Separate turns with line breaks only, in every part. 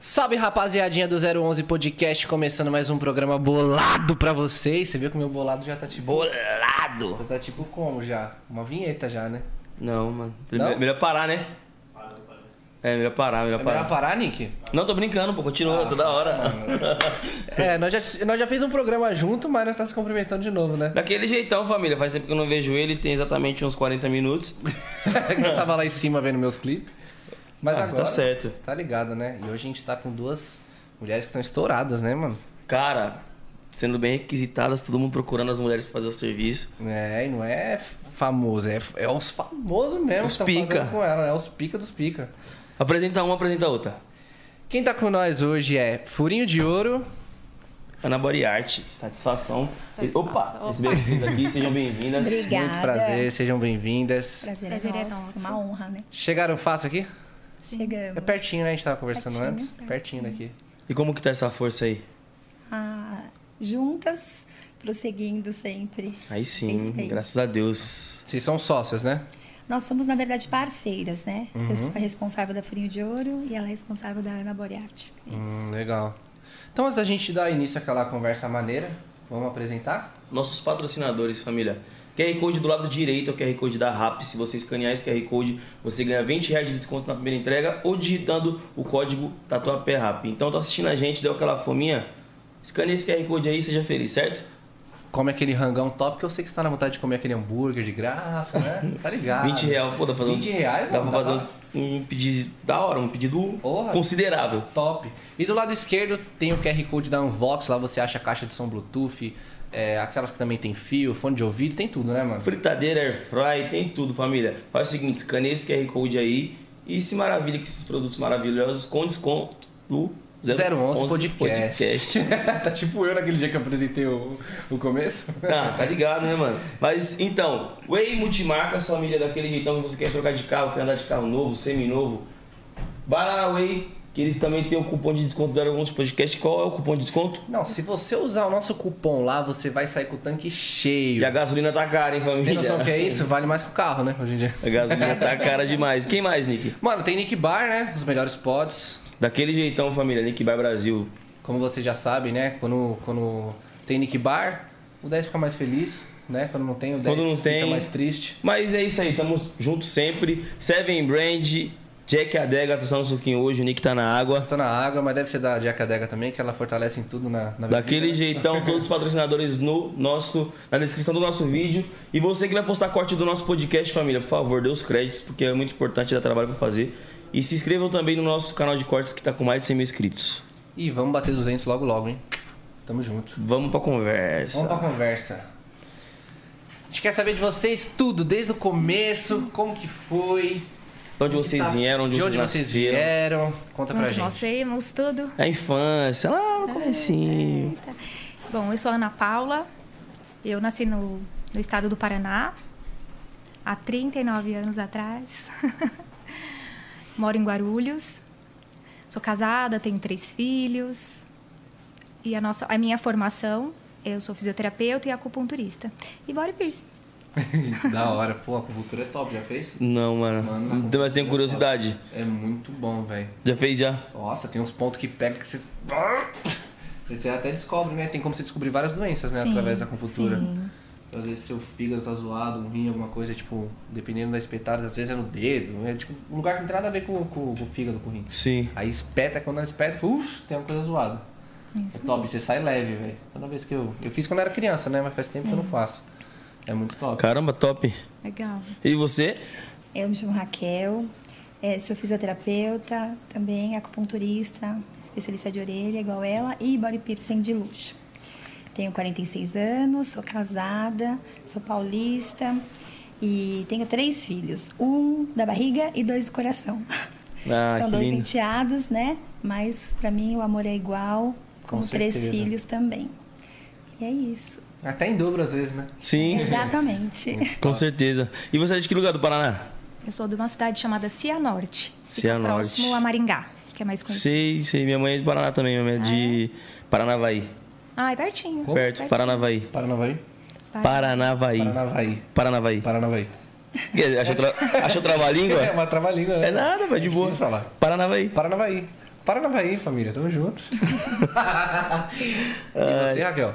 Salve rapaziadinha do 011 Podcast, começando mais um programa bolado pra vocês. Você viu que o meu bolado já tá tipo.
Bolado!
Já tá tipo como já? Uma vinheta já, né?
Não, mano.
Não?
Melhor- Melhor parar, né? É, melhor parar, melhor
É
parar.
melhor Ah, parar, Nick?
Não, tô brincando, pô, continua toda hora.
É, nós já, nós já fez um programa junto, mas nós tá se cumprimentando de novo, né?
Daquele jeitão, família. Faz tempo que eu não vejo ele, tem exatamente uns 40 minutos.
Eu tava lá em cima vendo meus clipes. Mas
Ah,
agora.
tá certo.
Tá ligado, né? E hoje a gente tá com duas mulheres que estão estouradas, né, mano?
Cara, sendo bem requisitadas, todo mundo procurando as mulheres pra fazer o serviço.
É, e não é famoso, é, é os famosos mesmo
Os
que tão
pica.
fazendo com ela, é os pica dos pica.
Apresenta uma, apresenta outra.
Quem tá com nós hoje é Furinho de Ouro.
Ana Boriarte, satisfação. E- Opa,
Opa.
receber vocês aqui, sejam bem-vindas.
Obrigada.
Muito prazer, sejam bem-vindas.
Prazer,
Prazer
é
é
nosso.
nosso.
Uma honra, né?
Chegaram fácil aqui?
Chegamos.
É pertinho, né? A gente tava conversando
Pertinho,
antes. Pertinho, daqui.
E como que tá essa força aí?
Ah, juntas, prosseguindo sempre.
Aí sim,
Respeito.
graças a Deus.
Vocês são sócias, né?
Nós somos, na verdade, parceiras, né? Eu sou a responsável da Furinho de Ouro e ela é responsável da Ana Boriarte.
Hum, legal. Então, antes da gente dar início àquela conversa maneira, vamos apresentar?
Nossos patrocinadores, família. QR Code do lado direito é o QR Code da RAP. Se você escanear esse QR Code, você ganha 20 reais de desconto na primeira entrega ou digitando o código Tatuapé RAP. Então tá assistindo a gente, deu aquela fominha? Escaneia esse QR Code aí, seja feliz, certo?
Come aquele rangão top, que eu sei que você tá na vontade de comer aquele hambúrguer de graça, né? Tá ligado.
20 reais, pô, dá pra fazer um-
20 reais,
dá
mano,
pra
dá
fazer
pra-
um, um pedido da hora, um pedido
Porra.
considerável.
Top. E do lado esquerdo tem o QR Code da Unvox, lá você acha a caixa de som Bluetooth, é, aquelas que também tem fio, fone de ouvido, tem tudo, né, mano?
Fritadeira, air fry, tem tudo, família. Faz o seguinte, escaneia esse QR Code aí e se maravilha com esses produtos maravilhosos com desconto do
011 Podcast. tá tipo eu naquele dia que eu apresentei o, o começo.
Ah, tá ligado, né, mano? Mas então, Way Multimarca, sua família daquele jeitão que você quer trocar de carro, quer andar de carro novo, semi-novo. Vai lá na Way, que eles também têm o cupom de desconto do alguns podcast. Qual é o cupom de desconto?
Não, se você usar o nosso cupom lá, você vai sair com o tanque cheio.
E a gasolina tá cara, hein, família?
Tem noção do que é isso? Vale mais que o carro, né, hoje em dia.
A gasolina tá cara demais. Quem mais, Nick?
Mano, tem Nick Bar, né? Os melhores pods.
Daquele jeitão, família, Nick Bar Brasil.
Como você já sabe, né? Quando, quando tem Nick Bar, o 10 fica mais feliz, né? Quando não tem, o 10
Quando não
fica
tem.
mais triste.
Mas é isso aí, tamo junto sempre. Seven Brand, Jack Adega, tô só no suquinho hoje, o Nick tá na água.
Tá na água, mas deve ser da Jack Adega também, que ela fortalece em tudo na, na
Daquele
bebida.
jeitão, todos os patrocinadores no nosso, na descrição do nosso vídeo. E você que vai postar corte do nosso podcast, família, por favor, dê os créditos, porque é muito importante dar trabalho pra fazer. E se inscrevam também no nosso canal de cortes que tá com mais de 100 mil inscritos.
E vamos bater 200 logo logo, hein? Tamo junto. Vamos
Vamos pra
pra
conversa.
conversa. A gente quer saber de vocês tudo, desde o começo, como que foi.
De onde vocês
tá-
vieram, onde,
de onde
vocês
vocês
nasceram. É
vieram. Conta pra
Onde
gente.
nós saímos, tudo.
A infância, lá no comecinho.
Bom, eu sou a Ana Paula. Eu nasci no, no estado do Paraná há 39 anos atrás. Moro em Guarulhos. Sou casada, tenho três filhos. E a, nossa, a minha formação, eu sou fisioterapeuta e acupunturista. E body piercing.
da hora, pô, a cultura é top, já fez?
Não, mano.
Mano,
Mas tenho curiosidade.
É muito bom, velho.
Já fez já?
Nossa, tem uns pontos que pega que você. Você até descobre, né? Tem como você descobrir várias doenças, né?
Sim,
Através da acupuntura.
sim.
Às vezes seu fígado tá zoado, um rim, alguma coisa, tipo, dependendo da espetada, às vezes é no dedo, é tipo um lugar que não tem nada a ver com, com- com o fígado, com o rim.
Sim.
Aí espeta, quando ela espeta, uff, tem uma coisa zoada. É top, você sai leve, velho. Toda vez que eu. Eu fiz quando era criança, né? Mas faz tempo que eu não faço. É muito top.
Caramba, top.
Legal.
E você?
É, Eu me chamo Raquel, eh, sou fisioterapeuta, também acupunturista, especialista de orelha, igual ela, e body piercing de luxo. Tenho 46 anos, sou casada, sou paulista e tenho três filhos: um da barriga e dois do coração.
Ah,
São
que
dois
lindo.
enteados, né? Mas pra mim o amor é igual,
Com
como três
certeza.
filhos também. E é isso.
Até em dobro às vezes, né?
Sim.
Exatamente.
Com certeza. E você é de que lugar do Paraná?
Eu sou de uma cidade chamada Cianorte. Fica
Cianorte.
Próximo a Maringá, que é mais conhecido.
Sei, sei. Minha mãe é de Paraná também. Minha mãe é de Paranavaí.
Ah, é pertinho.
Perto, Paranavaí.
Paranavaí?
Paranavaí.
Paranavaí.
Paranavaí.
Paranavaí.
Quer dizer, Achou, tra... achou trava-língua?
É uma trava-língua, né?
É nada, mas de boa.
difícil falar.
Paranavaí.
Paranavaí. Paranavaí, família, tamo junto. e você, Raquel?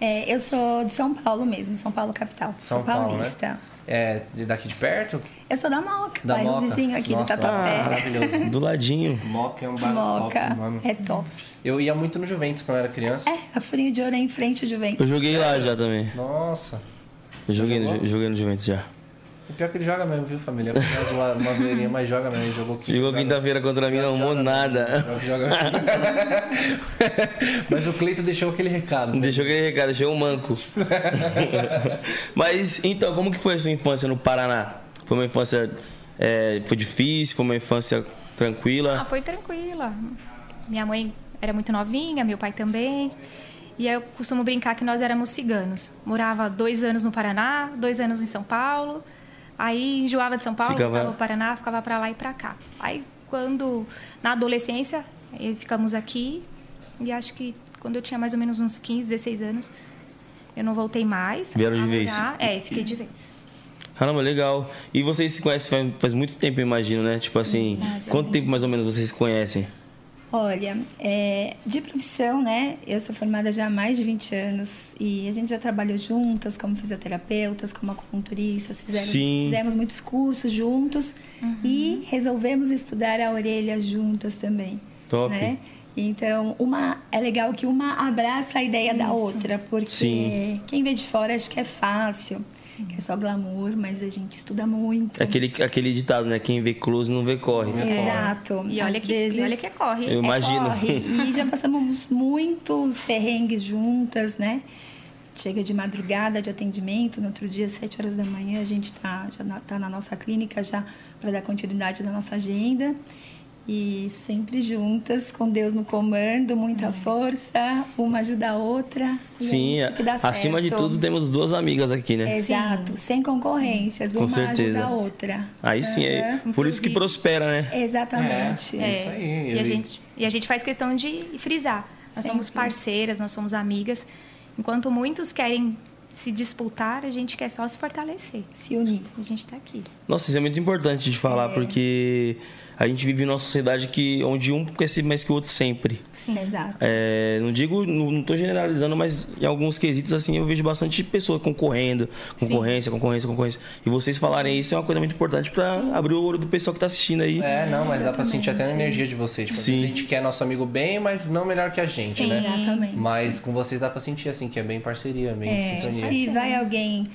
É, eu sou de São Paulo mesmo, São Paulo capital.
São
sou
Paulo, né?
paulista.
É de- daqui de perto?
Eu sou da Moca,
Da
bairro
Moca.
vizinho aqui
Nossa,
do Tatuapé.
Maravilhoso.
Do ladinho.
Moca é um bairro
Moca
top, mano.
é top.
Eu ia muito no Juventus quando eu era criança.
É, a Furinho de Ouro é em frente ao Juventus.
Eu joguei lá já também.
Nossa.
Eu joguei,
jogou?
no, joguei no Juventus já.
O pior é que ele joga mesmo, viu, família? Foi uma, zoa- uma zoeirinha, mas joga mesmo. Ele jogou quinta.
Jogou quinta-feira contra mim, não arrumou nada.
Joga, joga. mas o Cleiton deixou aquele recado.
Deixou aquele recado, deixou um manco. Mas então, como que foi a sua infância no Paraná? Foi uma infância. é, foi difícil? Foi uma infância
Ah,
tranquila?
foi tranquila. Minha mãe era muito novinha, meu pai também. E eu costumo brincar que nós éramos ciganos. Morava dois anos no Paraná, dois anos em São Paulo. Aí enjoava de São Paulo,
Ficava-
ficava, no Paraná, ficava pra lá e pra cá. Aí quando na adolescência eh, ficamos aqui e acho que quando eu tinha mais ou menos uns 15, 16 anos eu não voltei mais.
Vieram de
a
vez.
morar. É, fiquei de vez.
Caramba, legal. E vocês se conhecem faz, faz muito tempo, eu imagino, né? Tipo assim, quanto tempo mais ou menos vocês se conhecem?
Olha, é, de profissão, né? Eu sou formada já há mais de 20 anos e a gente já trabalhou juntas como fisioterapeutas, como acupunturistas, fizeram-
Sim.
fizemos muitos cursos juntos
Uhum.
e resolvemos estudar a orelha juntas também.
Top.
Né? Então, uma é legal que uma abraça a ideia da outra, porque
Sim.
quem vê de fora acha que é fácil, que é só glamour, mas a gente estuda muito.
É Aquele, aquele ditado, né? Quem vê close não vê
É,
corre.
Exato.
E olha
Às
que, e olha que corre. hein?
Eu
é,
imagino.
corre. E já passamos muitos perrengues juntas, né? Chega de madrugada de atendimento, no outro dia, às 7 horas da manhã, a gente tá, já na, tá na nossa clínica já para dar continuidade na nossa agenda. E sempre juntas, com Deus no comando, muita força, uma ajuda a outra. e é
Uhum. Sim,
isso que dá
acima de
certo.
tudo temos duas amigas aqui, né?
Exato, sem concorrências,
Com
uma
certeza.
ajuda a outra.
Aí sim, é
Aham.
por isso que
Inclusive.
prospera, né?
Exatamente.
É isso aí,
E a,
eu-
gente, e a gente faz questão de frisar. Nós somos
Sempre.
parceiras, nós somos amigas. Enquanto muitos querem se disputar, a gente quer só se fortalecer.
Se unir.
A gente está aqui.
Nossa, isso é muito importante de falar,
É.
porque a gente vive numa sociedade que onde um cresce mais que o outro sempre.
Sim.
Exato.
É, não digo, não, não tô generalizando, mas em alguns quesitos assim eu vejo bastante pessoa concorrendo, concorrência, concorrência, concorrência. E vocês falarem isso é uma coisa muito importante pra abrir o olho do pessoal que tá assistindo aí.
É, não, mas dá pra sentir até a energia de vocês. Tipo, às
Sim.
vezes a gente quer nosso amigo bem, mas não melhor que a gente,
Sim.
né?
Exatamente.
Mas com vocês dá pra sentir, assim, que é bem parceria, bem
É,
sintonia.
É, Se vai alguém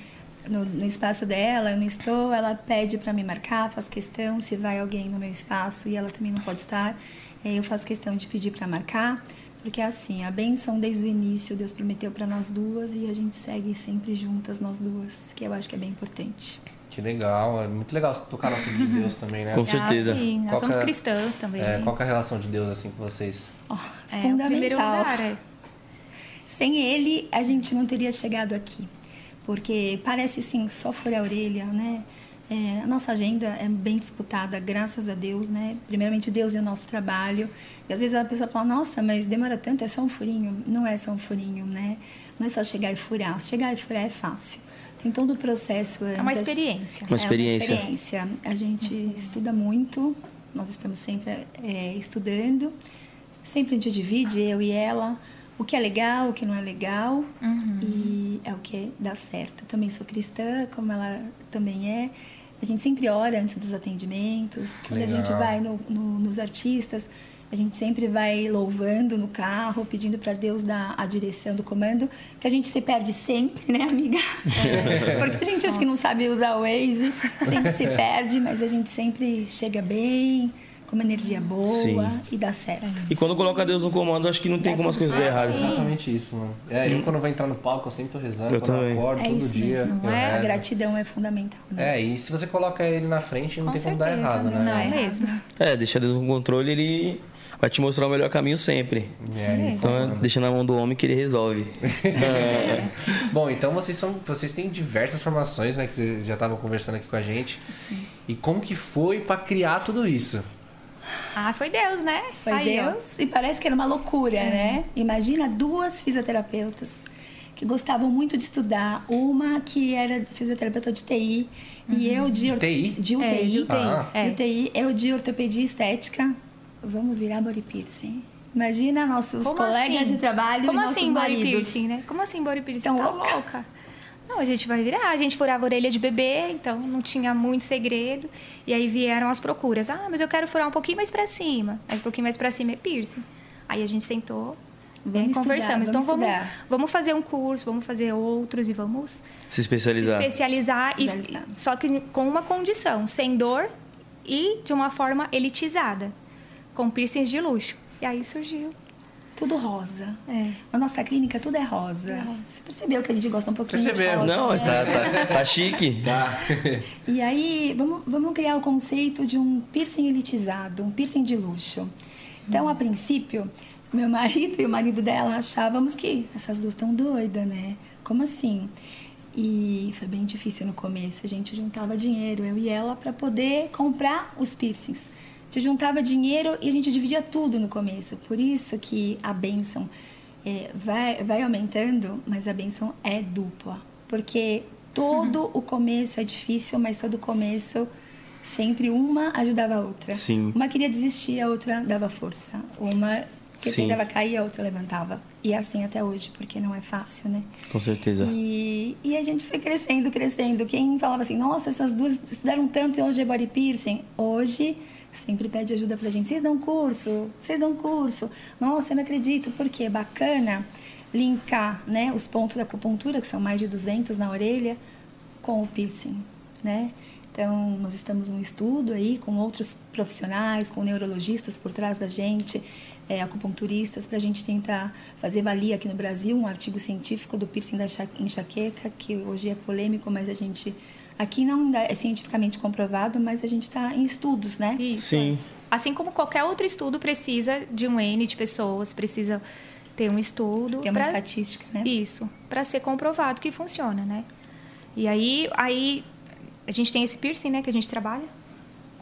no, no espaço dela, eu não estou, ela pede para me marcar, faz questão. Se vai alguém no meu espaço e ela também não pode estar, eh, eu faço questão de pedir para marcar. Porque assim, a benção desde o início, Deus prometeu para nós duas e a gente segue sempre juntas, nós duas, que eu acho que é bem importante.
Que legal, é muito legal tocar no filho de Deus também, né?
Com certeza.
sim, nós
Qual
somos
que é-
cristãs também.
É, qual que é a relação de Deus, assim, com vocês?
Ó,
É, o
fundamental.
primeiro lugar. é.
Sem ele, a gente não teria chegado aqui. Porque parece sim, só furar a orelha, né? É, a nossa agenda é bem disputada, graças a Deus, né? Primeiramente, Deus e o nosso trabalho. E às vezes a pessoa fala, nossa, mas demora tanto, é só um furinho. Não é só um furinho, né? Não é só chegar e furar. Chegar e furar é fácil. Tem todo o processo antes.
É uma experiência.
É
Uma experiência.
experiência. A gente estuda muito, nós estamos sempre é, estudando. Sempre a gente divide, eu e ela, o que é legal, o que não é legal. E é o que dá certo. Eu também sou cristã, como ela também é. A gente sempre ora antes dos atendimentos. Quando a gente
legal.
vai no- no- nos artistas, a gente sempre vai louvando no carro, pedindo para Deus dar a direção do comando, que a gente se perde sempre, né, amiga? Porque a gente acha que não sabe usar o Waze, sempre se
É.
perde, mas a gente sempre chega bem, com uma energia boa
Sim.
e dá certo.
E quando coloca Deus no comando, acho que não tem como as coisas dar errado. Hum.
Exatamente isso, mano. É, eu quando vou entrar no palco, eu sempre tô rezando,
Eu
quando eu
também.
acordo,
É
todo
isso
dia.
mesmo,
eu
não é?
A
rezo.
gratidão é fundamental, né?
É, e se você coloca ele na frente, não
Com
tem como
certeza.
dar errado, né?
Não, mesmo.
É, deixar Deus no controle, ele vai te mostrar o melhor caminho sempre.
É,
Então, é, deixa na mão do homem que ele resolve.
Bom, então vocês são, vocês têm diversas formações, né, que vocês já estavam conversando aqui com a gente. E como que foi pra criar tudo isso?
Ah, foi Deus, né?
Foi
Aí, ó. É.
Deus. E parece que era uma loucura, né? Imagina duas fisioterapeutas que gostavam muito de estudar. Uma que era fisioterapeuta de TI e eu de, or-
TI?
de UTI.
É, de UTI,
Ah.
é.
De UTI, eu de ortopedia estética. vamos virar body piercing. Imagina nossos
Como
colegas
assim?
de trabalho
Como
e nossos
assim body
maridos. Então,
piercing, né? Como assim body piercing?
Tão
tá
louca?
louca? Não, a gente vai virar. A gente furava a orelha de bebê, então não tinha muito segredo. E aí vieram as procuras. Ah, mas eu quero furar um pouquinho mais pra cima. Mas um pouquinho mais pra cima é piercing. Aí a gente sentou
Vamos
e
estudar,
conversamos. então
vamos
vamos,
estudar.
vamos fazer um curso, vamos fazer outros e vamos
Se especializar.
especializar, e-
Especializar.
e- só que com uma condição, sem dor e de uma forma elitizada, com piercings de luxo. E aí surgiu.
Tudo rosa.
É.
Na nossa clínica tudo é rosa. Você percebeu que a gente gosta um pouquinho de
Percebemos.
rosa.
Não, mas tá, tá, tá chique.
Tá.
E aí, vamos, vamos criar o conceito de um piercing elitizado, um piercing de luxo. Então, a princípio, meu marido e o marido dela achávamos que essas duas estão doidas, né? Como assim? E foi bem difícil no começo. A gente juntava dinheiro, eu e ela, para poder comprar os piercings. A gente juntava dinheiro e a gente dividia tudo no começo. Por isso que a bênção é, vai, vai aumentando, mas a bênção é dupla. Porque todo o começo é difícil, mas todo começo sempre uma ajudava a outra.
Sim.
Uma queria desistir, a outra dava força. Uma que
Sim.
tentava cair, a outra levantava. E é assim até hoje, porque não é fácil, né?
Com certeza.
E, e a gente foi crescendo, crescendo. Quem falava assim, nossa, essas duas estudaram tanto e hoje é body piercing. Hoje sempre pede ajuda pra gente. Vocês dão curso? Vocês dão curso? Nossa, eu não acredito. Porque é bacana linkar né, os pontos da acupuntura, que são mais de 200 na orelha, com o piercing, né? Então, nós estamos num estudo aí com outros profissionais, com neurologistas por trás da gente, eh, acupunturistas, para a gente tentar fazer valer aqui no Brasil um artigo científico do piercing da enxa- enxaqueca, que hoje é polêmico, mas a gente. Aqui não ainda é cientificamente comprovado, mas a gente está em estudos, né?
Isso.
Sim.
é. Assim como qualquer outro estudo precisa de um N de pessoas, precisa ter um estudo.
Tem uma
pra-
estatística, né?
Isso, para ser comprovado que funciona, né? E aí, aí a gente tem esse piercing, né, que a gente trabalha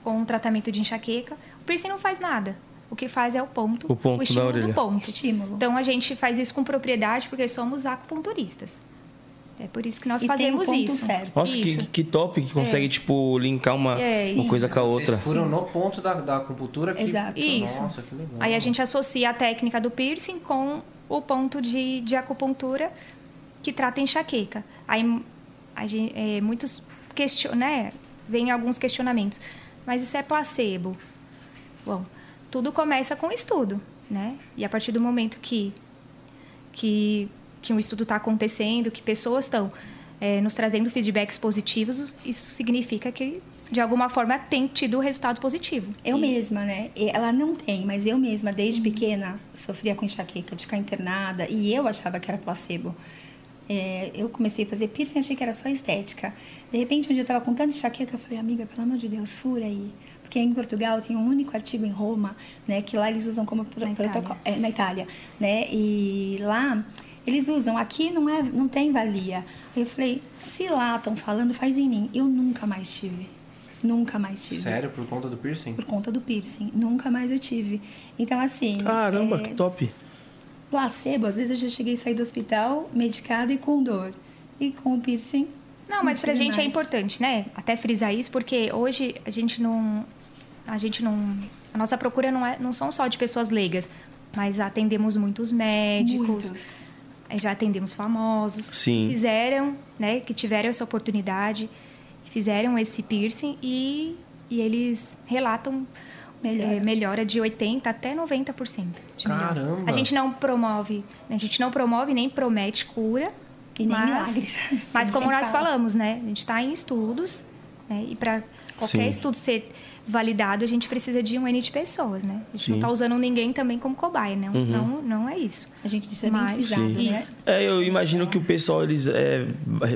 com um tratamento de enxaqueca. O piercing não faz nada. O que faz é o ponto,
O ponto da
estímulo do
orelha.
Um
ponto.
Estímulo.
Então a gente faz isso com propriedade porque somos acupunturistas. É por isso que nós
E tem o
fazemos
ponto
isso.
certo.
Nossa, que,
Isso.
que top que consegue, tipo, linkar uma,
É,
uma
isso.
coisa com a outra.
Vocês furam no ponto da, da acupuntura que...
Exato.
Isso.
Nossa, que legal.
Aí a gente associa a técnica do piercing com o ponto de, de acupuntura que trata enxaqueca. Aí a gen- é, muitos question, né? Vem alguns questionamentos. Mas isso é placebo? Bom, tudo começa com estudo, né? E a partir do momento que que, que um estudo está acontecendo, que pessoas estão eh, nos trazendo feedbacks positivos, isso significa que de alguma forma tem tido resultado positivo.
Eu
E- Uhum.
mesma, né? E Ela não tem, mas eu mesma, desde pequena, sofria com enxaqueca, de ficar internada, e eu achava que era placebo. É, eu comecei a fazer piercing, achei que era só estética. De repente, um dia eu tava com tanta enxaqueca, eu falei, amiga, pelo amor de Deus, fura aí. Porque em Portugal tem um único artigo em Roma, né? Que lá eles usam como pro-
Na
protocolo. É, na Itália, né? E lá eles usam, aqui não, é, não tem valia. Aí eu falei, se lá estão falando, faz em mim. Eu nunca mais tive. Nunca mais tive
Sério, por conta do piercing?
por conta do piercing. Nunca mais eu tive. Então, assim.
Caramba,
é,
que top.
placebo, às vezes eu já cheguei a sair do hospital medicada e com dor. E com o piercing.
Não, mas pra
tive
gente é
mais.
importante, né? Até frisar isso, porque hoje a gente não. A gente não. A nossa procura não, é, não são só de pessoas leigas, mas atendemos muitos médicos.
Muitos.
Aí Já atendemos famosos. que
Sim.
Fizeram, né? Que tiveram essa oportunidade, fizeram esse piercing e, e eles relatam
Melhora.
eh, melhora de 80% até 90%. de melhora.
Caramba.
A gente não promove, a gente não promove nem promete cura.
E nem
mas,
milagres. A
Mas
gente
como
sempre
nós
fala.
falamos, né? A gente está em estudos, né? E para qualquer
Sim.
estudo ser validado, a gente precisa de um N de pessoas, né? A gente não
Sim. Uhum.
está usando ninguém também como cobaia, não, não, não é isso.
A gente deixa bem
Mas-
frisado,
Sim.
né?
Isso.
É, eu imagino que o pessoal, eles é,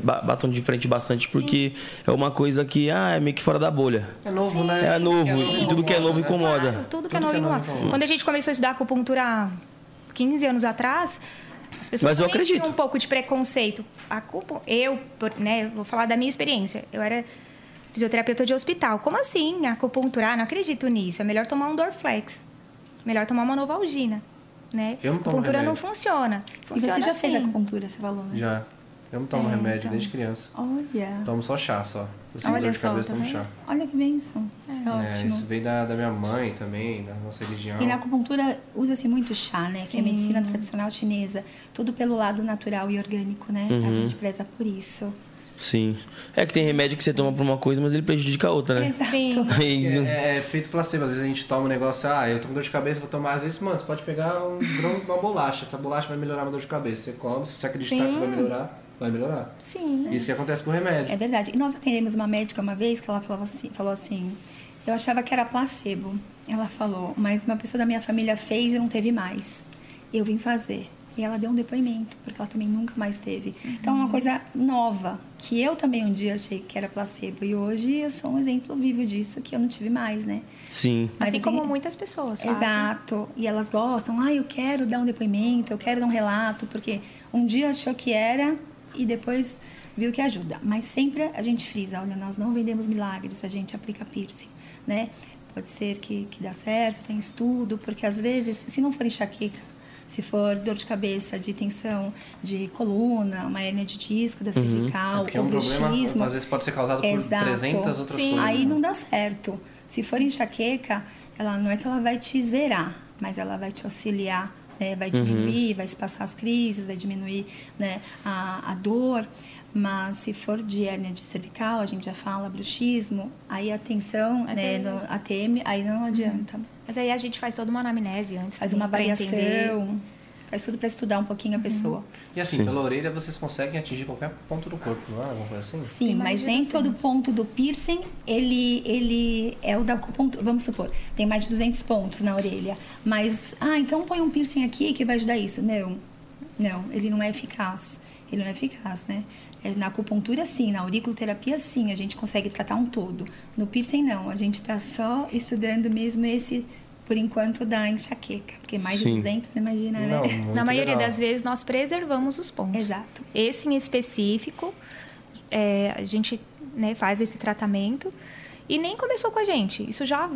ba- batam de frente bastante, porque é uma coisa que, ah, é meio que fora da bolha.
É novo, né?
É novo, e tudo que é novo
incomoda, né?
incomoda.
Claro, tudo que é novo incomoda. Quando a gente começou a estudar acupuntura há 15 anos atrás, as pessoas
Mas eu
também
acredito.
tinham um pouco de preconceito. Acupu... Eu, por- né, eu vou falar da minha experiência. Eu era fisioterapeuta de hospital. Como assim? Acupuntura? Ah, Não acredito nisso. É melhor tomar um Dorflex. Melhor tomar uma Novalgina. Né?
Eu não tomo
acupuntura não
remédio.
funciona.
E
funciona
você já
assim.
fez acupuntura, você falou, né?
Já. Eu não tomo
É,
remédio
então.
desde criança.
Olha.
Tomo só chá, só. Eu sinto
Olha
dor de
só,
cabeça,
tá
tomo
vendo?
chá.
Olha que bênção. Isso é,
É,
ótimo.
isso é um veio da, da minha mãe também, da nossa religião.
E na acupuntura usa-se muito chá, né? Que é a
Sim.
medicina tradicional chinesa. Tudo pelo lado natural e orgânico, né? A
Uhum.
gente preza por isso.
Sim. É que tem remédio que você toma pra uma coisa, mas ele prejudica a outra, né?
Exato.
Sim.
Aí, não-
É, é feito placebo, às vezes a gente toma um negócio, ah, eu tô com dor de cabeça, vou tomar. Às vezes, mano, você pode pegar um grão de uma bolacha, essa bolacha vai melhorar uma dor de cabeça. Você come, se você acreditar
Sim. Né.
que vai melhorar, vai melhorar.
Sim.
Isso que acontece com o remédio.
É verdade. E nós atendemos uma médica uma vez que ela falava assim- falou assim: eu achava que era placebo. Ela falou, mas uma pessoa da minha família fez e não teve mais. Eu vim fazer. E ela deu um depoimento, porque ela também nunca mais teve. Então é uma coisa nova, que eu também um dia achei que era placebo. E hoje eu sou um exemplo vivo disso, que eu não tive mais, né?
Sim.
Mas
assim como
e-
muitas pessoas fazem.
Exato. E elas gostam, ah, eu quero dar um depoimento, eu quero dar um relato, porque um dia achou que era e depois viu que ajuda. Mas sempre a gente frisa, olha, nós não vendemos milagres, a gente aplica piercing, né? Pode ser que, que dá certo, tem estudo, porque às vezes, se não for enxaqueca, se for dor de cabeça, de tensão, de coluna, uma hérnia de disco, da cervical,
Porque é um
ou
problema,
bruxismo,
às vezes pode ser causado por
Exato.
300 outras
Sim.
coisas.
Aí
né?
não dá certo. Se for enxaqueca, ela não é que ela vai te zerar, mas ela vai te auxiliar, né? vai
Uhum.
diminuir, vai espaçar as crises, vai diminuir né, a, a dor. Mas se for de hérnia de cervical, a gente já fala bruxismo, aí a tensão,
Mas
né,
é aí-
no ATM, aí não adianta.
Mas aí a gente faz toda uma anamnese antes.
Faz
também,
uma
pra entender. Uhum.
variação, faz tudo para estudar um pouquinho a pessoa.
E assim,
Sim.
pela orelha vocês conseguem atingir qualquer ponto do corpo, não é? Alguma coisa assim?
Sim,
Tem mais
mas
de
nem
200.
todo ponto do piercing, ele, ele é o da acupuntura. Vamos supor, tem mais de 200 pontos na orelha. Mas, ah, então põe um piercing aqui que vai ajudar isso. Não, não, ele não é eficaz. Ele não é eficaz, né? É, Na acupuntura, sim. Na auriculoterapia, sim. A gente consegue tratar um todo. No piercing, não. A gente está só estudando mesmo esse, por enquanto, da enxaqueca. Porque mais
Sim.
de 200, imagina,
Não,
né?
muito
Na maioria
legal.
das vezes nós preservamos os pontos.
Exato.
Esse em específico, é, a gente né, faz esse tratamento e nem começou com a gente. Isso já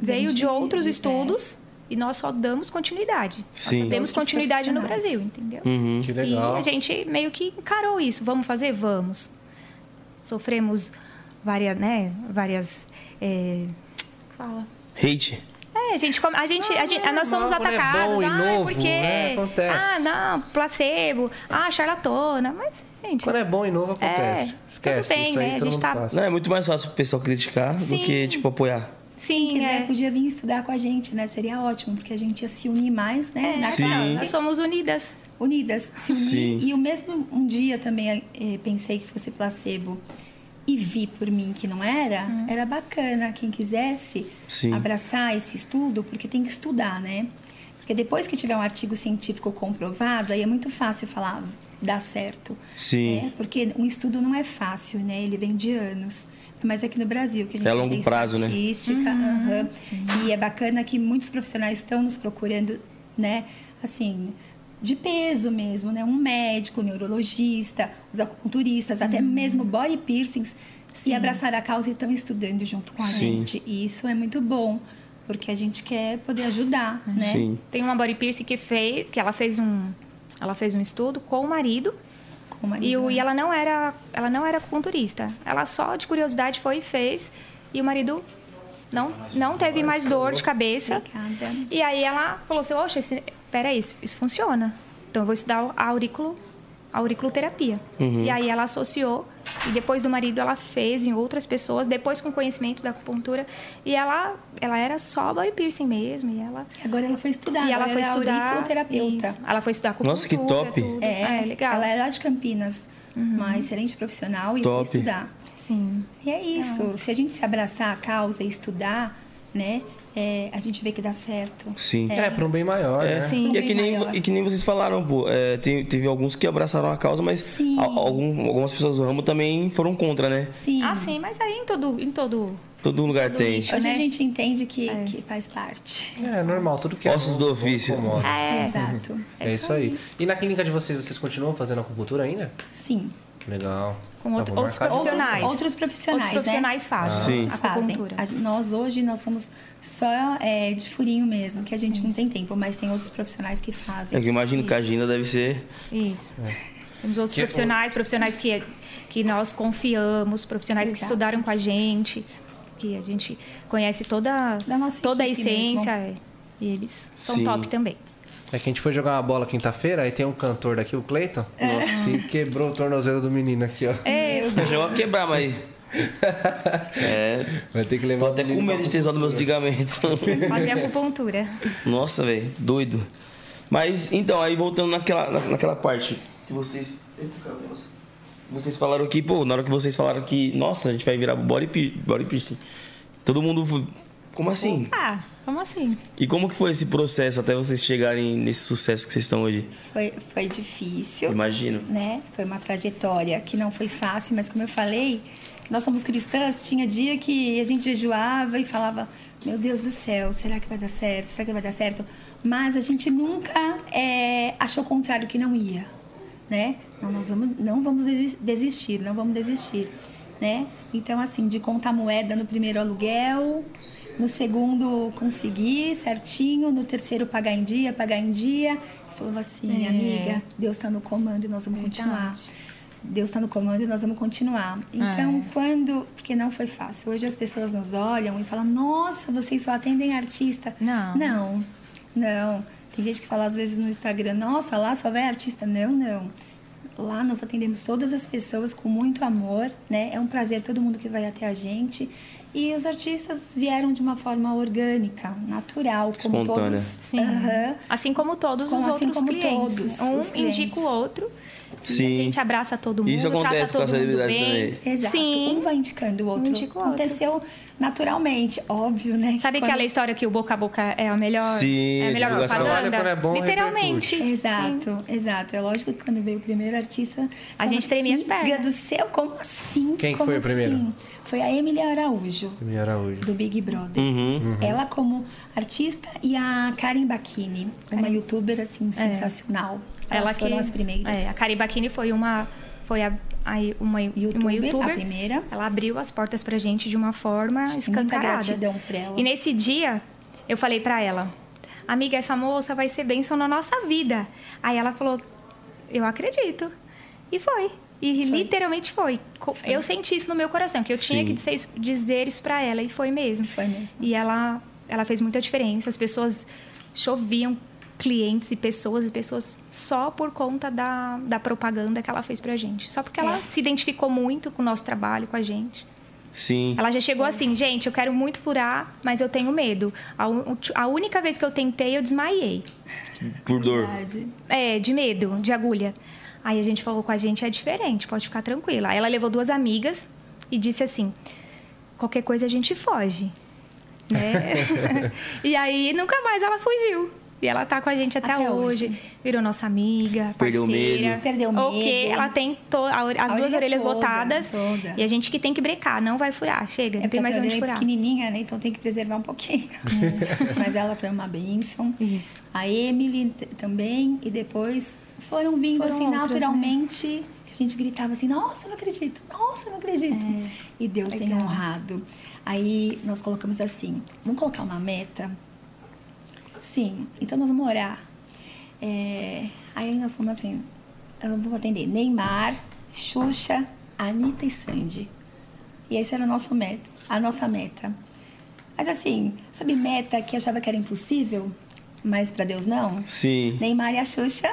veio de
de vida,
outros
né?
estudos e nós só damos continuidade. Nós
Sim.
só temos
Outros
continuidade no
profissionais.
Brasil, entendeu?
Uhum.
Hum, Que legal.
E a gente meio que encarou isso. Vamos fazer? Vamos. Sofremos várias, né, várias... é, fala.
Hate.
É, a gente, come- a gente, a gente- nós somos
quando é
atacados.
bom e
ah,
novo,
porque,
né? Acontece.
Ah, não, placebo. Ah, charlatona. Mas, gente.
Quando é bom e novo, acontece.
É,
Esquece.
tudo bem,
isso aí
né? A
todo
gente
mundo
tá-
passa.
Não, é muito mais fácil o pessoal criticar do
Sim.
que, tipo, apoiar.
sim,
Quem quiser
é.
podia vir estudar com a gente, né? Seria ótimo, porque a gente ia se unir mais, né?
É,
Na
Sim.
casa.
Nós somos unidas.
unidas, se
Sim.
unir. E o mesmo um dia também eh, pensei que fosse placebo e vi por mim que não era,
Hum.
era bacana quem quisesse
Sim.
abraçar esse estudo, porque tem que estudar, né? Porque depois que tiver um artigo científico comprovado, aí é muito fácil falar dá certo.
Sim.
né? Porque um estudo não é fácil, né? Ele vem de anos. Mas aqui no Brasil, que a gente
É a longo
tem
prazo, né?
estatística,
Uhum.
aham. e é bacana que muitos profissionais estão nos procurando, né? Assim, de peso mesmo, né? Um médico, um neurologista, os acupunturistas,
Uhum.
até mesmo body piercings, se abraçaram a causa e estão estudando junto com a
Sim.
gente. E isso é muito bom, porque a gente quer poder ajudar, né?
Sim.
Tem uma body piercing que fez, que ela fez um, ela fez um estudo com o marido.
Com uma
E, o-
língua.
e ela não era, ela não era acupunturista. Ela só de curiosidade foi e fez. E o marido não, não teve mais dor de cabeça.
Obrigada.
E aí ela falou assim, oxe, esse, peraí, isso, isso funciona. Então eu vou estudar a auriculo, a auriculoterapia.
Uhum.
E aí ela associou, e depois do marido ela fez em outras pessoas, depois com conhecimento da acupuntura. E ela, ela era só body piercing mesmo, e ela...
E Agora ela foi estudar.
e ela
agora
foi
é
estudar.
auriculoterapeuta.
isso. Ela foi estudar acupuntura.
Nossa, que top.
tudo.
É,
É, legal. Uhum.
Ela é lá de Campinas, uma excelente profissional e
Top.
foi estudar.
Sim.
E é isso. Se a gente se abraçar à causa e estudar, né, é, a gente vê que dá certo.
Sim.
É, pra um bem maior,
É.
né?
Sim.
E, é que nem,
Maior.
e que nem vocês falaram, pô. é, tem- teve alguns que abraçaram a causa, mas
Sim.
al- algum- algumas pessoas do ramo também foram contra, né?
Sim.
Ah, sim, mas aí em todo... Em todo
Todo lugar tem.
lixo.
Hoje
né? É.
a gente entende que, que faz parte.
É normal, tudo que é
Ossos
bom,
do ofício.
incomoda.
é,
Exato.
É, isso aí. E na clínica de vocês, vocês continuam fazendo acupuntura ainda?
Sim.
Que legal.
Com
Tá,
outro-
vou
outros
marcar de-
profissionais.
Outros profissionais,
Outros profissionais
né?
fazem
Ah.
Eles
acupuntura.
fazem. A- nós hoje nós somos só é, de furinho mesmo, que a gente não tem tempo, mas tem outros profissionais que fazem.
É que eu imagino que a agenda deve ser
Isso. Temos outros
Que-
profissionais, profissionais que, é, que nós confiamos, profissionais que
Exato.
estudaram com a gente, que a gente conhece toda,
Da nossa
toda a
equipe
essência. é. E eles são
Sim.
top também.
É que a gente foi jogar uma bola quinta-feira, aí tem um cantor daqui, o Cleiton. Nossa, e quebrou o tornozelo do menino aqui, ó.
É,
Chegou a quebrar, mas. É.
Vai ter que
Tô
levar o
até com
menino pra-
medo de ter usado meus ligamentos.
fazer acupuntura.
Nossa, velho, doido. Mas então, aí voltando naquela, na- naquela parte que vocês. Eita, cadê você? Vocês falaram que, pô, na hora que vocês falaram que, nossa, a gente vai virar body, pi- body piercing. Todo mundo. fu- Como assim?
Ah, como assim?
E como que foi esse processo até vocês chegarem nesse sucesso que vocês estão hoje?
Foi, foi difícil.
Imagino.
né? Foi uma trajetória que não foi fácil, mas como eu falei, nós somos cristãs, tinha dia que a gente jejuava e falava, meu Deus do céu, será que vai dar certo? Será que vai dar certo? Mas a gente nunca eh, achou o contrário que não ia, né? Não, nós vamos, não vamos desi- desistir, não vamos desistir, né? Então, assim, de contar moeda no primeiro aluguel, no segundo conseguir certinho, no terceiro pagar em dia, pagar em dia. E falou assim,
É.
amiga, Deus está no comando e nós vamos
Verdade.
continuar. Deus está no comando e nós vamos continuar.
É.
Então, quando. Porque não foi fácil. Hoje as pessoas nos olham e falam: nossa, vocês só atendem artista.
Não.
Não, não. Tem gente que fala às vezes no Instagram: nossa, lá só vai artista. Não, não. Lá nós atendemos todas as pessoas com muito amor, né? É um prazer todo mundo que vai até a gente. E os artistas vieram de uma forma orgânica, natural, como
Espontânea.
todos.
Sim.
Aham.
Assim como todos
Como-
os
assim
outros
como
clientes.
todos
né? um
os clientes.
indica o outro. e
Sim.
A gente abraça todo mundo,
Isso acontece com
trata todo
as
mundo
celebridades
bem.
também.
Exato.
Sim.
Um vai indicando o outro.
indica o outro.
Aconteceu naturalmente, óbvio, né?
Sabe
Quando-
aquela história que o boca a boca é a melhor,
Sim,
é a melhor
divulgação.
Olha quando
propaganda?
é bom,
Literalmente. Sim.
Exato, exato. É lógico que quando veio o primeiro artista.
A gente tremia as
"Amiga
pernas."
do céu, como assim?
Quem que
Como
foi o primeiro?
assim?" Foi a Emily Araújo,
Emília Araújo.
do Big Brother.
Uhum.
Ela como artista e a Karen Bacchini, uma youtuber assim sensacional.
É. Ela
Elas
que,
foram as primeiras.
É, a Caribaquini foi uma foi a, a- uma
YouTuber,
uma youtuber.
a primeira.
Ela abriu as portas pra gente de uma forma
Gente, muita
escancarada.
gratidão por ela.
E nesse dia eu falei pra ela: "Amiga, essa moça vai ser bênção na nossa vida". Aí ela falou: "Eu acredito". E foi. E literalmente foi. Co- Eu senti isso no meu coração, que eu tinha
Sim.
que dizer isso, dizer isso pra ela e foi mesmo.
Foi mesmo.
E ela, ela fez muita diferença. As pessoas choviam clientes e pessoas e pessoas só por conta da, da propaganda que ela fez pra gente. Só porque ela
É.
se identificou muito com o nosso trabalho, com a gente.
Sim.
Ela já
É.
chegou assim, gente, eu quero muito furar, mas eu tenho medo. A, un- a única vez que eu tentei, eu desmaiei.
Por dor.
Verdade.
É, de medo, de agulha. Aí a gente falou com a gente, é diferente, pode ficar tranquila. Aí ela levou duas amigas e disse assim: qualquer coisa a gente foge. Né? e aí nunca mais ela fugiu. E ela tá com a gente até,
Até hoje.
hoje. Virou nossa amiga,
Perdeu
parceira.
medo.
Perdeu
Ok,
medo.
ela tem to- a or- as
A
duas
orelha
orelhas
toda,
lotadas.
toda.
E a gente que tem que brecar, não vai furar. Chega,
É
não tem mais
porque
onde
ela é
furar. É.
pequenininha, né? Então tem que preservar um pouquinho. Mas ela foi uma bênção.
Isso.
A Emily t- também. E depois foram vindo,
Foram
assim,
outras, né?
naturalmente. Que a gente gritava assim, nossa, não acredito. Nossa, não acredito. E Deus tem
É. Legal.
honrado. Aí nós colocamos assim, vamos colocar uma meta? Sim. Então nós vamos orar. É, Aí nós fomos assim, eu vou atender Neymar, Xuxa, Anitta e Sandy. E esse era o nosso meta, a nossa meta. Mas assim, sabe meta que achava que era impossível, mas pra Deus não?
Sim.
Neymar e a Xuxa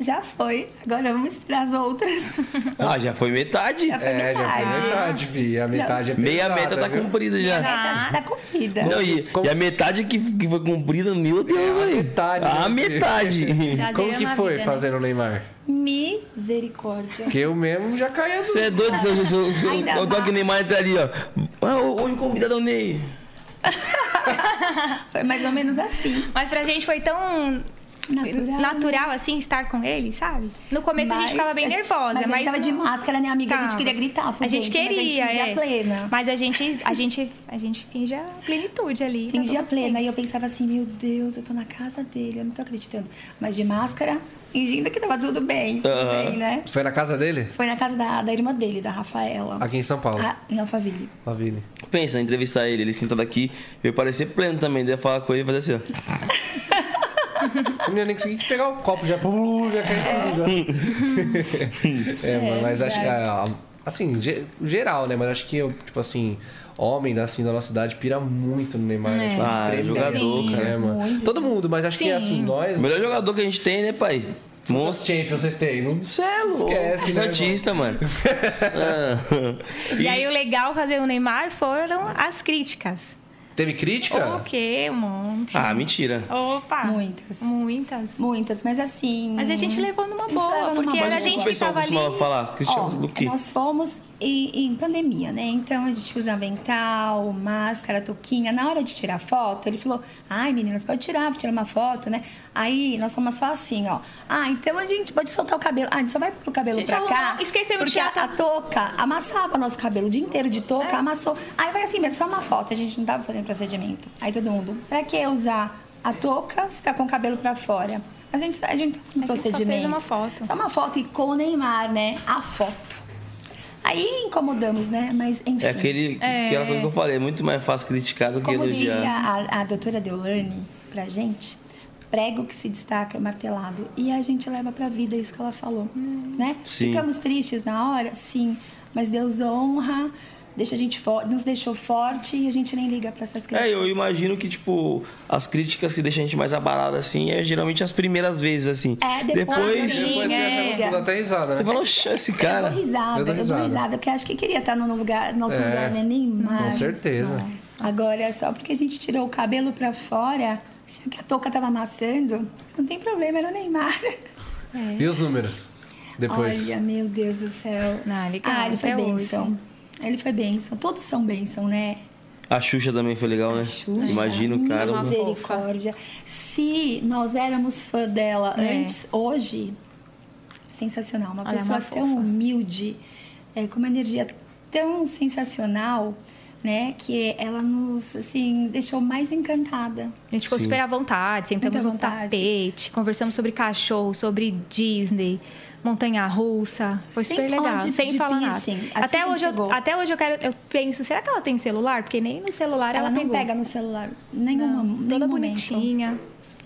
já foi. Agora vamos esperar as outras.
Ah, já foi metade.
Já foi
É, já foi
metade.
metade, fi. A metade é
Meia
pesada,
meta tá
viu?
cumprida
A
já.
meta tá cumprida.
Não, e,
Como-
e a metade que, que foi cumprida, meu Deus,
É, a
velho.
metade,
A
né, filho?
metade.
Já
Como
zerou
que
na
foi
vida, né?
fazendo o Neymar?
Misericórdia.
Porque eu mesmo já caí a
Você é doido, seu Jesus. Eu, eu,
Ainda
eu tô
mais.
que nem mais tá ali, ó. Ah, hoje o convidado é o Ney.
Foi mais ou menos assim.
Mas pra gente foi tão
Natural, né?
natural, assim, estar com ele, sabe? No começo a gente
Mas
ficava bem
gente-
nervosa,
mas
mas.
a gente tava de máscara, né, amiga? A gente
Tava.
queria gritar pro
A gente
gente, mas a gente
queria,
fingia
é.
plena.
Mas a gente, a gente, a gente finge a plenitude ali. tá
Fingia
tudo
plena.
bem.
E eu pensava assim, meu Deus, eu tô na casa dele, eu não tô acreditando. Mas de máscara, fingindo que tava tudo bem, tudo
Aham.
bem, né?
Foi na casa dele?
Foi na casa da, da irmã dele, da Rafaela.
Aqui em São Paulo.
Ah, em Alphaville.
Favine.
Pensa em entrevistar ele, ele sentado aqui. Eu ia parecer pleno também, daí eu ia falar com ele e fazer assim, ó.
A menina nem conseguia pegar o copo, já, é já caiu tudo. já. É, mano, mas acho que. ah, Assim, ge- geral, né? Mas acho que eu, tipo assim, homem da- assim, da nossa idade pira muito no Neymar. né?
É.
Tipo,
Ah,
tremendo,
jogador,
né,
cara.
mano?
Muito.
Todo mundo, mas acho que
Sim.
assim, nós.
O melhor jogador que a gente tem, né, pai?
Os
Monstro.
Champions você tem, não
Cê é louco.
Esquece, né,
Santista, mano. Ah.
E aí o legal fazer o Neymar foram as críticas.
Teve crítica?
O quê? Um monte.
Ah, mentira.
Opa!
Muitas.
Muitas.
Muitas, mas assim.
Ah. Mas a gente levou numa
gente leva
boa,
numa
porque
boa.
era a
Mas o
gente
que o
que
pessoal
estava ali.
costumava falar? Cristiano
Ó,
Luque.
nós fomos em, em pandemia, né? Então a gente usa avental, máscara, touquinha. Na hora de tirar foto, ele falou: ai meninas, pode tirar, vou tirar uma foto, né? Aí nós fomos só assim, ó. Ah, então a gente pode soltar o cabelo. Ah, a gente só vai pro cabelo
Gente,
pra
arrumou-
cá.
esqueceu de
porque a,
tirar
a touca amassava nosso cabelo o dia inteiro de
É.
touca, amassou. Aí vai assim, mas só uma foto, a gente não tava fazendo procedimento. Aí todo mundo, pra que usar a touca se tá com o cabelo pra fora? Mas a gente, a gente tá fazendo
A gente só fez
procedimento.
uma foto.
Só É uma foto e com o Neymar, né? A foto. Aí incomodamos, né? Mas enfim.
É aquele,
É.
aquela coisa que eu falei, é muito mais fácil criticar do que
Como diz
elogiar.
a, a doutora Deolane pra gente, prego que se destaca é martelado. E a gente leva pra vida isso que ela falou, né?
Sim.
Ficamos tristes na hora? Sim. Mas Deus honra, deixa a gente fo- nos deixou forte e a gente nem liga pra essas críticas.
É, eu imagino que, tipo, as críticas que deixam a gente mais abalada, assim, é geralmente as primeiras vezes, assim.
É, depois-
depois
Sim,
Depois você
é.
achava tudo até risada,
você
né?
fala, oxa, esse
Eu
cara.
dou risada,
Eu
eu
dou
dou risada,
risada,
porque acho que queria estar no lugar, nosso
É.
lugar, né? Neymar.
Com certeza.
Agora, é só porque a gente tirou o cabelo pra fora, se a touca tava amassando, não tem problema, era o Neymar.
E os números? Depois.
Olha, meu Deus do céu.
Ah, legal,
ah ele foi
até
bênção.
hoje.
Ele foi bênção. Todos são bênção, né?
A Xuxa também foi legal, né?
Xuxa. é
Imagino, cara.
Nossa.
Misericórdia. Se nós éramos fã dela
É.
antes, hoje, sensacional. Uma
Ela é
pessoa
uma
tão
fofa.
humilde, é, com uma energia tão sensacional, né? Que ela nos, assim, deixou mais encantada.
A gente ficou
Sim.
super à vontade, sentamos
Muita
num
vontade.
tapete, conversamos sobre cachorro, sobre Disney, montanha russa. Foi
Sem
super
falar
legal,
de-
sem
de
falar nada.
piercing, assim que
até, hoje eu,
chegou.
até hoje eu quero. Eu penso, será que ela tem celular? Porque nem no celular ela,
Ela, não
pegou.
pega no celular nenhuma,
Não,
nenhum
toda
momento.
bonitinha.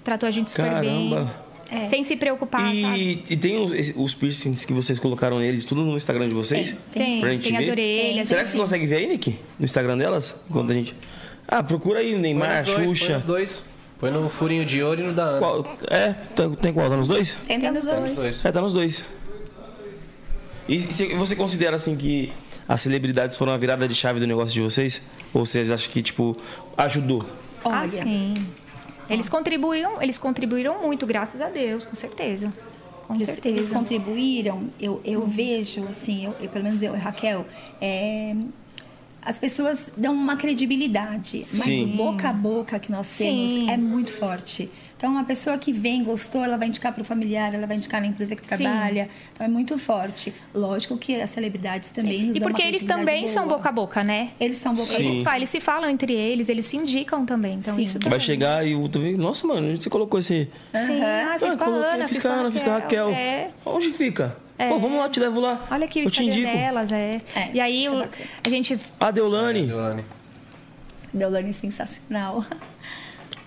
Tratou a gente super
Caramba.
bem.
É.
Sem se preocupar, sabe?
E, e tem os, os piercings que vocês colocaram neles, tudo no Instagram de vocês?
Tem,
Pra gente
tem as
ver?
orelhas.
Será que você consegue ver aí, Nick? No Instagram delas? Quando a gente. Ah, procura aí,
Põe
Neymar,
nos dois, põe
Xuxa.
nos dois. Põe no furinho de ouro e no da Ana.
Qual? É, tá- tem qual? Tá nos dois?
Tenta nos
Põe nos
dois.
dois.
É, tá nos dois. E se- você considera assim que as celebridades foram a virada de chave do negócio de vocês? Ou vocês acham que, tipo, ajudou?
Ah,
Olha,
sim. Eles contribuíram, eles contribuíram muito, graças a Deus, com certeza. Com
eles,
certeza. né?
eles contribuíram, eu, eu vejo, assim, eu, eu, pelo menos eu e Raquel, é, as pessoas dão uma credibilidade, mas
Sim.
o boca a boca que nós temos
Sim.
é muito forte. Então, uma pessoa que vem, gostou, ela vai indicar para o familiar, ela vai indicar na empresa que trabalha. Então, é muito forte. Lógico que as celebridades também nos
E
dão uma
porque eles
credibilidade
também são
boa.
boca a boca, né?
Eles são boca a
Sim.
boca.
Eles, fa- eles se falam entre eles, eles se indicam também. Então
Sim.
isso
Vai chegar e o outro vem, nossa, mano, onde você colocou esse.
Sim, ah, fiz com a
coloquei,
Ana,
fiz com a Ana, fiz com a Raquel.
É.
Onde fica?
É.
Pô, vamos lá, te levo lá.
Olha aqui o
Eu te
Instagram
indico.
delas, é.
É,
E aí
isso é
o-
bacana.
a gente
A Deolane.
Deolane.
Deolane é sensacional.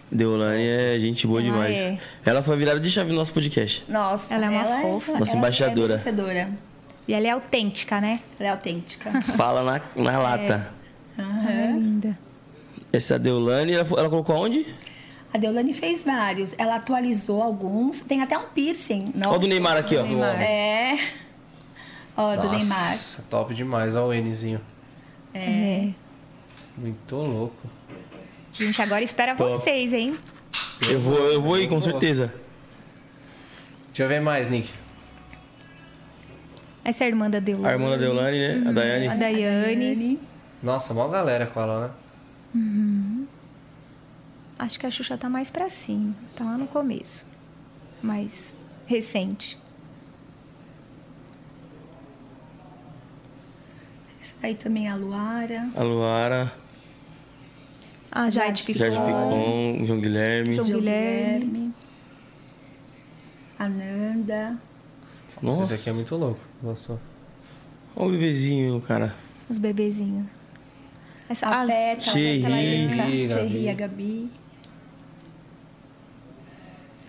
Deolane é gente boa
Ah,
demais.
é.
Ela foi a virada de chave no nosso podcast.
Nossa,
Ela é uma fofa.
Nossa
ela
embaixadora.
É vencedora.
e ela é autêntica, né?
Ela é autêntica.
Fala na,
É.
na lata.
Ela é linda.
Essa Deolane, ela, fo- ela colocou onde?
A Deolane fez vários. Ela atualizou alguns. Tem até um piercing. Nossa.
Olha o do Neymar aqui, ó.
Neymar.
É. Ó, do
Nossa,
Neymar.
top demais. Olha o Nzinho.
É.
Muito louco.
Gente, agora espera
Top.
vocês, hein?
Eu vou, eu vou ir, com
Boa.
certeza.
Deixa eu ver mais, Nick.
Essa é a irmã da Deolane.
A irmã da Deolane, né? A
A
Uhum.
Daiane.
Daiane.
Nossa, mó galera com ela, né?
Acho que a Xuxa tá mais pra cima. Tá lá no começo. Mais recente.
Essa daí também é a Luara.
A Luara,
A Jade
Jade
Picon.
Jorge Picon, João Guilherme.
João
João
Guilherme.
Guilherme. A Nanda.
Nossa.
Nossa,
Esse aqui é muito louco. Gostou.
Olha o bebezinho, cara.
Os bebezinhos. Essa,
A tá
as-
Peta. A Peta
Thierry,
Laianca.
Gabi.
Thierry, a Gabi.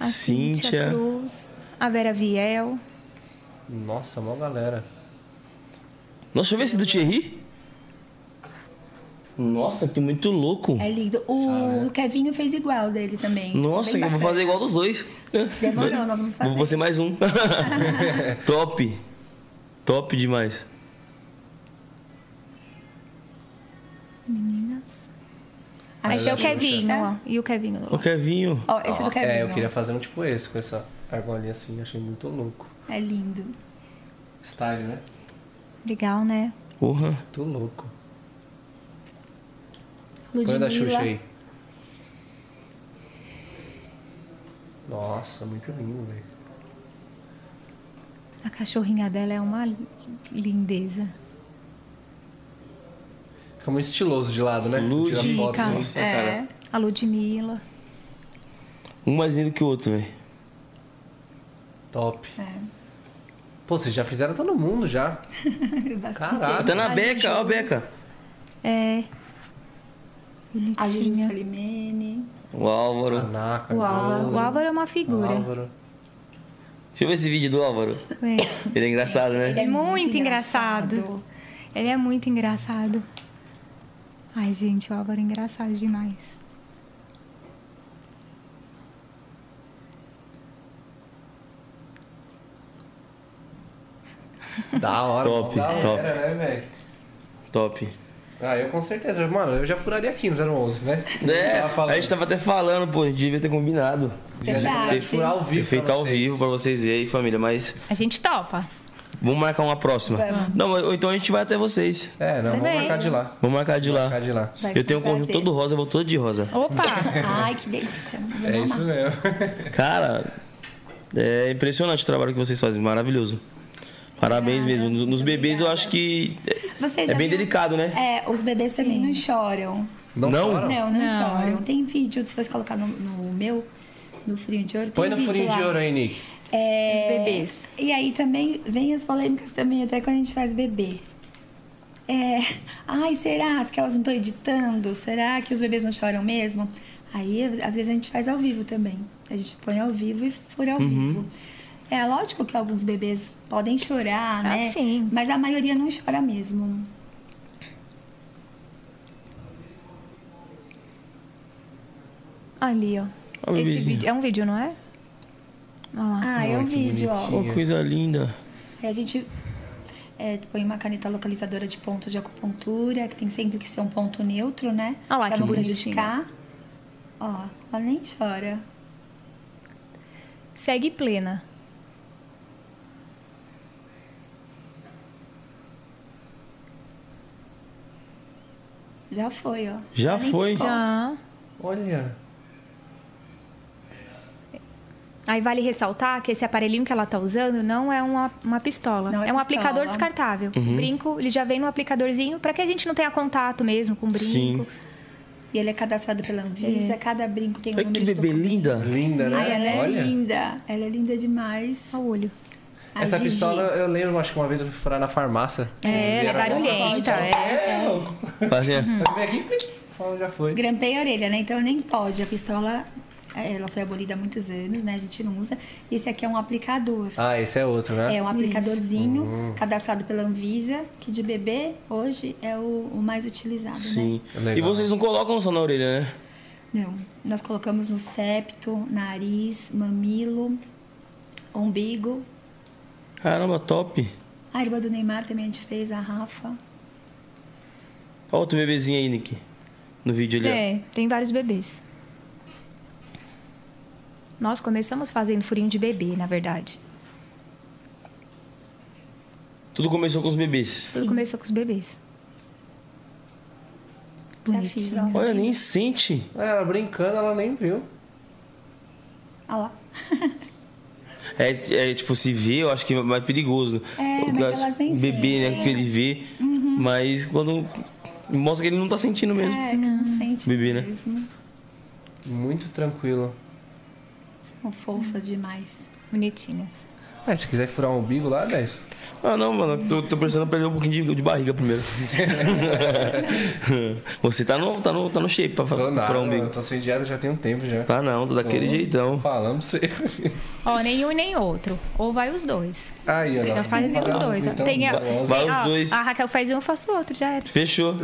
a
Cíntia.
Cíntia, Cruz, a Vera Viel.
Nossa, mó galera.
Nossa, deixa eu ver esse do Thierry. Nossa, que muito louco.
É lindo. O Kevinho fez igual dele também. Ficou
Nossa,
bem
eu vou
bacana.
fazer igual dos dois.
Demorou, nós vamos fazer.
Vou ser mais um. Top. Top demais.
As meninas.
Ah,
Esse é o
Xuxa.
Kevinho, ó. E o Kevinho.
O Kevinho.
Ó, esse é do Kevinho.
É, eu queria fazer um tipo esse, com essa argolinha assim, achei muito louco.
É lindo.
Style, né?
Legal, né?
Porra.
Muito louco. Põe a
Ludmilla.
é da Xuxa aí. Nossa, muito lindo, velho.
A cachorrinha dela é uma lindeza.
Fica muito estiloso de lado, né?
Luz.
Tira foto.
Fica.
assim.
Nossa,
É,
cara.
A Ludmilla.
Um mais lindo que o outro, velho.
Top.
É,
Pô, vocês já fizeram todo mundo já.
é. Bastante.
Caralho.
Tá na beca, ó a beca.
É.
A Juju
Bonitinha.
Salimene.
O Álvaro.
Canaca,
O Álvaro.
Grosso,
o Álvaro é uma figura.
Álvaro.
Deixa eu ver esse vídeo do Álvaro.
É.
Ele é engraçado,
Ele
né?
é
É muito
muito
engraçado.
engraçado.
Ele é muito engraçado. Ai, gente, o Álvaro é engraçado demais.
Da hora.
Top,
da hora,
top.
né, velho?
Top.
Ah, eu com certeza. Mano, eu já furaria aqui no 011, né?
É,
Tava falando.
a gente tava até falando, pô, a gente devia ter combinado.
Já
Verdade.
deve ter furar ao
Ter
vivo.
feito
pra
ao
vocês.
vivo pra vocês verem, família, mas
A gente topa.
vamos marcar uma próxima.
Vamos.
Não, ou então a gente vai até vocês.
É, não,
Você
vamos
vem.
marcar de lá.
Vamos marcar de lá.
Marcar de lá.
Vai
Eu
ser
tenho um conjunto
prazer.
todo rosa, eu vou todo de rosa.
Opa!
Ai, que delícia. Vamos
É
amar.
isso mesmo.
Cara, é impressionante o trabalho que vocês fazem, maravilhoso. Parabéns mesmo. Nos, nos bebês eu acho que é-
Você
é
Ah, já
bem
viu-
delicado, né?
É, os bebês também não choram.
Não?
choram?
Não, não,
Não.
choram. Tem vídeo, se você colocar no, no meu, no furinho de ouro.
Põe no
tem vídeo
furinho de
lá.
ouro aí, Nick.
É,
Os bebês.
E aí também vem as polêmicas também, até quando a gente faz bebê. É, ai, será que elas não estão editando? Será que os bebês não choram mesmo? Aí, às vezes, a gente faz ao vivo também. A gente põe ao vivo e fura ao vivo. É lógico que alguns bebês podem chorar,
Ah,
né?
sim.
Mas a maioria não chora mesmo.
Ali, ó.
Olha o
Esse
bebezinho.
vídeo. É um vídeo, não é? Olha lá.
Ah, é um
que
vídeo, ó.
Oh, coisa linda.
E a gente é, põe uma caneta localizadora de ponto de acupuntura, que tem sempre que ser um ponto neutro, né?
Ah lá,
pra
que
não
bonitinho.
prejudicar. Ó, ela nem chora.
Segue plena.
Já foi, ó.
Já
Ela nem
foi?
piscou.
Já.
Olha.
Aí vale ressaltar que esse aparelhinho que ela tá usando não é uma, uma pistola.
Não é
é, um
pistola.
aplicador descartável.
Uhum.
O brinco, ele já vem no aplicadorzinho pra que a gente não tenha contato mesmo com o brinco.
Sim.
E ele é cadastrado pela Anvisa,
É.
cada brinco tem um
Olha que
número de
bebê
documento.
linda.
Linda, né?
Ai, ela é
Olha.
linda. Ela é linda demais.
Olha o olho.
A
Essa
Gigi.
pistola eu lembro, acho que uma vez eu fui furar na farmácia.
É, ela é barulhenta. É.
É, louco.
Uhum.
Fazia.
Vem aqui, plim, já foi.
Grampei a orelha, né? Então nem pode. A pistola, é, ela foi abolida há muitos anos, né? A gente não usa. E esse aqui é um aplicador.
Ah, esse é outro, né?
É um aplicadorzinho
Hum.
cadastrado pela Anvisa, que de bebê hoje é o, o mais utilizado, né?
Sim.
Legal.
E vocês não colocam só na orelha, né?
Não, nós colocamos no septo, nariz, mamilo, umbigo.
Caramba, top.
A irmã do Neymar também a gente fez, a Rafa.
Olha outro bebezinho aí, Nick. No vídeo ali. ó.
É, tem vários bebês. Nós começamos fazendo furinho de bebê, na verdade.
Tudo começou com os bebês.
Tudo
Sim.
começou com os bebês.
Já fiz, ó.
Bonitinho.
Olha, nem sente.
Ela brincando, ela nem viu.
Olha lá.
É, é, tipo, se vê, eu acho que é mais perigoso.
É,
O
mas elas nem
Bebê,
sentem. Uhum.
né? Que ele vê. Mas quando. Mostra que ele não tá sentindo mesmo.
É, que não sente
Bebê, né?
mesmo.
Muito tranquilo.
São fofas demais.
Bonitinhas.
É, se quiser furar um umbigo lá, 10.
Ah, não, mano, tô, tô precisando perder um pouquinho de, de barriga primeiro. Você tá no, tá, no, tá no shape pra fa-
Tô
pra
nada,
furar o
mano,
umbigo.
eu tô sem dieta já tem um tempo já.
Tá não, tô daquele
Tô.
jeitão.
Falando pra você.
Ó, nem um e nem outro. Ou vai os dois.
Aí, ó. Então,
Já fazem os dois. ó. Tem a,
bronze.
então. Vai os
ó,
dois.
A Raquel faz um, eu faço outro, já era.
Fechou.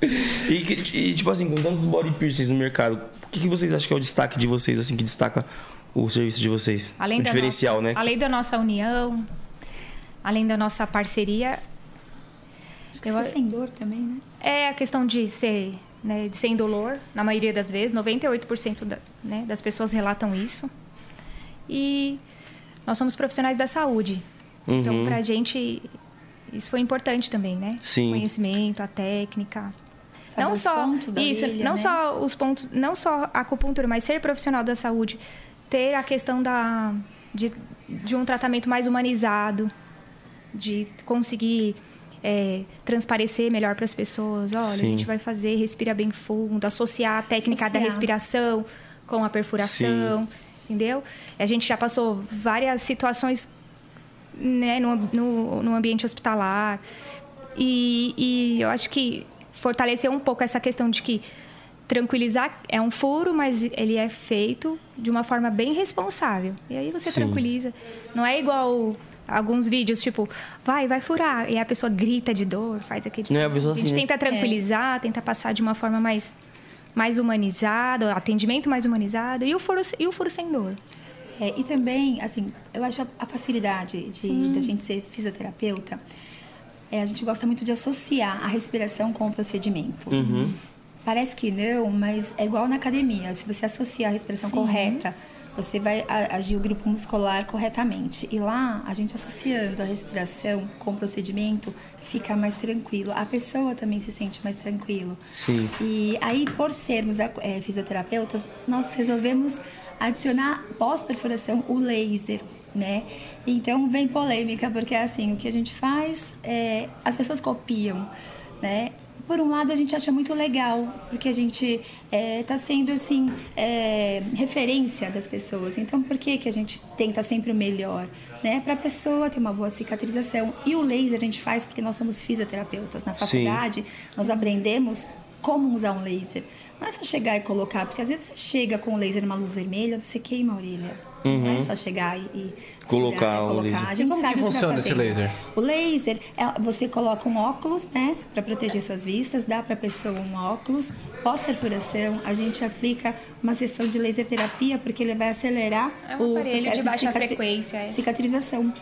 e, que- e, tipo assim, com tantos body piercings no mercado, o que, que vocês acham que é o destaque de vocês, assim, que destaca o serviço de vocês?
Além
o
da
diferencial,
nossa-
né?
Além da nossa união, além da nossa parceria,
Acho que
Eu
você
a-
é sem dor também, né?
é a questão de ser, né, de ser indolor, na maioria das vezes. 98% da- né, das pessoas relatam isso. E nós somos profissionais da saúde. Então,
Uhum.
pra gente, isso foi importante também, né?
Sim.
O conhecimento, a técnica.
Sabe
não
os
só
pontos da
isso,
orelha,
não
né?
só os pontos, não só a acupuntura, mas ser profissional da saúde, ter a questão da de, de um tratamento mais humanizado, de conseguir é, transparecer melhor para as pessoas. Olha,
Sim.
a gente vai fazer respira bem fundo, associar a técnica da
Associar.
respiração com a perfuração, entendeu? A gente já passou várias situações né, no, no, no ambiente hospitalar. E, e eu acho que fortaleceu um pouco essa questão de que tranquilizar é um furo, mas ele é feito de uma forma bem responsável. E aí você
Sim.
tranquiliza. Não é igual alguns vídeos, tipo, vai, vai furar. E a pessoa grita de dor, faz aquele...
É, a pessoa
gente
assim, né?
tenta tranquilizar, tenta passar de uma forma mais, mais humanizada, atendimento mais humanizado. E o furo, e o furo sem dor.
É, e também, assim, eu acho a, a facilidade de, da gente ser fisioterapeuta, é, a gente gosta muito de associar a respiração com o procedimento. Parece que não, mas é igual na academia. Se você associar a respiração correta, você vai a- agir o grupo muscular corretamente. E lá, a gente associando a respiração com o procedimento, fica mais tranquilo. A pessoa também se sente mais tranquilo.
Sim.
E aí, por sermos é, fisioterapeutas, nós resolvemos adicionar pós-perfuração o laser, né? Então vem polêmica, porque assim, o que a gente faz é. As pessoas copiam, né? Por um lado, a gente acha muito legal, porque a gente está sendo, assim, é, referência das pessoas. Então, por que, que a gente tenta sempre o melhor? Né? Para a pessoa ter uma boa cicatrização. E o laser a gente faz porque nós somos fisioterapeutas. Na faculdade, nós aprendemos como usar um laser. Não é só chegar e colocar, porque às vezes você chega com o laser numa luz vermelha, você queima a orelha. Não
Uhum.
é só chegar e, e
Colocar
furar,
o
colocar.
laser.
A gente
Como que
sabe o vai
funciona esse
fazer.
laser?
O laser é você coloca um óculos, né, para proteger suas vistas, dá para pessoa um óculos. Pós perfuração, a gente aplica uma sessão de laser terapia porque ele vai acelerar
É um
o
aparelho de
processo
baixa
cicatri-
frequência, é.
cicatrização.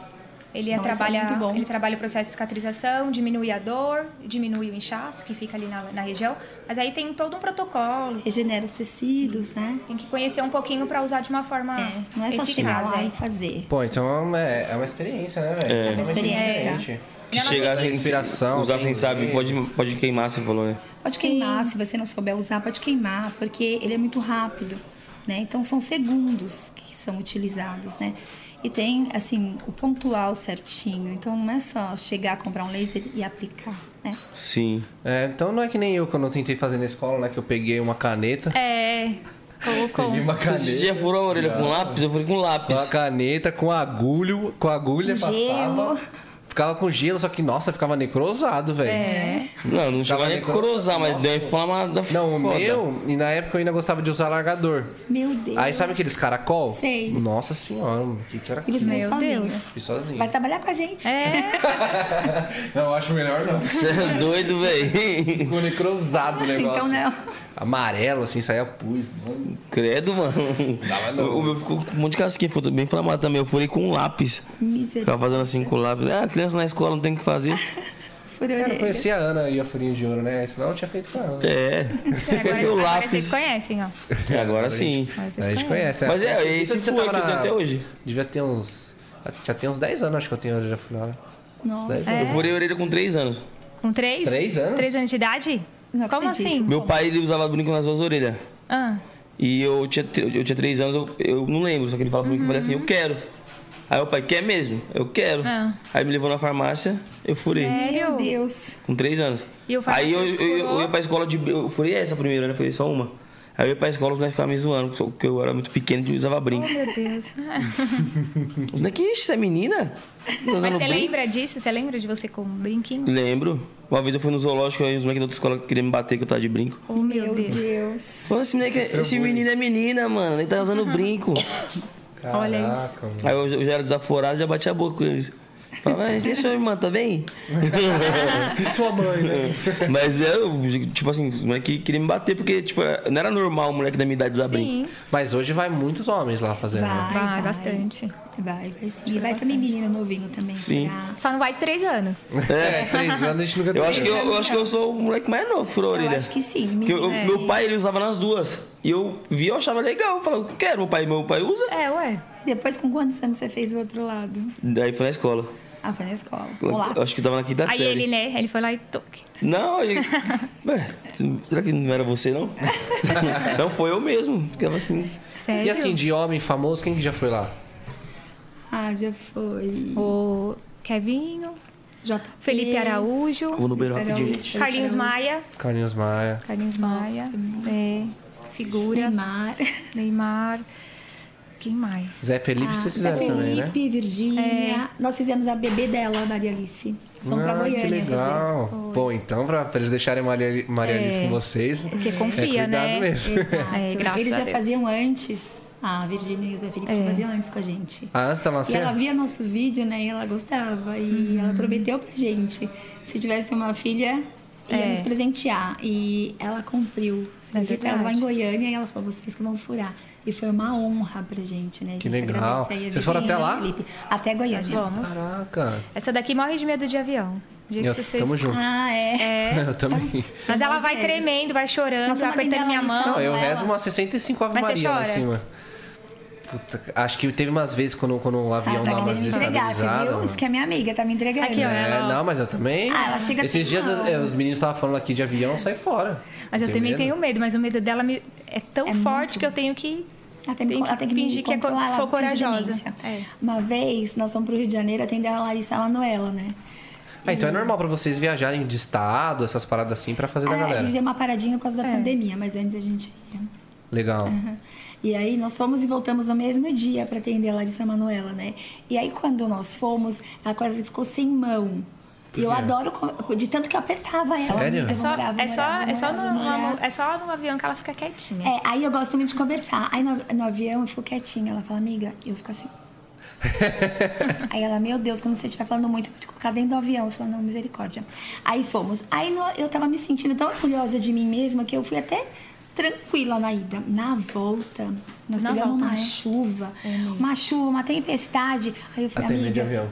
Ele,
Nossa, é
trabalha,
muito bom.
ele trabalha o processo de cicatrização, diminui a dor, diminui o inchaço que fica ali na, na região. Mas aí tem todo um protocolo.
Regenera os tecidos, né?
Tem que conhecer um pouquinho para usar de uma forma
Não é só chegar
eficaz.
lá
é.
e fazer.
Pô, então é, é uma experiência, né, velho?
É.
Totalmente
Uma experiência.
É.
diferente.
Que
Ela
chegar
tem
sem
inspiração,
Usar
tem
sem saber,
jeito.
pode, pode queimar, você falou, né?
Pode queimar, se você não souber usar, pode queimar, porque ele é muito rápido, né? Então são segundos que são utilizados, né? E tem, assim, o pontual certinho. Então não é só chegar, comprar um laser e aplicar, né?
Sim.
É, então não é que nem eu quando eu tentei fazer na escola, né? Que eu peguei uma caneta.
É, colocou. um-
Peguei uma
Você, você já
caneta.
furou a orelha com lápis? Eu furei com lápis.
Com a caneta, com agulho, com agulha,
Com
passava.
gelo.
Ficava com gelo, só que, nossa, ficava necrosado, velho.
É.
Não, não chegava nem a
Tava
cruzar, mas deu inflamada
Não, o
foda.
meu, e na época eu ainda gostava de usar alargador.
Meu Deus.
Aí sabe aqueles caracol?
Sei.
Nossa senhora, o que, que era
E
aquilo?
você vai
Meu
sozinho.
Deus.
Fiz sozinho.
Vai tá- trabalhar com a gente.
É,
Não, eu acho melhor não.
Você é doido, velho.
Ficou necrosado o negócio.
Então não.
Amarelo, assim, saía pus. mano.
Credo, mano.
Dá, mas não.
O, o meu ficou com um monte de casquinha, ficou bem inflamado também. Eu furei com um lápis. Ficava
Misericórdia.
fazendo assim com o lápis. Ah, criança na escola não tem o que fazer.
Furou a
Cara, eu
orelha.
conhecia a Ana e a Furinha de Ouro, né? Senão eu não tinha feito com ela.
É.
agora,
Meu
agora
lápis.
vocês conhecem, ó.
É, Agora sim.
Agora vocês
A gente
conhecem.
conhece, né?
Mas é,
Eu
esse
tava
foi que eu tenho
na-
até hoje.
Devia ter uns. Já tem uns 10 anos, acho que eu tenho já fui lá.
Nossa.
Dez
É.
Eu furei a orelha com 3 anos.
Com três?
Três anos?
Três anos de idade?
Não
Como
acredito.
assim?
Meu pai, ele usava brinco nas duas orelhas.
Ah,
E eu tinha, eu tinha três anos, eu, eu não lembro, só que ele falava comigo, eu falei assim, eu quero. Aí o pai, quer mesmo? Eu quero.
Uhum. Ah.
Aí me levou na farmácia, eu furei.
Meu
sério?
Deus.
Com três anos.
E o
Aí eu,
farmacêutico
eu, eu,
curou?
ia pra escola de... Eu furei essa primeira, né? Furei só uma. Aí eu ia pra escola, os moleques ficavam me zoando, porque eu era muito pequeno e usava
Oh,
brinco.
meu Deus.
Os moleques, ixi, você é menina? Tá
Mas
usando
você
brinco?
lembra disso? Você lembra de você com um brinquinho?
Lembro. Uma vez eu fui no zoológico, aí os moleques da outra escola queriam me bater que eu tava de brinco.
Oh, meu Deus.
Falando, esse, moleque, esse menino é menina, mano, ele tá usando brinco.
Olha isso.
Caraca, mano.
Aí eu, já- eu já era desaforado, já bati a boca com eles. Falava, mas e sua irmã, tá bem?
E sua mãe, né?
Mas eu, tipo assim, os moleques queriam me bater, porque, tipo, não era normal o moleque da minha idade usar brinco.
Sim,
Mas hoje vai muitos homens lá fazendo. né?
Vai,
vai bastante.
Vai, vai sim. E vai também menino novinho também. né?
Sim.
pra-
Só não vai de três anos.
É, três anos a gente nunca
Eu
tem.
acho que eu, eu acho que eu sou o moleque mais novo que furou a
Eu
orelha.
acho que sim.
Porque
menino
eu-
é.
meu pai, ele usava nas duas. E eu vi, eu achava legal. Eu falava, eu quero, meu pai, meu pai usa.
É, ué.
Depois, com quantos anos você fez o outro lado?
Daí foi na escola.
Ah, foi na escola. Olá.
Eu acho que tava na quinta
Aí
série.
ele, né? Ele foi lá e toque.
Não, ele... Ué, será que não era você, não? não, foi eu mesmo. Ficava assim...
Sério?
E assim, de homem famoso, quem que já foi lá?
Ah, já foi.
O Kevinho,
JP.
Felipe Araújo,
Eu vou no banheiro
Era
rapidinho,
o-
gente.
Carlinhos Maia.
Carlinhos Maia.
Carlinhos Maia. É, figura.
Neymar.
Neymar. Quem mais?
Zé Felipe, vocês fizeram
Ah, Felipe,
também, né?
É.
Virgínia. Nós fizemos a bebê dela, Maria Alice. São pra
Ah,
Goiânia.
que
fazer.
legal. Bom, então, pra, pra eles deixarem Maria, Ali- Maria Alice
É.
com vocês.
Porque
é
confia,
cuidado
né?
mesmo.
Exato.
É, graças
Eles
a
já
Deus.
faziam antes. Ah, a Virgínia e o Zé Felipe já
É.
faziam antes com a gente.
A Ansta
E ela
Lacerda?
via nosso vídeo, né? E ela gostava. E
Hum.
ela prometeu pra gente. Se tivesse uma filha, ia
É.
nos presentear. E ela cumpriu. Você
É
acredita? ela lá
verdade.
em Goiânia e ela falou, vocês que vão furar. E foi uma honra pra gente, né? A
Que
gente
legal.
agradece aí a
Vocês foram
Virgínia
até
e o
lá?
Felipe. Até
Nós
Goiânia. Ah,
vamos.
Caraca.
Essa daqui morre de medo de avião. Do jeito
Eu,
que vocês-
tamo junto.
Ah, é.
É.
Eu também.
Mas ela vai
Sério.
tremendo, vai chorando,
Nossa,
vai
mas ainda
apertando minha
ela
mão.
Não, eu
ela.
rezo umas 65 Ave
Mas você
Maria lá em
chora?
cima. Puta, acho que teve umas vezes quando, quando o avião
Ela tá
dá umas
querendo me entregar, você
destabilizadas.
viu? Isso que é minha amiga, tá me entregando.
né? Aqui, ó,
É,
Ela-
não, mas eu também.
Ah, ela chega
Esses
assim,
dias
não.
os, eh, os meninos estavam falando aqui de avião, sai fora.
Mas eu
Tem
também
medo?
tenho medo, mas o medo dela me- é tão
É
forte
muito.
que eu tenho que.
Ela tem,
Tem
que, ela
que
tem que me
fingir que é co-
controlar, ela
sou
finge
corajosa.
demência.
É.
Uma vez, nós fomos pro Rio de Janeiro atender a Larissa Manoela, né?
Ah, então é normal pra vocês viajarem de estado, essas paradas assim, pra fazer da
Ah, a
galera.
gente deu uma paradinha por causa da
É.
pandemia, mas antes a gente ia. né?
Legal.
E aí nós fomos e voltamos no mesmo dia para atender a Larissa Manoela, né? E aí quando nós fomos, ela quase ficou sem mão. E eu
quê?
adoro co- de tanto que eu apertava ela.
Sério?
amiga,
É
É só,
namorava,
é, só,
namorava,
é, só
namorava,
no,
namorava.
no- é só no avião que ela fica quietinha.
É, aí eu gosto muito de conversar. Aí no, no avião eu fico quietinha. Ela fala, amiga, eu fico assim. aí ela, meu Deus, quando você estiver falando muito, eu vou te colocar dentro do avião. Eu falo, não, misericórdia. Aí fomos. Aí no- eu tava me sentindo tão orgulhosa de mim mesma que eu fui até tranquila na ida. Na volta, nós
Na
pegamos
volta,
uma
né?
chuva, uma chuva, uma tempestade. Aí eu falei,
Até medo de
amiga.
avião.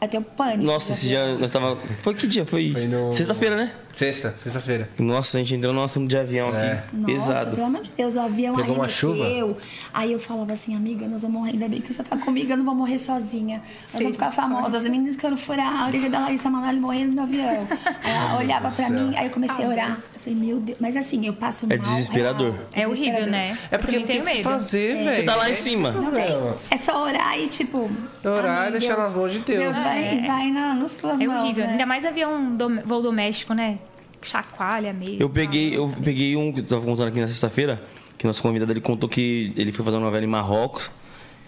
Até o pânico.
Nossa,
do
esse
avião.
dia nós tava... Foi que dia? Foi,
Foi no-
sexta-feira, né?
Sexta, sexta-feira.
Nossa, a gente entrou num assunto de avião
É.
aqui.
Nossa,
Pesado.
pelo amor de Deus, o avião
Pegou uma chuva?
arrefeceu. Aí eu falava assim, amiga, nós vamos morrer. Ainda bem que você tá comigo, eu não vou morrer sozinha. Nós vamos ficar famosas. As meninas querem furar a orelha da Larissa Manoel morrendo no avião. Aí ela olhava
do
pra
céu.
mim, aí eu comecei a orar. Eu falei, meu Deus. Mas assim, eu passo mal.
É desesperador.
real.
É horrível, né?
É porque
eu
não
também
tem
tenho
o que se fazer,
É,
medo.
velho.
Você tá lá em cima.
Não tem. É só orar e tipo...
Orar
ah,
e deixar
Deus,
nas mãos de Deus.
vai, vai na, nas suas
É
mãos,
horrível.
né?
Ainda mais avião dom- voo doméstico, né? Que Chacoalha mesmo.
Eu peguei, eu peguei um que eu tava contando aqui na sexta-feira, que nosso convidado ele contou que ele foi fazer uma novela em Marrocos.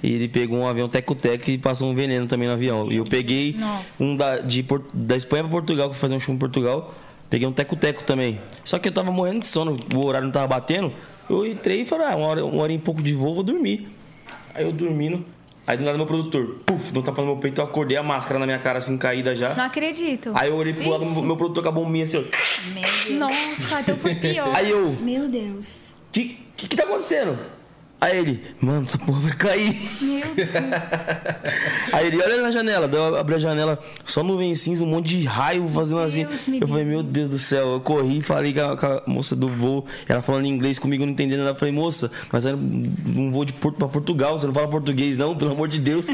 E ele pegou um avião Tecutec e passou um veneno também no avião. E eu peguei
Nossa.
um da, de, Por- da Espanha pra Portugal, que fui fazer um show em Portugal. Peguei um Tecuteco também. Só que eu tava morrendo de sono, o horário não tava batendo. Eu entrei e falei, ah, uma hora, uma hora e pouco de voo, vou dormir. Aí eu dormindo, aí do nada meu produtor, puf, deu um tapa no meu peito, eu acordei a máscara na minha cara assim, caída já.
Não acredito.
Aí eu olhei pro lado, meu produtor com a bombinha assim, ó.
Meu Deus.
Nossa, então foi pior.
Aí eu,
Meu Deus.
que, que que tá acontecendo? Aí ele, mano, essa porra vai cair. Aí ele, olha na janela, daí eu abri a janela, só nuvem cinza, um monte de raio fazendo assim.
me
Eu falei, meu Deus do céu, eu corri, falei com a, com a moça do voo, ela falando em inglês comigo, não entendendo. Ela falei, moça, mas era um um voo de Porto pra Portugal, você não fala português, não, pelo amor de Deus.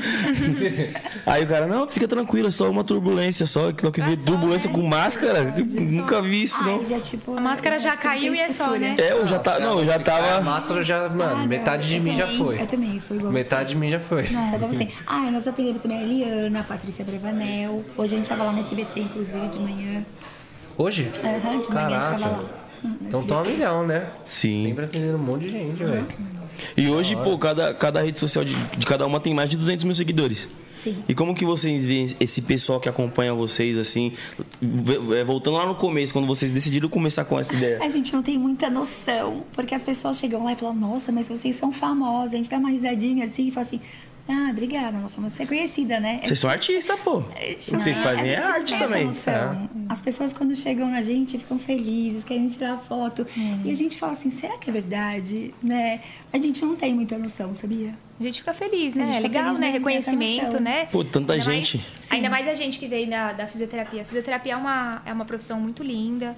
Aí o cara, não, fica tranquilo, é só uma turbulência, só que que
Ah,
veio
só,
turbulência
né?
com máscara. Nunca vi isso, não.
Ai, já, tipo,
A máscara
eu
já
acho que não
caiu
tem
e é só,
escutura.
né?
É, eu já tá, não, eu já
A
tava.
máscara já, mano,
Ah, não,
metade de
eu
mim já
também-
foi.
Eu também sou igual a
Metade de mim já foi.
você. Sou igual a você. Ah, nós atendemos também a Eliana, a Patrícia Brevanel. Hoje a gente tava lá no SBT, inclusive, de manhã.
Hoje?
Aham, de manhã a gente tava
Caraca.
lá. Hum, Uhum.
Então tá um milhão, né?
Sim.
Sempre atendendo um monte de gente, velho.
E hoje, pô, cada, cada rede social de, de cada uma tem mais de 200 mil seguidores.
Sim.
E como que vocês veem esse pessoal que acompanha vocês, assim, v- eh, voltando lá no começo, quando vocês decidiram começar com essa ideia?
A gente não tem muita noção, porque as pessoas chegam lá e falam, nossa, mas vocês são famosas. A gente dá uma risadinha assim e fala assim, ah, obrigada, nossa, mas você é conhecida, né?
Vocês são artistas, pô.
A gente
o que vocês
não-
fazem
a
é
gente não tem
arte
essa
também. É. tá?
noção. As pessoas quando chegam na gente ficam felizes, querem tirar foto. E a gente fala assim, será que é verdade? Né? A gente não tem muita noção, sabia?
A gente fica feliz, né?
A gente
É
fica
legal,
feliz
né?
mesmo, tem essa
Reconhecimento,
noção.
né?
Pô, tanta
Ainda mais-
gente.
ainda mais a gente que veio da, da fisioterapia. A fisioterapia é uma, é uma profissão muito linda,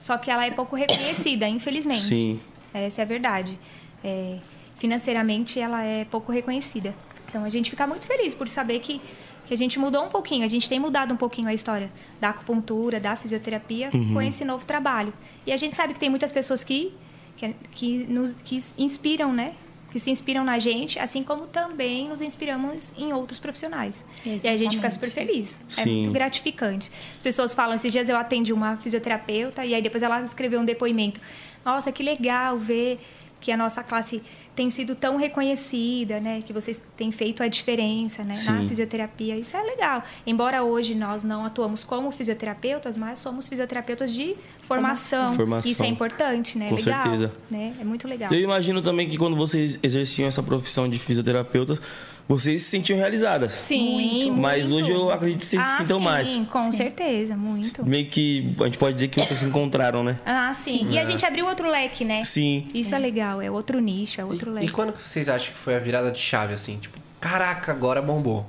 só que ela é pouco reconhecida, infelizmente.
Sim.
Essa é a verdade. É, financeiramente, ela é pouco reconhecida. Então, a gente fica muito feliz por saber que, que a gente mudou um pouquinho. A gente tem mudado um pouquinho a história da acupuntura, da fisioterapia, com esse novo trabalho. E a gente sabe que tem muitas pessoas que, que, que nos que inspiram, né? Que se inspiram na gente, assim como também nos inspiramos em outros profissionais. E a gente fica
Exatamente.
super feliz. É
Sim.
muito gratificante. As pessoas falam, esses dias eu atendi uma fisioterapeuta e aí depois ela escreveu um depoimento. Nossa, que legal ver que a nossa classe tem sido tão reconhecida, né? Que vocês têm feito a diferença, né?
Sim.
Na fisioterapia. Isso é legal. Embora hoje nós não atuamos como fisioterapeutas, mas somos fisioterapeutas de formação.
Formação.
Isso é importante, né?
Com
legal,
certeza.
Né? É muito legal.
Eu imagino também que quando vocês exerciam essa profissão de fisioterapeutas, vocês se sentiam realizadas.
Sim, muito.
Mas hoje eu acredito que vocês se
ah,
sintam
sim,
mais.
Com certeza, muito.
Meio que a gente pode dizer que vocês se encontraram, né?
Ah, sim. E a gente abriu outro leque, né?
Sim.
Isso é legal, é outro nicho, é outro
E, e
leque.
quando que vocês acham que foi a virada de chave, assim? Tipo, caraca, agora bombou.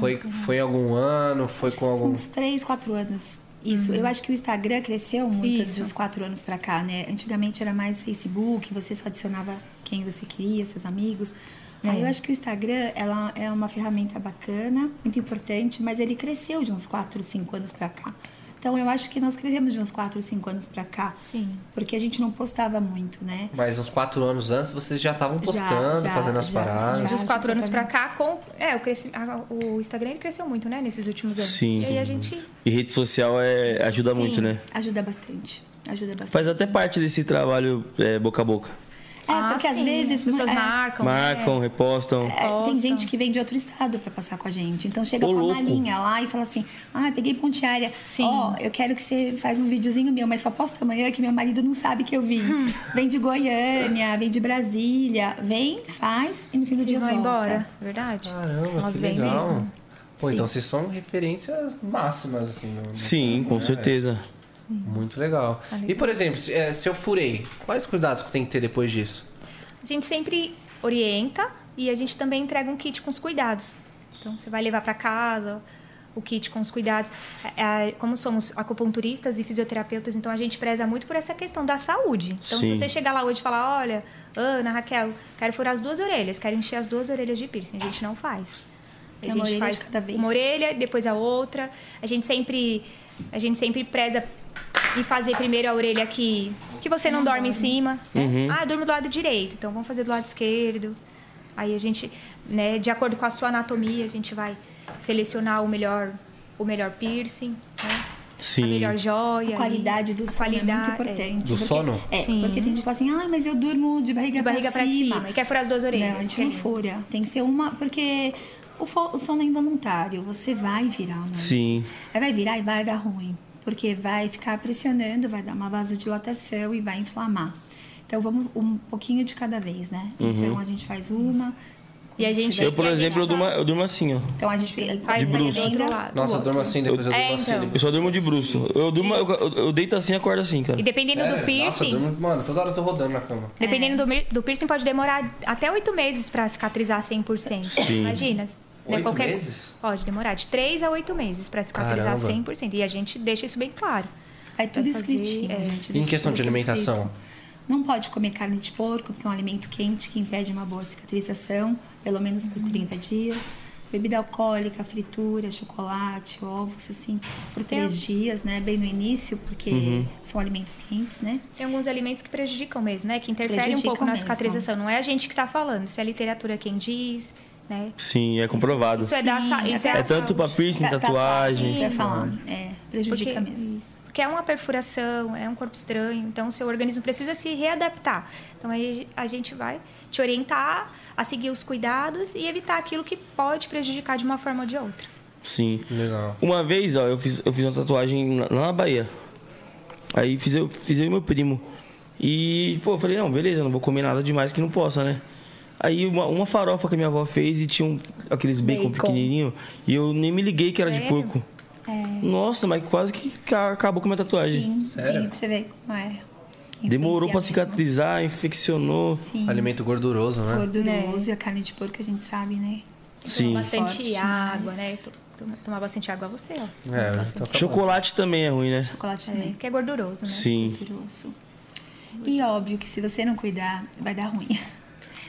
Foi, foi em algum ano? Foi com algum...
é? Uns 3, 4 anos. Isso, eu acho que o Instagram cresceu muito
Uhum. Isso.
de uns 4 anos pra cá, né? Antigamente era mais Facebook, você só adicionava quem você queria, seus amigos.
É.
Aí eu acho que o Instagram ela é uma ferramenta bacana, muito importante, mas ele cresceu de uns 4, 5 anos pra cá. Então eu acho que nós crescemos de uns 4, 5 anos pra cá.
Sim.
Porque a gente não postava muito, né?
Mas uns quatro anos antes vocês já estavam
Já,
postando,
já,
fazendo as
já,
paradas.
já.
Dos
a
quatro
gente
anos
tá
pra
vendo.
cá, com, é, o, cresci- a- o Instagram ele cresceu muito, né? Nesses últimos anos.
Sim.
E aí a gente.
E rede social é, ajuda
Sim.
muito, né?
Ajuda bastante. Ajuda bastante.
Faz até parte desse trabalho é, boca a boca.
É,
Ah,
porque às
sim,
vezes
As pessoas
é,
marcam. né?
Marcam, repostam.
É, tem
Postam.
gente que vem de outro estado pra passar com a gente. Então chega
Ô,
com
louco.
a malinha lá e fala assim: "Ah, peguei ponte aérea.
Sim.
Ó, eu quero que você faz um videozinho meu, mas só posta amanhã que meu marido não sabe que eu vim.
Hum.
vem de Goiânia, vem de Brasília, vem, faz e no fim do
Né? E
dia
vão
volta.
embora, verdade?
Caramba,
Elas
que
vêm
legal.
mesmo.
Pô,
Sim.
então vocês são referência máximas, assim. no- no
Sim,
campo,
com
né,
certeza.
velho? Muito legal.
Tá
E, por exemplo, se, eh, se eu furei, quais cuidados que eu tenho que ter depois disso?
A gente sempre orienta e a gente também entrega um kit com os cuidados. Então, você vai levar para casa o kit com os cuidados. É, é, Como somos acupunturistas e fisioterapeutas, então a gente preza muito por essa questão da saúde. Então,
Sim.
se você chegar lá hoje e falar, olha, Ana, Raquel, quero furar as duas orelhas, quero encher as duas orelhas de piercing, a gente não faz.
É
A
uma
gente
orelha
faz
de cada vez.
uma orelha, depois a outra. A gente sempre, a gente sempre preza em fazer primeiro a orelha que, que você não dorme em cima. né? Ah, eu durmo do lado direito, então vamos fazer do lado esquerdo. Aí a gente, né, de acordo com a sua anatomia, a gente vai selecionar o melhor, o melhor piercing, né? a
Sim.
melhor joia.
A qualidade do
A
sono
qualidade,
é muito importante.
Do sono?
É,
Sim.
porque tem gente que fala assim, ah, mas eu durmo de barriga,
De barriga pra cima. E quer furar as duas orelhas.
Não, a gente não
Quer-
fura. Tem que ser uma. Porque o, fo- o sono é involuntário. Você vai virar uma
Sim.
Aí vai virar e vai dar ruim. Porque vai ficar pressionando, vai dar uma vasodilatação e vai inflamar. Então vamos um pouquinho de cada vez, né?
Uhum.
Então a gente faz uma.
E a gente-
tiver-
Eu, por
E a gente
exemplo, eu durmo, eu durmo assim, ó.
Então a gente
Faz
a gente
do
bruços.
emenda
outro lado.
Nossa, eu
do outro.
durmo assim, depois eu
É,
durmo assim.
então.
Eu
Depois...
só durmo de bruxo. Eu durmo, eu, eu- eu deito assim e acordo assim, cara.
E dependendo
Sério?
do
É, Nossa, eu
piercing,
durmo... Mano, toda hora eu tô rodando na cama.
Dependendo do, mi- do piercing, pode demorar até oito meses para cicatrizar 100%.
Sim.
Imagina. né,
Oito meses?
Pode demorar de três a oito meses para cicatrizar
Caramba.
100%. E a gente deixa isso bem claro.
Aí tudo
Vai fazer,
escritinho.
é.
gente,
Em
deixa
questão
tudo
de alimentação?
escrito. Não pode comer carne de porco, porque é um alimento quente que impede uma boa cicatrização, pelo menos por 30 dias. Bebida alcoólica, fritura, chocolate, ovos, assim, por três
Eu-
dias, né? Bem no início, porque
Uhum.
são alimentos quentes, né?
Tem alguns alimentos que prejudicam mesmo, né? Que interferem um
Prejudicam
pouco na
mesmo.
tá cicatrização. Não é a gente que está falando. Isso é a literatura quem diz. né?
Sim, é comprovado.
Isso é da
Sim,
sa- isso é
até-
É
a
tanto
saúde.
pra piercing,
Ta-
tatuagem.
Tá, isso que eu ia falar. É,
porque,
prejudica mesmo.
Isso. Porque é uma perfuração, é um corpo estranho, então o seu organismo precisa se readaptar. Então aí a gente vai te orientar a seguir os cuidados e evitar aquilo que pode prejudicar de uma forma ou de outra.
Sim.
Legal.
Uma vez, ó, eu fiz, eu fiz uma tatuagem lá lá na Bahia. Aí fiz eu, fiz eu e meu primo. E, pô, eu falei, não, beleza, eu não vou comer nada demais que não possa, né? Aí uma, uma farofa que a minha avó fez e tinha um- aqueles bacon,
Bacon.
pequenininho e eu nem me liguei que era de
Sério?
porco.
É,
Nossa, mas quase que ca- acabou com a minha tatuagem.
sim,
Sério?
sim, pra você ver como é.
Demorou pra
Influencia mesmo.
cicatrizar, infeccionou.
Sim.
Alimento gorduroso, né?
É.
gorduroso e a carne de porco a gente sabe, né?
Sim.
Tomar bastante
Forte
água,
demais.
né? To- to- Tomar bastante água você,
É,
ó.
eu já tô acabando.
Chocolate também é ruim, né?
Chocolate
É,
também.
que é gorduroso, né?
Sim.
Grosso. E óbvio que se você não cuidar, vai dar ruim.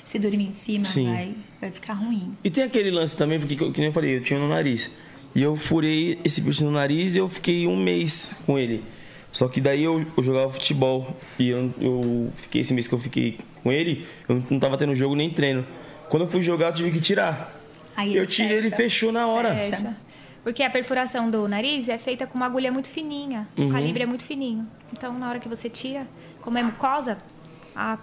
Se dormir em cima,
Sim.
vai, vai ficar ruim.
E tem aquele lance também, porque que, que nem eu falei, eu tinha um no nariz. E eu furei esse piercing no nariz e eu fiquei um mês com ele. Só que daí eu, eu jogava futebol e eu, eu fiquei esse mês que eu fiquei com ele, eu não tava tendo jogo nem treino. Quando eu fui jogar, eu tive que tirar.
Aí
eu tirei, ele
fecha.
fechou na hora.
Fecha.
Fecha. Porque a perfuração do nariz é feita com uma agulha muito fininha, o calibre é muito fininho. Então, na hora que você tira, como é mucosa, a-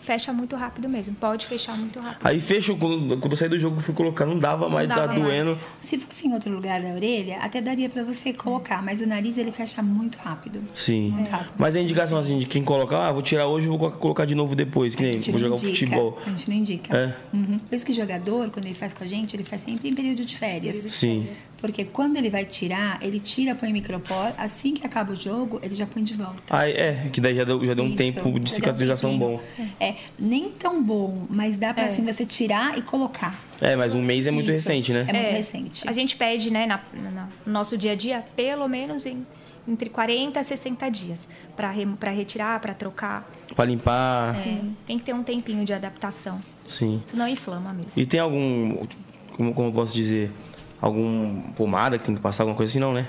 fecha muito rápido mesmo. Pode fechar muito rápido.
Aí fechou, quando, quando eu saí do jogo, eu fui colocar, não dava mais, tá
dava mais.
doendo.
Se fosse em outro lugar da orelha, até daria pra você colocar, mas o nariz ele fecha muito rápido.
Sim.
Muito rápido.
Mas a indicação assim de quem coloca, ah, vou tirar hoje, vou co- colocar de novo depois, que
A
nem
gente
vou
não
jogar o
indica,
futebol.
A gente não indica.
É.
Uhum. Por isso que jogador, quando ele faz com a gente, ele faz sempre em período de férias.
Sim.
Porque quando ele vai tirar, ele tira, põe em micropor, assim que acaba o jogo, ele já põe de volta.
Aí, é, que daí já deu, já deu um
Isso,
tempo de
já dá um
cicatrização bom.
tempinho. É, nem tão bom, mas dá pra
É.
assim você tirar e colocar.
É, mas um mês é muito
Isso.
recente, né?
É muito recente.
A gente pede, né, na- na- no nosso dia a dia, pelo menos em- entre 40 a 60 dias para retirar, para trocar.
Pra limpar,
É, tem que ter um tempinho de adaptação,
sim.
senão inflama mesmo.
E tem algum, como, como eu posso dizer, algum pomada que tem que passar, alguma coisa assim, não, né?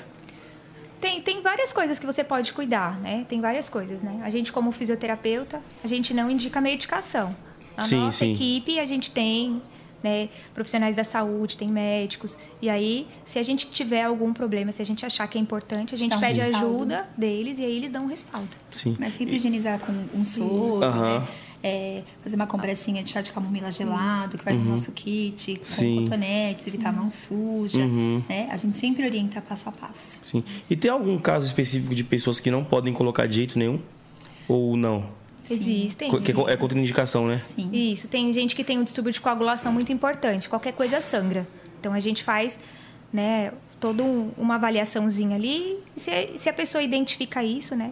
Tem, tem várias coisas que você pode cuidar, né? Tem várias coisas, né? A gente, como fisioterapeuta, a gente não indica medicação. Na
Sim,
nossa
sim.
equipe, a gente tem né, profissionais da saúde, tem médicos. E aí, se a gente tiver algum problema, se a gente achar que é importante, a gente
Dá um
pede
respaldo.
ajuda deles e aí eles dão um respaldo.
Sim.
Mas sempre higienizar com um soro,
Aham.
né? É, fazer uma compressinha de chá de camomila gelado, que vai no nosso kit, com
Uhum. Sim. Uhum.
cotonetes, evitar mão suja, né? A gente sempre orienta passo a passo.
Sim. E tem algum caso específico de pessoas que não podem colocar de jeito nenhum? Ou não?
Existem.
Co- Que é co- é contraindicação, né?
Sim.
Isso, tem gente que tem um distúrbio de coagulação muito importante, qualquer coisa sangra. Então a gente faz, né, toda um- uma avaliaçãozinha ali, e se, se a pessoa identifica isso, né?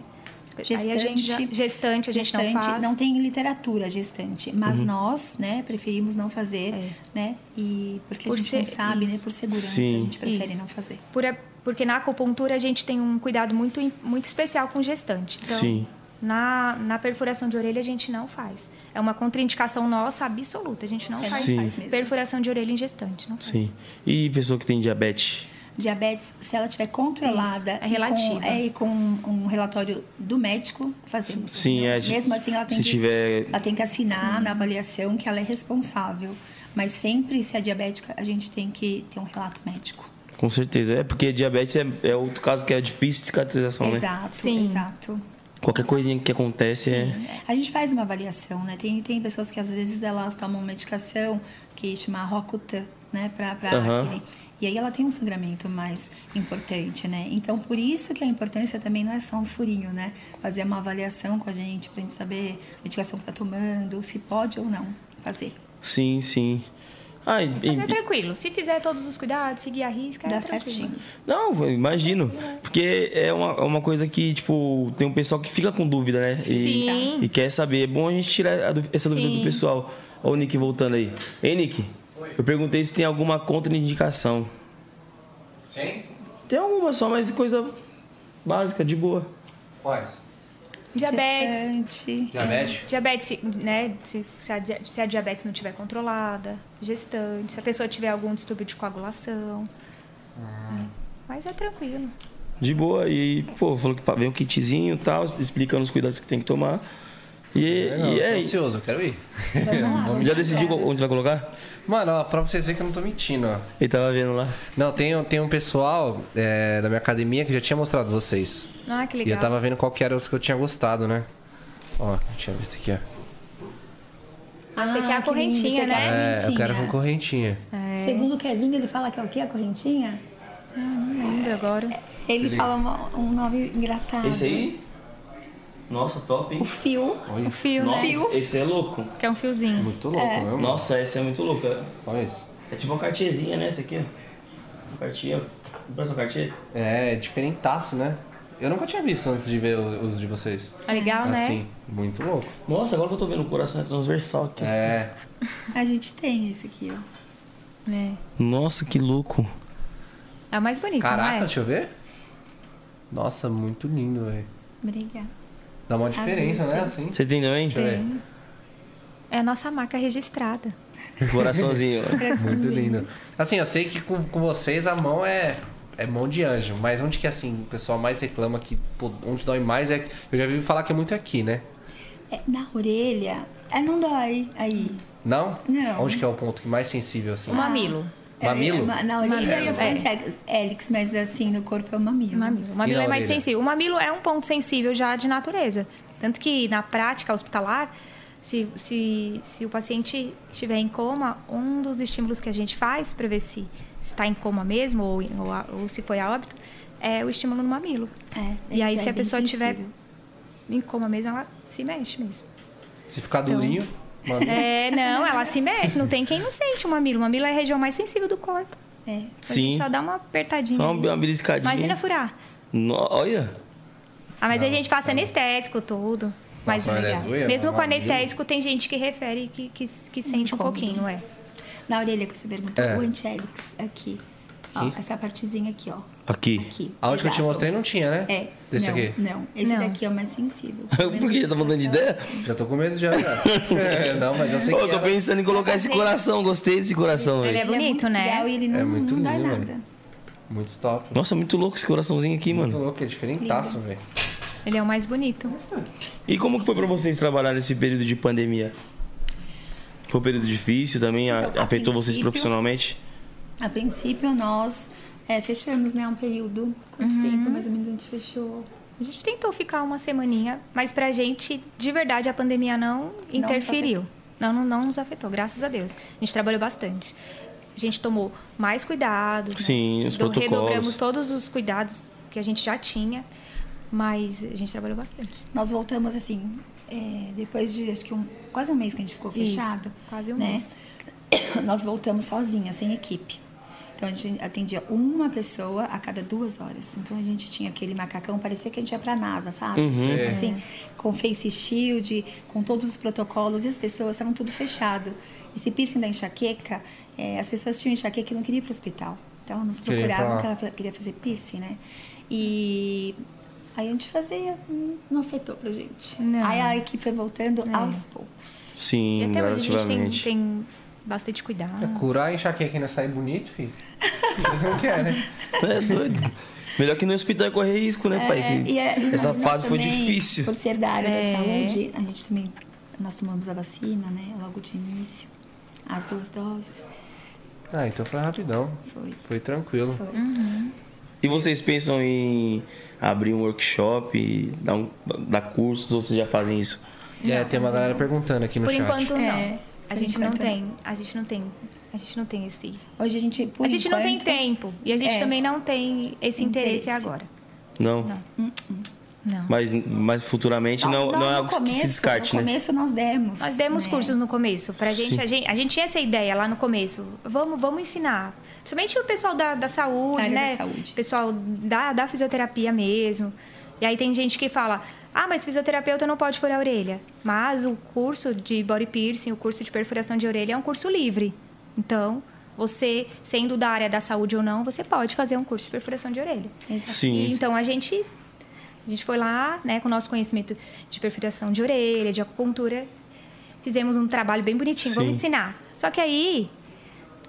aí a gente já- gestante a gente não
gestante,
faz.
Não tem literatura gestante,
Uhum.
mas nós, né, preferimos não fazer, né? E porque
É. Por
a gente não
ser-
sabe, né,
isso.
por segurança,
Sim.
a gente prefere
Isso.
não fazer.
Por- porque na acupuntura a gente tem um cuidado muito, im- muito especial com o gestante. Então,
Sim.
Na, na perfuração de orelha a gente não faz. É uma contraindicação nossa absoluta. A gente não
Você
faz
Sim.
É, faz mesmo.
perfuração de orelha em gestante. Não faz.
Sim. E pessoa que tem diabetes?
Diabetes, se ela tiver controlada
Isso, é
e
relativa.
com, é, e com um relatório do médico, fazemos.
Sim, é.
Mesmo assim, ela tem,
se
que,
tiver-
ela tem que assinar na avaliação que ela é responsável. Mas sempre, se é diabética, a gente tem que ter um relato médico.
Com certeza. É porque diabetes é, é outro caso que é difícil de cicatrização, né?
exato,
Sim.
exato.
Qualquer coisinha que acontece é.
A gente faz uma avaliação, né? Tem, tem pessoas que às vezes elas tomam medicação que chama Rocutan, né? Pra, pra
Aham.
acne. E aí ela tem um sangramento mais importante, né? Então, por isso que a importância também não é só um furinho, né? Fazer uma avaliação com a gente pra gente saber a medicação que tá tomando, se pode ou não fazer.
Sim, sim. Ah, e-
Mas é
e-
tranquilo. Se fizer todos os cuidados, seguir a risca, é
Dá
tranquilo.
certinho.
Não, eu imagino. Porque é uma, é uma coisa que, tipo, tem um pessoal que fica com dúvida, né? E,
Sim.
e quer saber. É bom a gente tirar a dú- essa dúvida
Sim.
do pessoal. Ó, o Nick voltando aí. Ei, Nick, eu perguntei se tem alguma contraindicação.
Tem?
Tem alguma só, mas coisa básica, de boa.
Quais?
Diabetes,
Gestante.
Diabetes?
Diabetes, né? Se, se a, dia- se a diabetes não estiver controlada, gestante, se a pessoa tiver algum distúrbio de coagulação.
Ah.
né? Mas é tranquilo.
De boa. E, pô, falou que pa- vem um kitzinho e tal, explicando os cuidados que tem que tomar. E,
Legal, tá
e
tô
é isso.
ansioso, eu quero ir.
Vamos lá.
Já decidiu onde vai colocar?
Mano, ó, pra vocês verem que eu não tô mentindo, ó.
Ele tava vendo lá.
Não, tem, tem um pessoal é, da minha academia que já tinha mostrado vocês.
Ah, que
E
legal.
eu tava vendo qual que eram os que eu tinha gostado, né? Ó, eu tinha visto aqui, ó.
Ah, você quer a
que
correntinha,
lindo, você tá
né?
quer-
É, eu
Correntinha.
quero com correntinha.
Segundo o Kevin, ele fala que é o quê? A correntinha?
Não lembro agora.
Ele fala uma- um nome engraçado.
Esse aí? Nossa, top, hein?
O fio.
O fio,
Nossa,
né?
esse é louco.
Que é um fiozinho.
Muito louco mesmo.
Nossa, esse é muito louco. É,
Olha isso.
é tipo uma cartierzinha, né? Esse aqui, ó. Cartier. Parece uma cartier?
É, diferentaço, né? Eu nunca tinha visto antes de ver o- os de vocês.
É legal, né?
Assim, muito louco.
Nossa, agora que eu tô vendo o coração é transversal aqui. assim.
É,
A gente tem esse aqui, ó.
É.
Nossa, que louco.
É o mais bonito,
caraca,
não é?
deixa eu ver. Nossa, muito lindo, velho.
Obrigada.
Dá uma diferença, né? Assim.
Você tem também?
Deixa eu ver.
É a nossa marca registrada.
Coraçãozinho.
Muito lindo. Assim, eu sei que com, com vocês a mão é, é mão de anjo, mas onde que assim, o pessoal mais reclama que pô, onde dói mais é. Eu já vi falar que é muito aqui, né?
É, na orelha, é, não dói aí.
Não?
Não.
Onde que é o ponto que mais sensível, assim?
O mamilo.
Mamilo?
É, ma- na orelha
Mamilo,
e a frente é hélix, mas assim, no corpo é o mamilo.
O mamilo. O
E
mamilo
na
é mais
orelha?
sensível. O mamilo é um ponto sensível já de natureza. Tanto que na prática hospitalar, se, se, se o paciente estiver em coma, um dos estímulos que a gente faz para ver se está em coma mesmo ou, ou a- ou se foi a óbito é o estímulo no mamilo.
É,
E
é
aí,
que é
se a
bem
pessoa estiver
sensível.
em coma mesmo, ela se mexe mesmo.
Se ficar
Então.
durinho, mamilo.
É, não, ela se mexe. Não tem quem não sente o mamilo. O mamilo é a região mais sensível do corpo.
É.
Então, a gente
Sim.
Só dá uma apertadinha.
Só uma,
ali.
uma beliscadinha.
Imagina furar.
No- olha.
Ah, mas a gente
é.
passa anestésico, tudo. Mas
mas é
legal.
doer,
mesmo
né?
mas
com
mamilo?
anestésico, tem gente que refere que, que, que sente um
Incômodo.
pouquinho, é.
Na orelha com essa bermuda,
É.
o anti-hélix aqui. Ó,
Aqui?
essa partezinha aqui, ó.
Aqui.
Aqui.
Aonde que eu te
exato.
mostrei não tinha, né?
É.
Desse
não,
aqui.
Não, esse
Não.
daqui é o mais sensível. é
Por que? Já tá mudando de ideia?
Já tô com medo já. já. É, não, mas eu sei
Ô,
que
eu tô
era.
pensando em colocar esse coração. Gostei desse coração,
Ele
velho.
é
Ele é
bonito,
muito
né?
legal e ele não,
É muito
não dá
lindo,
nada.
velho. muito top.
Nossa, muito louco esse coraçãozinho aqui,
Muito
mano.
louco, é diferentaço, velho.
Ele é o mais bonito.
E como que foi pra vocês trabalhar nesse período de pandemia? Foi um período difícil também? a-
Então, a
afetou vocês
princípio-
profissionalmente?
A princípio, nós é, fechamos, né? Um período. Quanto
Uhum.
tempo mais ou menos a gente fechou?
A gente tentou ficar uma semaninha, mas pra gente, de verdade, a pandemia não interferiu. Não, não, não nos afetou, graças a Deus. A gente trabalhou bastante. A gente tomou mais cuidado. né?
Sim, os
Do-
protocolos.
Redobramos todos os cuidados que a gente já tinha, mas a gente trabalhou bastante.
Nós voltamos assim, é, depois de acho que um- quase um mês que a gente ficou
Isso,
fechado.
quase um
né?
mês.
Nós voltamos sozinhas, sem equipe. Então a gente atendia uma pessoa a cada duas horas. Então a gente tinha aquele macacão, parecia que a gente ia pra NASA, sabe?
Uhum.
Tipo assim, com face shield, com todos os protocolos, e as pessoas estavam tudo fechado. Esse piercing da enxaqueca, é, as pessoas tinham enxaqueca e não queriam ir pro hospital. Então nos
Queria ir pra
procuravam
lá.
que ela fa- queria fazer piercing, né? E aí a gente fazia, hum, não afetou pra gente.
Não.
Aí a equipe foi voltando aos poucos.
E
Sim,
até hoje a gente tem,
relativamente.
tem bastante cuidado.
Ah.
Curar a enxaqueca e ainda sair bonito, filho. Não quer, né?
É doido. Melhor que no hospital é correr risco, né, pai? Que
E, é, e
essa
nós
fase foi
também,
difícil.
Por ser da área
É.
da saúde, a gente também, nós tomamos a vacina, né? Logo de início, as duas doses.
Ah, então foi rapidão.
Foi.
Foi tranquilo.
Foi.
E vocês pensam em abrir um workshop, dar, um, dar cursos, ou vocês já fazem isso?
É, tem uma galera perguntando aqui no
Por
chat.
enquanto não.
É,
a
por
gente não
enquanto,
tem, a gente não tem, a gente não tem esse.
Hoje a gente, por
a gente não tem
enquanto,
tempo e a gente
é.
também não tem esse interesse,
Interesse.
agora.
Não.
Não. Não.
Mas, mas futuramente
Nós-
não,
nós,
não é
no
algo que se
começo-
descarte,
No
né?
começo nós demos.
Nós demos
né?
cursos no começo. Pra gente
Sim.
a, gente, a gente tinha essa ideia lá no começo. Vamos, vamos ensinar. Principalmente o pessoal da, da saúde,
Da área
né?
da saúde.
Pessoal da, da fisioterapia mesmo. E aí tem gente que fala, ah, mas fisioterapeuta não pode furar a orelha. Mas o curso de body piercing, o curso de perfuração de orelha é um curso livre. Então, você, sendo da área da saúde ou não, você pode fazer um curso de perfuração de orelha.
Exato.
Sim.
E, então a gente a gente foi lá, né, com o nosso conhecimento de perfuração de orelha, de acupuntura, fizemos um trabalho bem bonitinho,
Sim.
vamos ensinar. Só que aí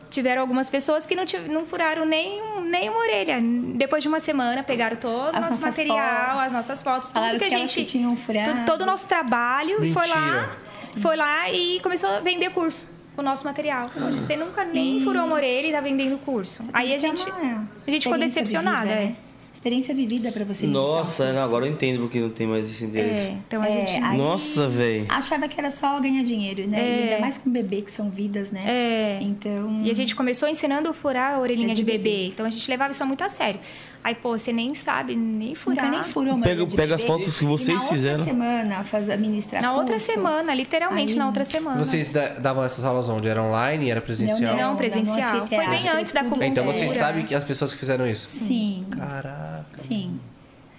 tiveram algumas pessoas que não, tive, não furaram nem, um- nem uma orelha. Depois de uma semana, pegaram todo
As
o nosso
nossas
material,
fotos.
as nossas fotos, tudo
Falaram
que a
que elas
gente.
que tinham furado.
tu- Todo o nosso trabalho e foi lá,
Mentira.
foi lá e começou a vender curso. com O nosso material. Poxa, você nunca nem furou uma orelha e tá vendendo curso. Aí a
Tem que
gente,
ter uma
a gente ficou
Então, é experiência
decepcionada.
vivida,
é.
né? Experiência vivida pra você.
Nossa, não,
realizar o curso.
agora eu entendo porque não tem mais esse
É,
interesse.
então a
É,
gente.
aí-
Nossa, velho.
Achava que era só ganhar dinheiro, né? E
É.
ainda mais com bebê, que são vidas, né?
É.
Então.
E a gente começou ensinando a furar a orelhinha
É de
de bebê.
bebê.
Então a gente levava isso muito a sério. Aí, pô, você nem sabe nem furar.
Nunca nem furou uma
Pega-
orelha de
pega as
bebê.
fotos que
E
vocês
na
fizeram.
Outra semana, faz, administrar
Na outra
curso.
semana, literalmente
Aí-
na outra semana.
Vocês da- davam essas aulas onde? Era online? Era presencial?
Não,
Não,
presencial.
não, no
Foi bem
anfiteatro,
antes da
tudo.
acupuntura.
Então vocês
É.
sabem que as pessoas que fizeram isso.
Sim,
Caraca.
sim.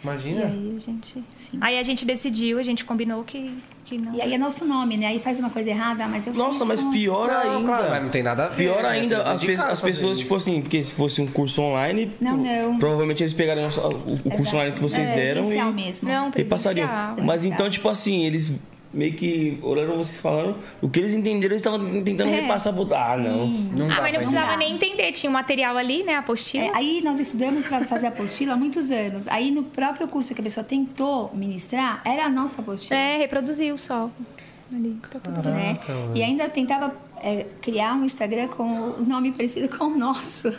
Imagina.
E aí a gente. Sim.
Aí a gente decidiu, a gente combinou que, que não.
E aí é nosso nome, né? Aí faz uma coisa errada, ah, mas eu
Nossa,
fiz
mas
com-
pior
Não,
ainda.
claro, mas não tem nada a ver,
Pior
né?
ainda,
Vocês
as, pe-
dedicaram
as
a fazer
pessoas,
isso.
tipo assim, porque se fosse um curso online,
Não,
pro-
não.
provavelmente eles pegariam o- o, curso
Exato.
online que vocês
É,
deram e,
presencial mesmo.
Não,
e passariam.
presencial.
Mas então, tipo assim, eles meio que olharam vocês falando, o que eles entenderam, eles estavam tentando
É.
repassar pro. Ah, não.
Não dá
ah, mas
pra
não precisava
entender.
nem entender. Tinha o material ali, né? A apostila.
É, aí nós estudamos para fazer apostila há muitos anos. Aí no próprio curso que a pessoa tentou ministrar, era a nossa apostila.
É, reproduziu só. Ali, tá tudo bem.
né?
Caraca, mano.
E ainda tentava é, criar um Instagram com o nome parecido com o nosso.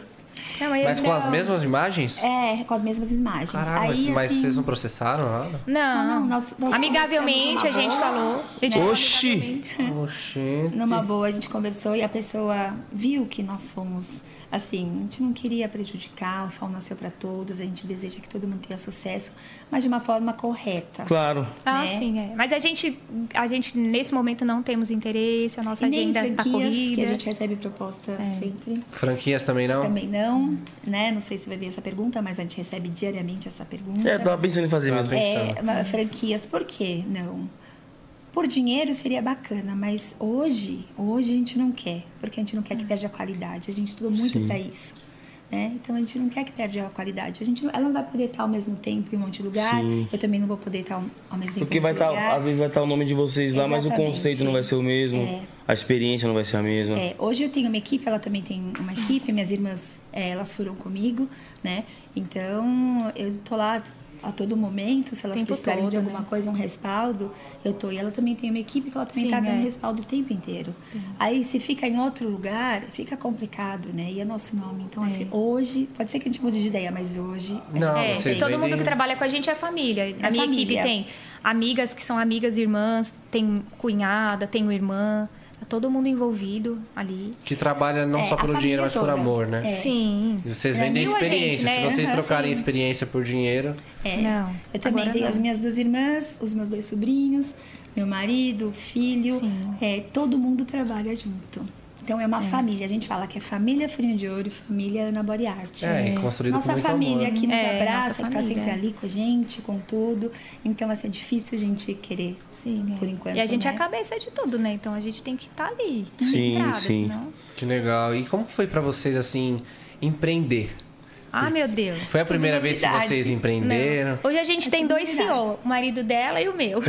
Não, aí
Mas
a
com
gente-
as mesmas imagens?
É, com as mesmas imagens.
Caramba,
Aí,
mas
assim,
vocês não processaram nada?
Não,
Ah, Não, não, nós- nós
amigavelmente a
conversamos
gente
uma
falou. A gente falou
Oxi!
Oxente.
Numa boa, a gente conversou e a pessoa viu que nós fomos assim, a gente não queria prejudicar, o sol nasceu para todos, a gente deseja que todo mundo tenha sucesso, mas de uma forma correta.
Claro.
Ah,
né?
sim, é. Mas a gente, a gente, nesse momento, não temos interesse, a nossa
E nem
agenda tá
franquias, que
corrida. É.
a gente recebe proposta sempre.
Então. Franquias também não?
Também não, né? Não sei se vai vir essa pergunta, mas a gente recebe diariamente essa pergunta.
É, eu tava pensando em fazer
Tava
mesmo.
pensando.
É, ma- franquias, por quê? Não. Por dinheiro seria bacana, mas hoje, hoje a gente não quer, porque a gente não quer
Hum.
que perde a qualidade. A gente estudou muito
Sim.
para isso. Né? Então a gente não quer que perde a qualidade. A gente, não- ela não vai poder estar ao mesmo tempo em um monte de lugar,
Sim.
eu também não vou poder estar ao ao mesmo tempo
Porque
em um
vai
monte de
estar,
lugar.
às vezes vai estar o nome de vocês lá, mas o
Exatamente.
conceito não vai ser o mesmo,
É.
a experiência não vai ser a mesma.
É, hoje eu tenho uma equipe, ela também tem uma equipe, minhas irmãs, é, elas foram comigo, né? Então, eu tô lá a todo momento, se elas
Tempo
precisarem
todo,
de alguma
né?
coisa, um respaldo, eu tô. E ela também tem uma equipe que ela também
Sim,
tá dando
é.
respaldo o tempo inteiro. Aí, se fica em outro lugar, fica complicado, né? E é nosso nome. Então, assim, hoje, pode ser que a gente mude de ideia, mas hoje...
Não,
É,
vocês
todo
vendem-
mundo que trabalha com a gente é família. a
família.
minha equipe tem amigas que são amigas irmãs, tem cunhada, tem irmã, tá todo mundo envolvido ali.
Que trabalha não
É,
só
a
pelo dinheiro,
família
mas por
toda.
amor, né?
É.
Sim.
E Vocês
É,
vendem
viu a gente,
experiência.
né?
Se vocês
Assim.
Aham,
trocarem
sim.
experiência por dinheiro.
É.
Não,
Eu também
agora
tenho
não.
as minhas duas irmãs, os meus dois sobrinhos, meu marido, filho.
Sim.
É, todo mundo trabalha junto. Então é uma família. A gente fala que é família Furinho de Ouro, e família Ana Boriarte.
É, construído
nossa
com muito
família
amor.
que nos
É, nossa
abraça, que tá
família.
sempre ali com a gente, com tudo. Então, assim, é difícil a gente querer.
Sim, é.
Por enquanto,
E a gente é
né?
a cabeça de tudo, né? Então a gente tem que estar ali.
Sim,
entrada,
sim.
Senão...
Que legal. E como foi pra vocês, assim, empreender?
Ah, meu Deus.
Foi a primeira vez que
novidade.
vocês empreenderam?
Hoje a gente
É
tem
tudo
dois
verdade.
CEO, o marido dela e o meu.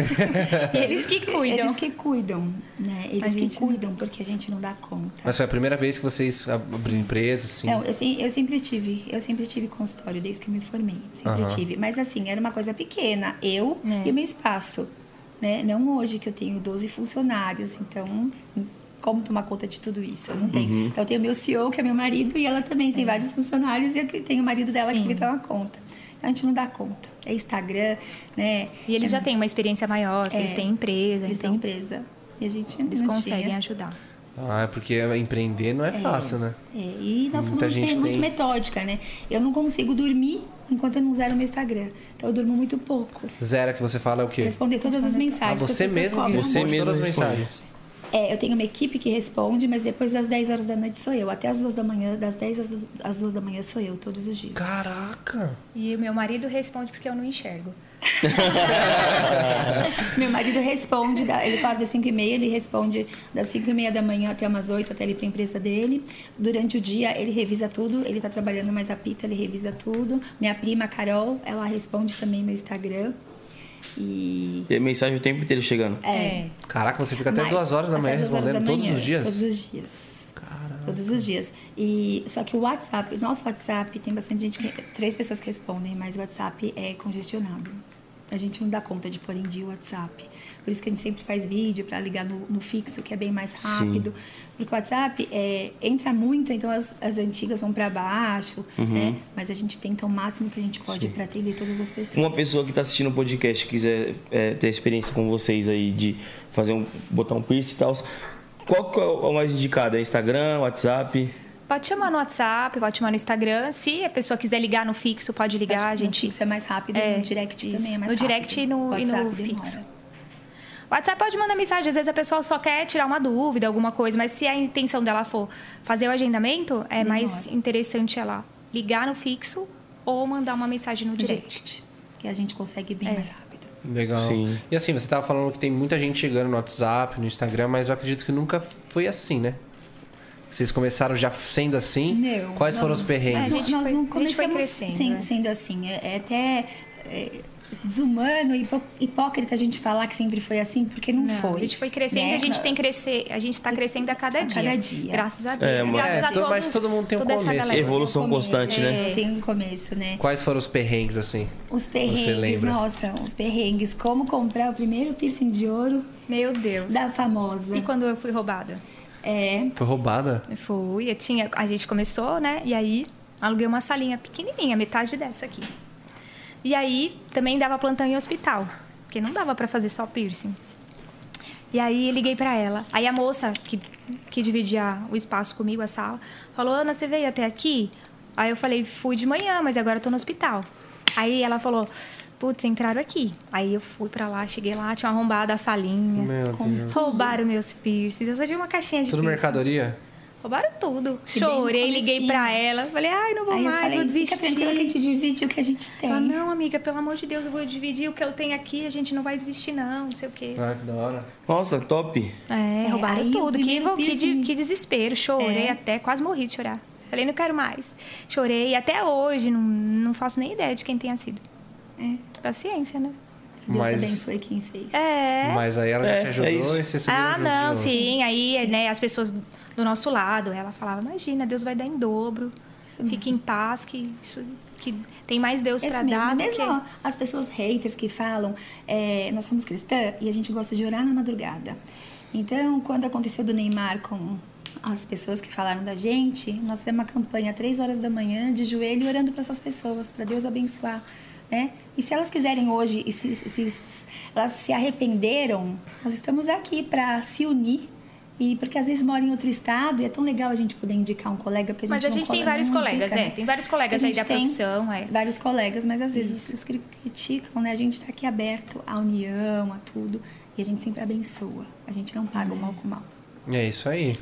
Eles que cuidam.
Eles que cuidam, né? Eles
Mas a
que
gente não-
cuidam, porque a gente não dá conta.
Mas foi a primeira vez que vocês ab- abriram empresa, assim?
Não, eu, se- eu sempre tive, eu sempre tive consultório desde que eu me formei, sempre
Aham.
tive. Mas assim, era uma coisa pequena, eu
É.
e o meu espaço, né? Não hoje que eu tenho 12 funcionários, então como tomar conta de tudo isso? Eu não tenho. Então eu tenho meu CEO, que é meu marido, e ela também tem vários funcionários e eu que tenho o marido dela
É. Sim.
que me toma conta. A gente não dá conta. É Instagram, né?
E eles já têm uma experiência maior, que
É.
eles têm empresa,
Eles têm
então
um empresa. E a gente
eles
não
conseguem
tinha.
ajudar.
Ah, é porque empreender não é fácil, né?
É, e nós
Muita
somos
gente
muito, muito
tem.
metódica, né? Eu não consigo dormir enquanto eu não zero meu Instagram. Então eu durmo muito pouco.
Zero que você fala é o quê?
Responder todas as
Ah,
mensagens. que as
você
pessoas
mesmo que
cobram.
Você
responde
mesmo
todas as
responde.
mensagens.
É, eu tenho uma equipe que responde, mas depois das 10 horas da noite sou eu. Até as 2 da manhã, das 10 às 2, às 2 da manhã sou eu, todos os dias.
Caraca!
E o meu marido responde porque eu não enxergo.
Meu marido responde, da- ele fala das 5 e meia, ele responde das 5 e meia da manhã até umas 8, até ele ir pra empresa dele. Durante o dia, ele revisa tudo, ele tá trabalhando mais a pita, ele revisa tudo. Minha prima, Carol, ela responde também meu Instagram. E...
E a mensagem o tempo inteiro chegando.
É.
Caraca, você fica até
mais.
duas horas da
Até
manhã
duas horas
respondendo
da
todos
manhã,
os dias?
Todos os dias.
Caraca.
Todos os dias. E só que o WhatsApp, nosso WhatsApp tem bastante gente, que, três pessoas que respondem, mas o WhatsApp é congestionado. A gente não dá conta de pôr em dia o WhatsApp. Por isso que a gente sempre faz vídeo para ligar no, no fixo, que é bem mais rápido. Porque o WhatsApp é, entra muito, então as, as antigas vão para baixo,
Uhum.
né? Mas a gente tenta o máximo que a gente pode para atender todas as pessoas.
Se uma pessoa que está assistindo o podcast quiser é, ter experiência com vocês aí de fazer um botar um piercing e tal, qual que é o mais indicado? É Instagram, WhatsApp?
Pode chamar no WhatsApp, pode chamar no Instagram. Se a pessoa quiser ligar no fixo, pode ligar,
Acho
a
que no
gente.
fixo é mais rápido,
É,
no direct
isso.
também é mais
No
rápido.
direct e no- e no
WhatsApp demora.
fixo. WhatsApp pode mandar mensagem, às vezes a pessoa só quer tirar uma dúvida, alguma coisa, mas se a intenção dela for fazer o agendamento, é mais interessante ela ligar no fixo ou mandar uma mensagem no
No
direct.
direct, que a gente consegue bem
É.
mais rápido.
Legal.
Sim.
E assim, você tava falando que tem muita gente chegando no WhatsApp, no Instagram, mas eu acredito que nunca foi assim, né? Vocês começaram já sendo assim?
Não,
Quais
não.
foram os
É, a
perrengues?
gente
nós
foi-
não
a gente foi
começamos
crescendo,
sem-
né?
sendo assim. É, é até é, desumano e hipo- hipócrita a gente falar que sempre foi assim, porque não,
Não,
foi.
A gente foi crescendo,
né?
a gente tem crescer, a gente tá crescendo a cada
A
dia.
cada dia.
Graças a
É,
Deus.
mas-
graças
É,
a
to-
todos,
mas todo mundo tem um
toda essa
começo.
galera.
Errou. Evolução
Tem um começo,
constante, né?
é, Tem um começo, né?
Quais foram os perrengues, assim?
Os
Você
perrengues,
lembra?
nossa, os perrengues. Como comprar o primeiro piercing de ouro
Meu Deus.
da famosa.
E quando eu fui roubada?
É,
Foi roubada?
Eu Fui, eu tinha, a gente começou, né? E aí aluguei uma salinha pequenininha, metade dessa aqui. E aí também dava plantão em hospital, porque não dava pra fazer só piercing. E aí eu liguei pra ela. Aí a moça que, que dividia o espaço comigo, a sala, falou: "Ana, você veio até aqui?" Aí eu falei: "Fui de manhã, mas agora eu tô no hospital". Aí ela falou: "Putz, entraram aqui". Aí eu fui pra lá, cheguei lá, tinha arrombado a salinha.
Meu
Com-
Deus.
Roubaram meus piercings. Eu só tinha uma caixinha de
Tudo
piercing.
mercadoria?
Roubaram tudo.
E bem no
Chorei, liguei
comecinho.
pra ela. Falei, ai, não vou
aí eu
mais, vou
falei, fica tranquila que a
desistir.
gente divide o que a gente tem.
Ela, não, amiga, pelo amor de Deus, eu vou dividir o que eu tenho aqui, a gente não vai desistir, não, não sei o quê.
Ah, que da hora.
Nossa, top.
É,
É,
roubaram
aí o
tudo. Que,
primeiro
vo- que, de-
piercing.
que desespero. Chorei
É.
até, quase morri de chorar. Falei, não quero mais. Chorei e até hoje, não, não faço nem ideia de quem tenha sido. É, paciência, né?
Deus
Mas-
abençoe quem fez.
É.
Mas aí ela já
É,
te ajudou
é isso.
e você subiu
Ah,
junto de
não,
novo.
sim. Aí, né, as pessoas do nosso lado, ela falava, imagina, Deus vai dar em dobro.
Isso mesmo.
Fique em paz, que, isso, que tem mais Deus
Isso
pra
mesmo,
dar. do
mesmo
que-
ó, as pessoas haters que falam, é, nós somos cristã e a gente gosta de orar na madrugada. Então, quando aconteceu do Neymar com as pessoas que falaram da gente, nós fizemos uma campanha três horas da manhã de joelho orando para essas pessoas, para Deus abençoar, né? E se elas quiserem hoje, e se, se- elas se arrependeram, nós estamos aqui para se unir. E porque às vezes mora em outro estado e é tão legal a gente poder indicar um colega, porque a gente
Mas a
não
gente tem
colo-
vários
não
colegas,
indica,
é.
né?
Tem vários colegas
A
aí
gente
da
tem
profissão, é.
vários colegas, mas às vezes os que criticam, né? A gente tá aqui aberto à união, a tudo. E a gente sempre abençoa. A gente não paga o mal com o mal.
É isso aí.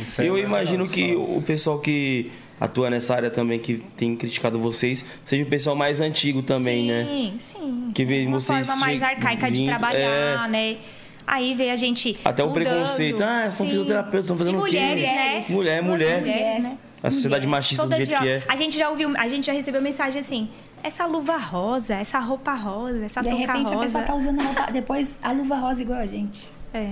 Isso aí
eu
é
imagino
legal,
que o pessoal que atua nessa área também, que tem criticado vocês, seja o pessoal mais antigo também,
sim,
né?
sim.
Que vê
Uma
vocês
forma mais
che-
arcaica de
vindo, é.
trabalhar, né? Aí vê a gente.
Até o
mudando.
preconceito. Ah, são
Sim.
fisioterapeutas, estão fazendo
e
o quê?
mulheres, né?
Mulher, mulher.
Mulheres, né?
A sociedade machista do
Toda
jeito
dia-
que é.
A gente já ouviu, a gente já recebeu mensagem assim: essa luva rosa, essa roupa rosa, essa
de
touca
repente
rosa.
a pessoa tá usando a roupa, depois a luva rosa igual a gente.
É.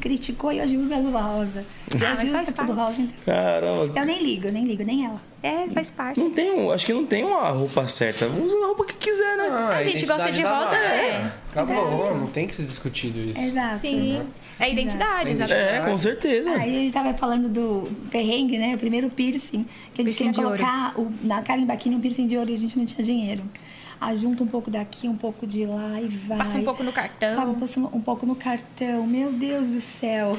Criticou e hoje usa a luva rosa. E
Ah, mas
hoje usa
faz
tudo
parte.
rosa. então-
é. Caramba.
Eu nem ligo, eu nem ligo, nem ela.
É, faz parte.
Não tem um, acho que não tem uma roupa certa. Usa a roupa que quiser, né?
Ah,
A gente gosta de
identidade É. da
rosa,
marca.
né?
Acabou, não tem que ser discutido isso.
Exato.
Sim. É a identidade,
Exato.
exatamente.
É, com certeza.
Aí a gente tava falando do perrengue, né? O primeiro piercing, que a gente queria
Piercing de ouro.
colocar o, na carimbaquinha um piercing de ouro e a gente não tinha dinheiro. Aí junta um pouco daqui, um pouco de lá e vai.
Passa um pouco no cartão.
Tava passando um pouco no cartão. Meu Deus do céu.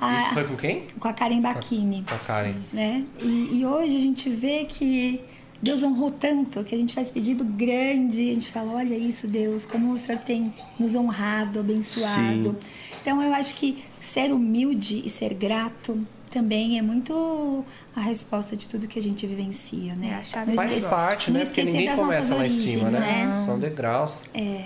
Ah,
Isso foi com quem?
com a Karen Bacchini.
Com a Karen.
Né? E, e hoje a gente vê que Deus honrou tanto, que a gente faz pedido grande, a gente fala, olha isso, Deus, como o Senhor tem nos honrado,
Sim.
abençoado. Então eu acho que ser humilde e ser grato também é muito a resposta de tudo que a gente vivencia, né?
É, a chave
Não
Faz
esquecer-
parte,
não
né? Porque
esquecer
ninguém
das nossas
começa lá em cima,
origens,
né? São degraus.
É.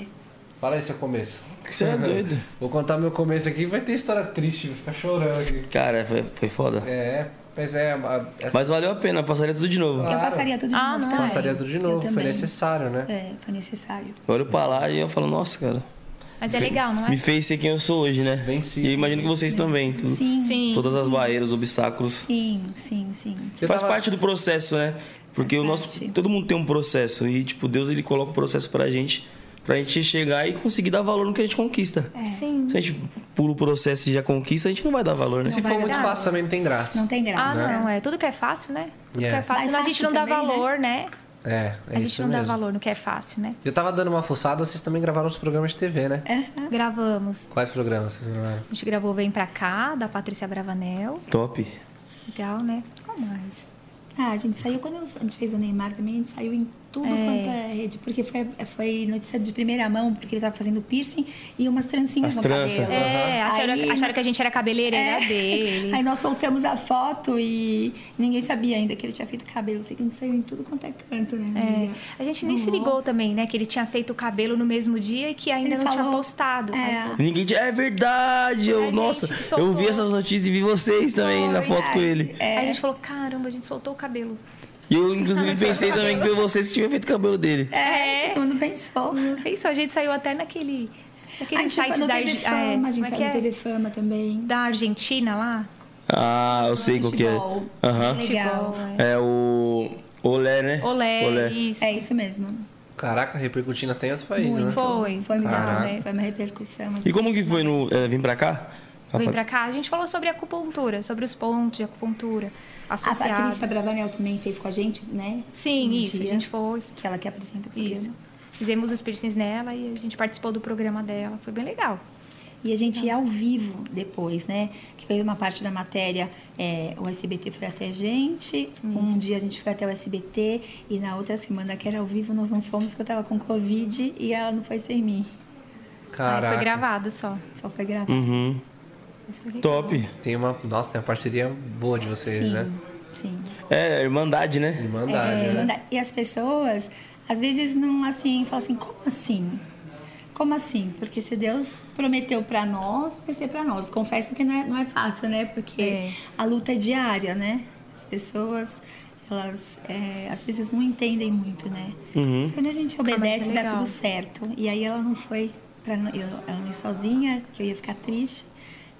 Fala aí seu começo.
Você é doido.
Vou contar meu começo aqui, vai ter história triste, vou ficar chorando aqui.
Cara, foi, foi foda.
É, mas é. a- essa-
Mas valeu a pena, passaria tudo de novo.
Claro.
Eu passaria tudo de
Ah,
novo
não.
também.
passaria tudo de
Eu
novo, foi
também.
necessário, né?
É, foi necessário.
Eu olho pra lá e eu falo, nossa, cara.
Mas é legal, não é?
Me fez ser quem eu sou hoje, né?
Venci.
E eu imagino que vocês também. tu-
Sim.
Sim.
Todas as barreiras, obstáculos.
Sim, sim, sim.
Eu
Faz
tava-
parte do processo, né? Porque o
Faz
nosso.
parte.
Todo mundo tem um processo. E, tipo, Deus ele coloca o processo pra gente. Pra gente chegar e conseguir dar valor no que a gente conquista.
Sim.
Se a gente pula o processo e já conquista, a gente não vai dar valor, né?
Se
vai
for muito
dar.
fácil também não tem graça.
Não tem
Ah,
graça.
não, é. Tudo que é fácil, né? Tudo
Yeah.
que é fácil,
Mas
a gente
fácil
não dá
também, né?
valor, né?
É, é
a gente
isso
não
mesmo.
dá valor no que é fácil, né?
Eu tava dando uma fuçada, vocês também gravaram os programas de TV, né?
Gravamos.
Quais programas vocês gravaram?
A gente gravou Vem Pra Cá, da Patrícia Bravanel.
Top.
Legal, né? Qual mais?
Ah, a gente saiu quando a gente fez o Neymar também, a gente saiu em tudo
É.
quanto é rede, porque foi, foi notícia de primeira mão, porque ele tava fazendo piercing e umas trancinhas
As
no
tranças.
cabelo.
É, acharam,
Aí- É.
acharam que a gente era cabeleireira dele.
Aí nós soltamos a foto e ninguém sabia ainda que ele tinha feito cabelo. Sei que a gente saiu em tudo quanto é canto, né?
É,
amiga?
a gente nem se
Não.
ligou também, né? Que ele tinha feito o cabelo no mesmo dia e que
Uhum.
ainda
Ele
não tinha
falou-
postado. né? Aí,
É.
Ninguém. É verdade!
É,
Eu,
gente,
nossa,
soltou.
eu vi essas notícias e vi vocês também
Foi,
na foto com
ai,
ele.
É.
aí a gente falou, caramba, a gente soltou o cabelo.
E eu, inclusive, pensei também que foi vocês que tinham feito o cabelo dele.
É, todo mundo pensou.
É isso, a gente saiu até naquele,
a
naquele
gente
site
foi tipo, no
da,
TV
Arge- é,
Fama, a
como
gente
é
saiu
que
no
é?
TV Fama também.
da Argentina lá.
Ah, eu sei qual que é.
Futebol.
Aham.
Legal.
Futebol, é.
É o. Olé, né?
Olé, isso.
É isso mesmo.
Caraca, repercutindo até em outro país, né?
Foi,
Foi melhor
legal,
Caraca.
também. Foi uma repercussão. assim.
E como que foi no. É, vim pra cá?
Vem pra cá, a gente falou sobre acupuntura, sobre os pontos de acupuntura
A
associada.
Patrícia Bravanel também fez com a gente, né?
Sim,
Um
isso,
dia,
a gente foi,
Que ela que apresenta o programa.
isso. Fizemos os piercings nela e a gente participou do programa dela, foi bem legal.
E a gente ia ao vivo depois, né? Que fez uma parte da matéria, é, o SBT foi até a gente, um dia a gente foi até o SBT, e na outra semana que era ao vivo nós não fomos, porque eu tava com Covid e ela não foi sem mim.
Caraca.
Aí foi gravado só.
Só foi gravado.
Uhum.
Mas foi legal.
Top.
Tem uma. Nossa, tem uma parceria boa de vocês,
Sim,
né?
sim.
É, Irmandade, né?
Irmandade,
É,
né?
manda- E as pessoas, às vezes, não assim, falam assim, como assim? Como assim? Porque se Deus prometeu pra nós, vai ser pra nós. Confesso que não é, não é fácil, né? Porque
É.
a luta é diária, né? As pessoas, elas é, às vezes não entendem muito, né? Mas quando a gente obedece, dá
Ah, é legal.
tudo certo. E aí ela não foi pra no- eu, ela não ia sozinha, que eu ia ficar triste.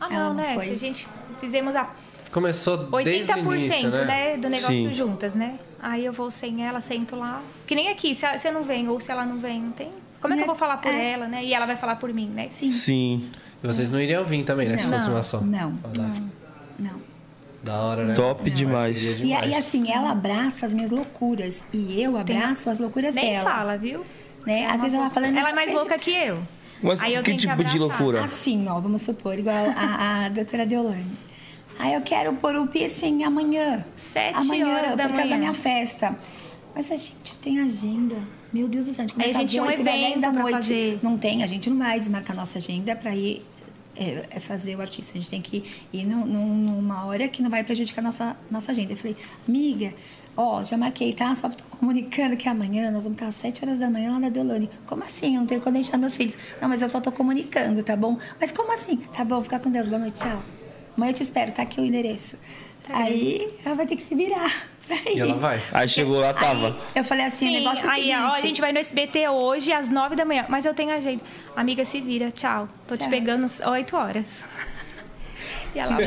Ah,
ela
não, né? Se a gente fizemos a
Começou desde o
80%
início,
né?
né?
do negócio
Sim.
juntas, né? Aí eu vou sem ela, sento lá. Que nem aqui, se, a- se eu não venho ou se ela não vem, não tem. Como é que eu vou falar por
É.
ela, né? E ela vai falar por mim, né?
Sim.
Sim.
E vocês não iriam vir também, né? Se
Não.
fosse uma só.
Não,
Olha lá.
não.
Da hora, né?
Top demais.
Parceria
E, a- e
demais.
assim, ela abraça as minhas loucuras e eu abraço as loucuras
Nem
dela.
fala, viu?
Né? Às vezes ela fala, "Não,
Ela é
não
mais louca
acredito."
que eu.
Mas
Aí eu
que
tenho que
tipo de
abraçar.
loucura?
Assim, ó, vamos supor, igual a, a doutora Deolane. Ah, eu quero pôr o piercing amanhã.
Sete
amanhã,
horas da
por causa da
manhã.
minha festa. Mas a gente tem agenda. Meu Deus do céu, a gente
Aí a
começa
gente
às
tinha um
oito, vai dez
evento
da
pra
noite.
fazer.
Não tem, a gente não vai desmarcar nossa agenda pra ir é, é fazer o artista. A gente tem que ir num- num- numa hora que não vai prejudicar nossa, nossa agenda. Eu falei, amiga, ó, já marquei, tá? Só tô comunicando que amanhã nós vamos estar às 7 horas da manhã lá na Deolane. Como assim? Eu não tenho quando deixar meus filhos. Não, mas eu só tô comunicando, tá bom? Mas como assim? Tá bom, fica com Deus, boa noite, tchau. Amanhã eu te espero, tá aqui o endereço.
Tá
Aí ela vai ter que se virar pra ir.
assim,
E ela vai.
Aí chegou lá, tava.
Eu falei assim, o
Sim,
negócio é o
aí, ó, a
seguinte,
gente vai no SBT hoje às nove da manhã, mas eu tenho agenda. Amiga, se vira, tchau. Tô te
Tchau.
pegando às oito horas. e ela, "Não,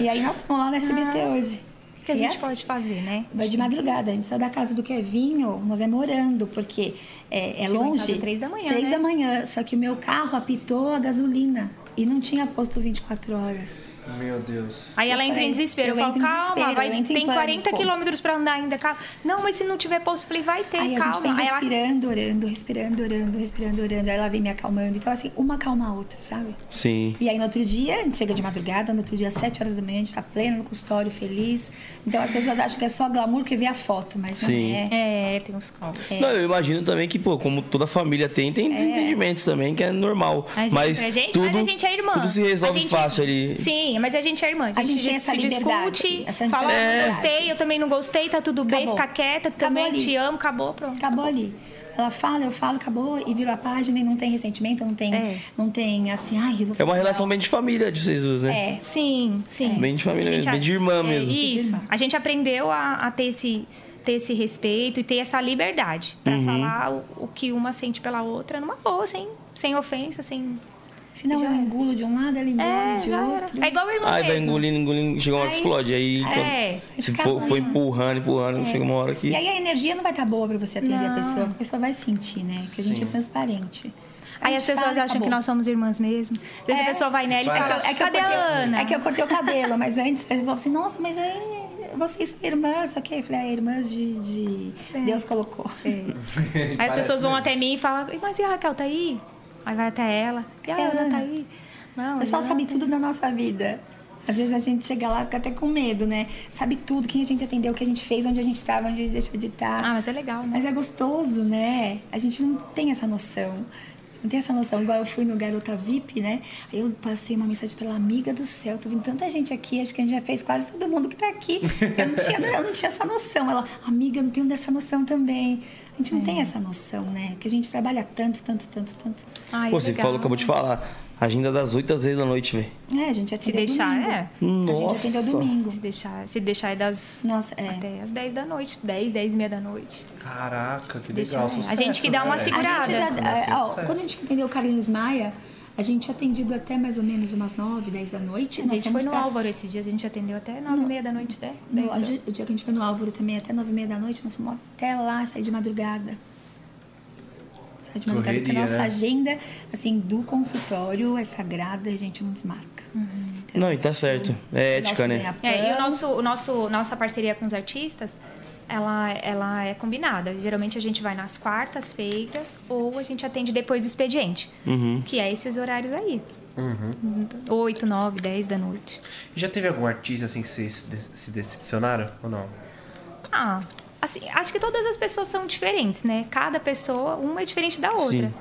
E aí nós fomos lá no SBT hoje.
o Ah, que a
E
gente
assim,
pode fazer, né?
Vai de madrugada, a gente saiu da casa do Kevinho, nós é morando, porque é, é
Chegou em
longe.
casa três da manhã,
Três
né?
da manhã, só que o meu carro apitou a gasolina e não tinha posto 24 horas.
Meu Deus.
Aí
Eu
ela entra
falei,
em desespero. Eu,
eu
falo,
entro em
calma,
desespero,
vai,
eu entro em
tem
pânico.
40 quilômetros pra andar ainda. Calma. Não, mas se não tiver posto, eu falei, vai ter,
Aí a gente vem
calma. Aí ela,
respirando, orando, respirando, orando, respirando, orando. Aí ela vem me acalmando. Então, assim, uma calma a outra, sabe?
Sim.
E aí no outro dia, a gente chega de madrugada, no outro dia, às 7 horas da manhã, a gente tá plena no consultório, feliz. Então as pessoas acham que é só glamour que vê a foto, mas
Sim.
não é.
é, tem uns copos.
Não, eu imagino também que, pô, como toda família tem, tem desentendimentos também, que é normal.
A gente,
mas,
a gente,
tudo,
mas a gente é irmã.
Tudo se resolve
a gente-
fácil ali.
Sim, mas a gente é irmã. A gente,
A gente tem
se
essa liberdade,
discute,
essa
fala, eu
É.
não
liberdade.
gostei, eu também não gostei, tá tudo bem,
Acabou.
fica quieta,
Acabou
também
ali.
te amo, acabou, pronto.
Acabou ali. Ela fala, eu falo, acabou, e virou a página e não tem ressentimento, não tem,
É.
não tem assim, ai, eu vou
É uma
falar".
relação bem de família de vocês duas, né?
É.
Sim, sim.
Bem de família
A gente
mesmo,
a-
bem de irmã mesmo.
Isso.
De irmã.
A gente aprendeu a, a ter esse ter esse respeito e ter essa liberdade
Uhum.
para falar o, o que uma sente pela outra numa boa, sem, sem ofensa, sem.
Se não,
Já
eu
era.
engulo de um lado, ela engole
É,
de
já era.
outro.
É igual o irmão
Aí vai
mesmo.
engolindo, engolindo, chega uma hora que
Aí-
explode. Aí
É,
quando- se
fica
for,
ruim.
for empurrando, empurrando, chega uma hora que.
E aí a energia não vai estar boa pra você atender a
Não.
pessoa, a pessoa vai sentir, né? Porque a gente é transparente. A
Aí
gente
as pessoas
fala e
acham
acabou.
que nós somos irmãs mesmo. Às vezes
É.
a pessoa vai nela e
Vai.
fala,
É que eu
cadê a
cortei-
Ana?
É que eu cortei o cabelo, mas antes eu falava assim, nossa, mas aí vocês são irmãs, ok? Eu falei, ah, irmãs de, de-
É.
Deus colocou.
Aí as
Parece
pessoas vão
mesmo.
até mim e falam, "E, mas e a Raquel tá aí? Aí vai até ela, e a
É,
Ana tá
Ana. É
aí? Não,
O pessoal
não.
sabe tudo da nossa vida. Às vezes a gente chega lá e fica até com medo, né? Sabe tudo, quem a gente atendeu, o que a gente fez, onde a gente estava, onde a gente deixou de estar.
Ah, mas é legal, né?
Mas é gostoso, né? A gente não tem essa noção. Não tem essa noção. Igual eu fui no Garota VIP, né? Aí eu passei uma mensagem pela amiga do céu. Tô vendo tanta gente aqui, acho que a gente já fez quase todo mundo que tá aqui. Eu não tinha, eu não tinha essa noção. Ela, amiga, eu não tenho dessa noção também. A gente não
É.
tem essa noção, né? Porque a gente trabalha tanto, tanto, tanto, tanto.
Ai,
Pô, você
legal.
falou, acabou de falar. Agenda das 8 às 6 da noite, velho.
É, a gente
Se
atendeu
deixar,
domingo.
é.
A gente atendeu
Nossa.
domingo.
Se deixar, se deixar é das...
Nossa, é.
Até às 10 da noite, 10, 10 e meia da noite.
Caraca, que
Deixa
legal.
eu ver. A
sucesso,
gente que dá
né,
uma
velho?
A
segurada.
gente já, é,
Nossa,
ó,
sucesso.
quando a gente atendeu o Carlinhos Maia, a gente tinha atendido até mais ou menos umas 9, 10 da noite.
A
Nós
gente
fomos
foi no
pra-
Álvaro esses dias, a gente atendeu até 9 e meia da noite, né?
No-
Dez
o dia- o dia que a gente foi no Álvaro também, até 9 e meia da noite, nós fomos até lá, sair de madrugada. Sair de madrugada, porque
Correria,
a nossa
né?
agenda, assim, do consultório é sagrada e a gente não desmarca.
Hum.
Então,
Não, e tá certo. É
o nosso
ética, né?
ganha-pão,
É, e o nosso, o nosso, nossa parceria com os artistas, ela, ela é combinada. Geralmente a gente vai nas quartas-feiras ou a gente atende depois do expediente,
Uhum.
que é esses horários aí. Uhum. 8, 9, 10 da noite.
Já teve algum artista assim que vocês se de- se decepcionaram ou não?
Ah, assim, acho que todas as pessoas são diferentes, né? Cada pessoa, uma é diferente da outra.
Sim.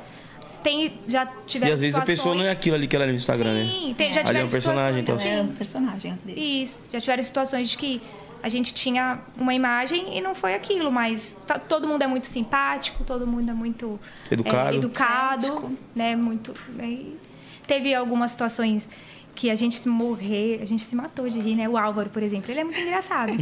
Tem, já
E
tiveram
às vezes a
situações-
pessoa não é aquilo ali que ela é no Instagram,
Sim,
né?
tem, já
Ali é
tiveram
um personagem,
situações
É
de-
um personagem, às vezes.
Isso. Já tiveram situações de que a gente tinha uma imagem e não foi aquilo, mas tá- todo mundo é muito simpático, todo mundo é muito
Educado.
é, educado,
Ético.
né? Muito. né, e Teve algumas situações que a gente se morrer, a gente se matou de rir, né? O Álvaro, por exemplo, ele é muito engraçado.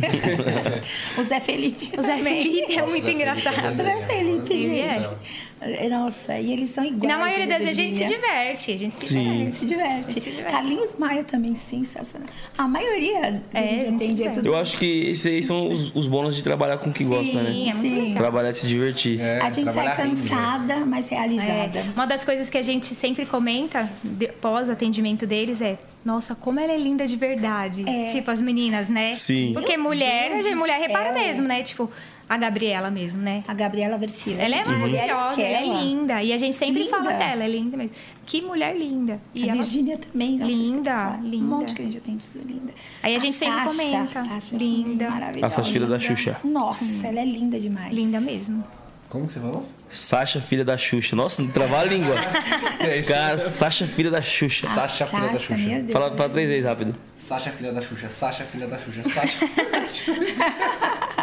O Zé Felipe.
o Zé
também.
Felipe é
Nossa,
muito
Zé Felipe é
engraçado.
O Zé Felipe,
Ele é.
gente. É, Nossa, e eles são
E
iguais.
na maioria
né,
das vezes a gente se
Virgínia?
diverte, a gente se
Sim.
É, A
diverte.
gente se diverte.
se diverte.
Carlinhos Maia também, sensacional. A maioria que
É,
a gente
a gente se
atende é
diverte.
tudo
Eu acho que esses aí são os, os bônus de trabalhar com quem gosta,
Sim, é
né?
muito
Sim.
legal.
Trabalhar e se divertir.
É,
a gente sai
trabalhar rindo,
né?
cansada, mas realizada.
É, uma das coisas que a gente sempre comenta de- pós atendimento deles é: nossa, como ela é linda de verdade.
É.
Tipo, as meninas, né?
Sim.
Porque
Meu
mulher,
Deus
gente,
do
mulher
céu.
repara mesmo, né? Tipo, a Gabriela mesmo, né?
A Gabriela Versilo.
Ela é
Que Uhum. mulher
maravilhosa, ela é
aquela?
linda. E a gente sempre
Linda.
fala dela, é linda mesmo. Que mulher linda. E
a
ela-
Virgínia tá também. nossa,
Linda,
espetacular.
linda.
Um monte que a gente tem tudo linda.
Aí a gente sempre
Sasha,
comenta.
Sasha
Linda.
também,
A
Maravilhosa.
Sasha, filha da Xuxa.
Nossa, ela é linda demais.
linda mesmo.
né? Como que você falou?
Sasha, filha da Xuxa. Nossa, não trava a língua.
É isso.
Cara, Sasha, filha da Xuxa.
A
Sasha, filha da Xuxa.
meu Deus.
Fala, fala três vezes rápido.
Sasha, filha da Xuxa. Sasha, filha da Xuxa. Sasha.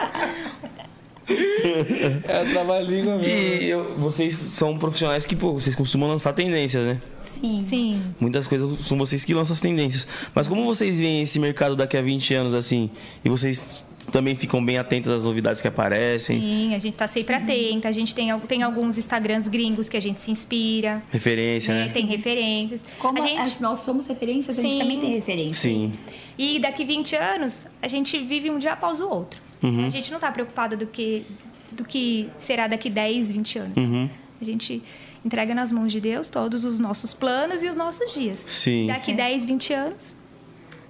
é trava-língua
E eu- vocês são profissionais que, pô, vocês costumam lançar tendências, né?
Sim.
Sim.
Muitas coisas são vocês que lançam as tendências. Mas como vocês veem esse mercado daqui a 20 anos, assim, e vocês também ficam bem atentos às novidades que aparecem,
Sim, a gente tá sempre atenta. A gente tem, al- tem alguns Instagrams gringos que a gente se inspira.
referência,
né?
né?
Tem referências.
Como
a gente...
as- nós somos referências, a
Sim.
gente também tem referência.
Sim.
E daqui 20 anos, a gente vive um dia após o outro.
Uhum.
A gente não está preocupada do que, do que será daqui 10, 20 anos.
Uhum.
A gente entrega nas mãos de Deus todos os nossos planos e os nossos dias.
Sim.
Daqui 10, 20 anos,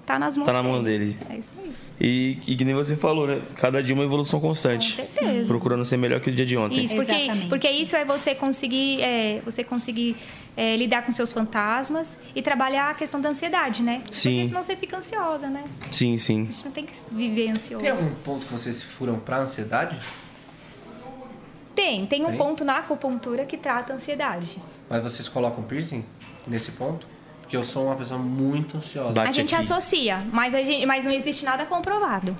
tá nas mãos
Tá na mão dele.
É isso aí.
E, e que nem você falou, né? Cada dia uma evolução constante.
Com certeza.
Procurando ser melhor que o dia de ontem.
Isso, porque,
Exatamente.
porque isso é você conseguir, é, você conseguir é, lidar com seus fantasmas e trabalhar a questão da ansiedade, né?
Sim.
Porque senão você fica ansiosa, né?
Sim, sim.
A gente não tem que viver ansioso.
Tem algum ponto que vocês furam pra ansiedade?
Tem, tem um
Tem?
ponto na acupuntura que trata a ansiedade.
Mas vocês colocam piercing nesse ponto? Porque eu sou uma pessoa muito ansiosa.
Bate
a gente
aqui.
associa, mas, a gente, mas não existe nada comprovado.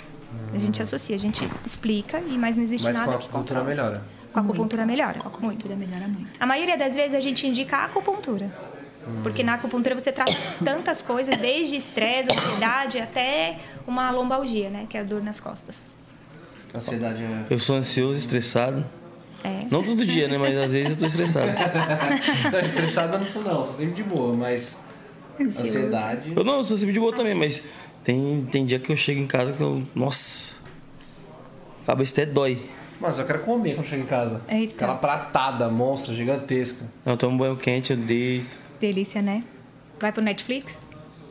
A gente associa, a gente explica, e mas não existe
Hum. Mas com
nada
a
que
cultura
comprove.
melhora.
Com a acupuntura melhora,
Com a
muito.
cultura melhora muito.
A maioria das vezes a gente indica a acupuntura.
Hum.
Porque na acupuntura você trata tantas coisas, desde estresse, ansiedade, até uma lombalgia, né? Que é a dor nas costas.
Ansiedade é.
Eu sou ansioso, estressado.
É.
Não todo dia, né? Mas às vezes eu tô estressado.
Não, tá estressada eu não sou não, sou sempre de boa, mas ansiedade.
Eu não, eu sou sempre de boa também, mas tem, tem dia que eu chego em casa que eu. Nossa! A cabeça até dói.
Mas eu quero comer quando chego em casa.
Eita.
Aquela pratada monstra, gigantesca.
Eu tomo banho quente, eu deito.
Delícia, né? Vai pro Netflix?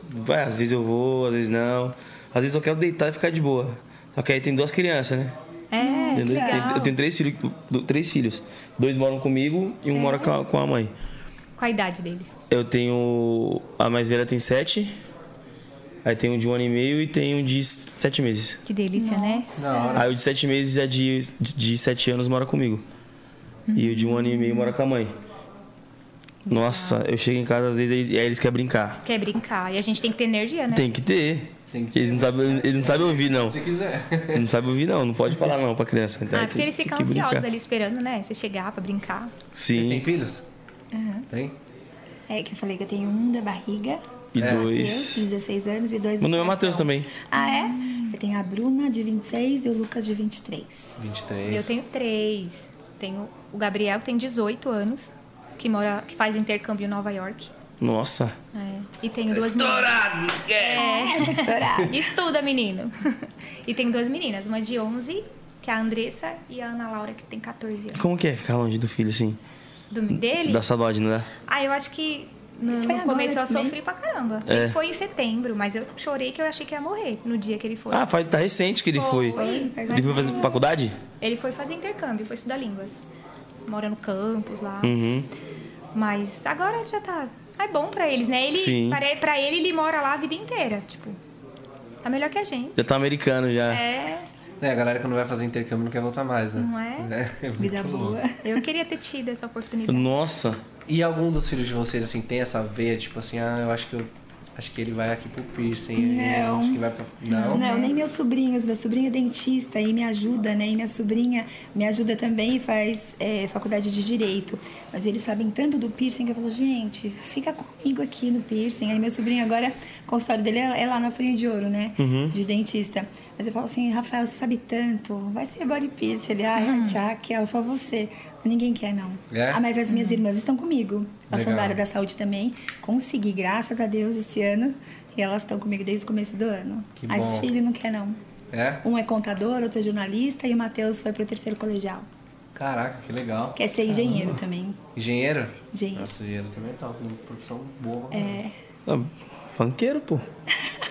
Vai, às vezes eu vou, às vezes não. Às vezes eu quero deitar e ficar de boa. Só que aí tem duas crianças, né?
É,
Tem dois- tem-
legal.
eu tenho três filhos, do- três filhos. Dois moram comigo e um
É.
mora com a, com a mãe.
Qual a idade deles?
Eu tenho. A mais velha tem sete. Aí tem um de um ano e meio e tem um de sete meses.
Que delícia, né?
Na hora.
Aí o de sete meses e a de, de, de sete anos mora comigo. E o de um ano e meio mora com a mãe. Nossa, eu chego em casa às vezes e aí eles querem brincar.
Quer brincar. E a gente tem que ter energia, né?
Tem que ter.
Tem que
Eles não sabem, eles não sabem ouvir, não.
Se quiser.
Eles não sabem ouvir, não. Não pode falar não pra criança. Então,
Ah,
tem-
porque eles
tem
ficam
que brincar.
ansiosos ali esperando, né? Você chegar pra brincar.
Vocês têm
Sim.
filhos? Tem?
É que eu falei que eu tenho um da barriga,
E
É.
Deus,
dois.
16 anos, e dois do
Meu nome é
coração.
Matheus também.
Ah, é? Eu tenho a Bruna, de 26, e o Lucas, de 23.
23.
Eu tenho três. Tenho o Gabriel, que tem 18 anos, que mora, que faz intercâmbio em Nova York.
Nossa.
É. E tenho duas meninas.
Estourado!
É.
Estourar.
Estuda, menino. e tem duas meninas, uma de 11, que é a Andressa, e a Ana Laura, que tem 14
E
anos.
como que é ficar longe do filho, assim?
Do dele?
Dá saudade, não é? dá?
Ah, eu acho que no,
Foi
no começo
agora
eu
também?
sofri pra caramba.
É.
Ele foi em setembro, mas eu chorei que eu achei que ia morrer no dia que ele foi.
Ah, faz, tá recente que ele foi.
faz
Ele foi fazer faculdade?
Ele foi fazer intercâmbio, foi estudar línguas. Mora no campus lá.
Uhum.
Mas agora já tá. É bom pra eles, né?
Sim.
Ele, para, pra ele, ele mora lá a vida inteira. Tipo, tá melhor que a gente.
Já tá americano, já.
É,
É, a galera que não vai fazer intercâmbio não quer voltar mais, né?
Não é?
Né? É muito
Vida
louco.
boa.
eu queria ter tido essa oportunidade.
Nossa.
E algum dos filhos de vocês, assim, tem essa veia, tipo assim, ah, eu acho que eu. Acho que ele vai aqui pro piercing.
Não.
Acho que vai pra. Não.
Não, nem meus sobrinhos. Meu sobrinho é dentista e me ajuda, né? E minha sobrinha me ajuda também e faz é, faculdade de direito. Mas eles sabem tanto do piercing que eu falo, gente, fica comigo aqui no piercing. Aí meu sobrinho agora, o consultório dele é é lá na Frio de Ouro, né?
Uhum.
De dentista. Mas eu falo assim, Rafael, você sabe tanto, vai ser body piercing. Ele, ai, tchau, que é só você. Ninguém quer, não.
É?
Ah, mas as minhas irmãs estão comigo. Elas são da
Legal.
área da saúde também. Consegui, graças a Deus, esse ano. E elas estão comigo desde o começo do ano.
Que
Mas
bom.
filho não quer, não.
É?
Um é contador, outro é jornalista e o Matheus foi pro terceiro colegial.
Caraca, que legal.
Quer ser engenheiro também.
Engenheiro?
Engenheiro.
Nossa, engenheiro também é top, uma profissão boa.
É.
Ah, Funkeiro, pô.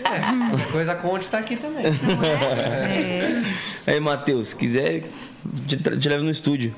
É, qualquer coisa a Conte tá aqui também.
Aí, Matheus, quiser, te, tra- te levo no estúdio.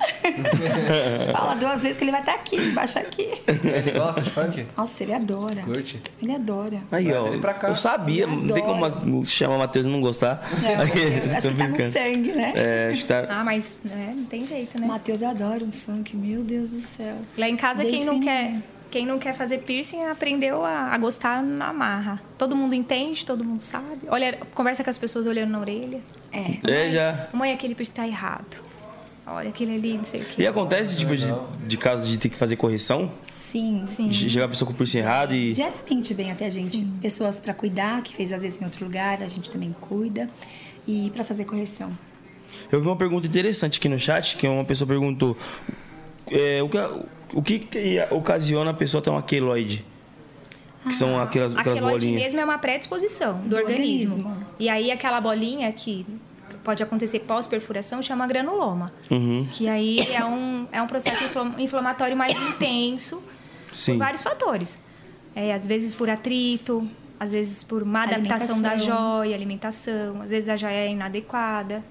Fala duas vezes que ele vai estar aqui, baixa aqui.
Ele gosta de funk?
Nossa, ele adora.
Curte?
Ele adora.
Aí,
Traz
ó.
ele pra cá.
Eu sabia, não tem como ma- chamar Matheus e não gostar.
Não,
Aí,
acho
tô
que tá no
brincando.
sangue, né?
É, acho que tá.
Ah, mas né, não tem jeito, né?
Matheus adora um funk, meu Deus do céu.
Lá em casa,
Desde
quem não,
pequenininho.
quer, quem não quer fazer piercing aprendeu a, a gostar na marra. Todo mundo entende, todo mundo sabe. Olha, conversa com as pessoas olhando na orelha.
É.
É, já.
Mãe, aquele piercing tá errado. Olha, aquele ali, não sei o
E
quê.
acontece, tipo, de, de caso de ter que fazer correção?
Sim.
Sim.
De Chegar a pessoa com o piercing errado e.
Diariamente vem até a gente pessoas pra cuidar, que fez às vezes em outro lugar, a gente também cuida. E pra fazer correção.
Eu vi uma pergunta interessante aqui no chat, que uma pessoa perguntou é, o, que, o que que ocasiona a pessoa ter um queloide? Que são aquelas, aquelas
Ah, Aqueloide
bolinhas.
mesmo é uma predisposição do,
Do
organismo.
organismo.
E aí aquela bolinha que pode acontecer pós-perfuração chama granuloma.
Uhum.
Que aí é um, é um processo infla- inflamatório mais intenso
Sim.
por vários fatores. É, às vezes por atrito, às vezes por má adaptação da
Alimentação.
joia, alimentação, às vezes a joia é inadequada.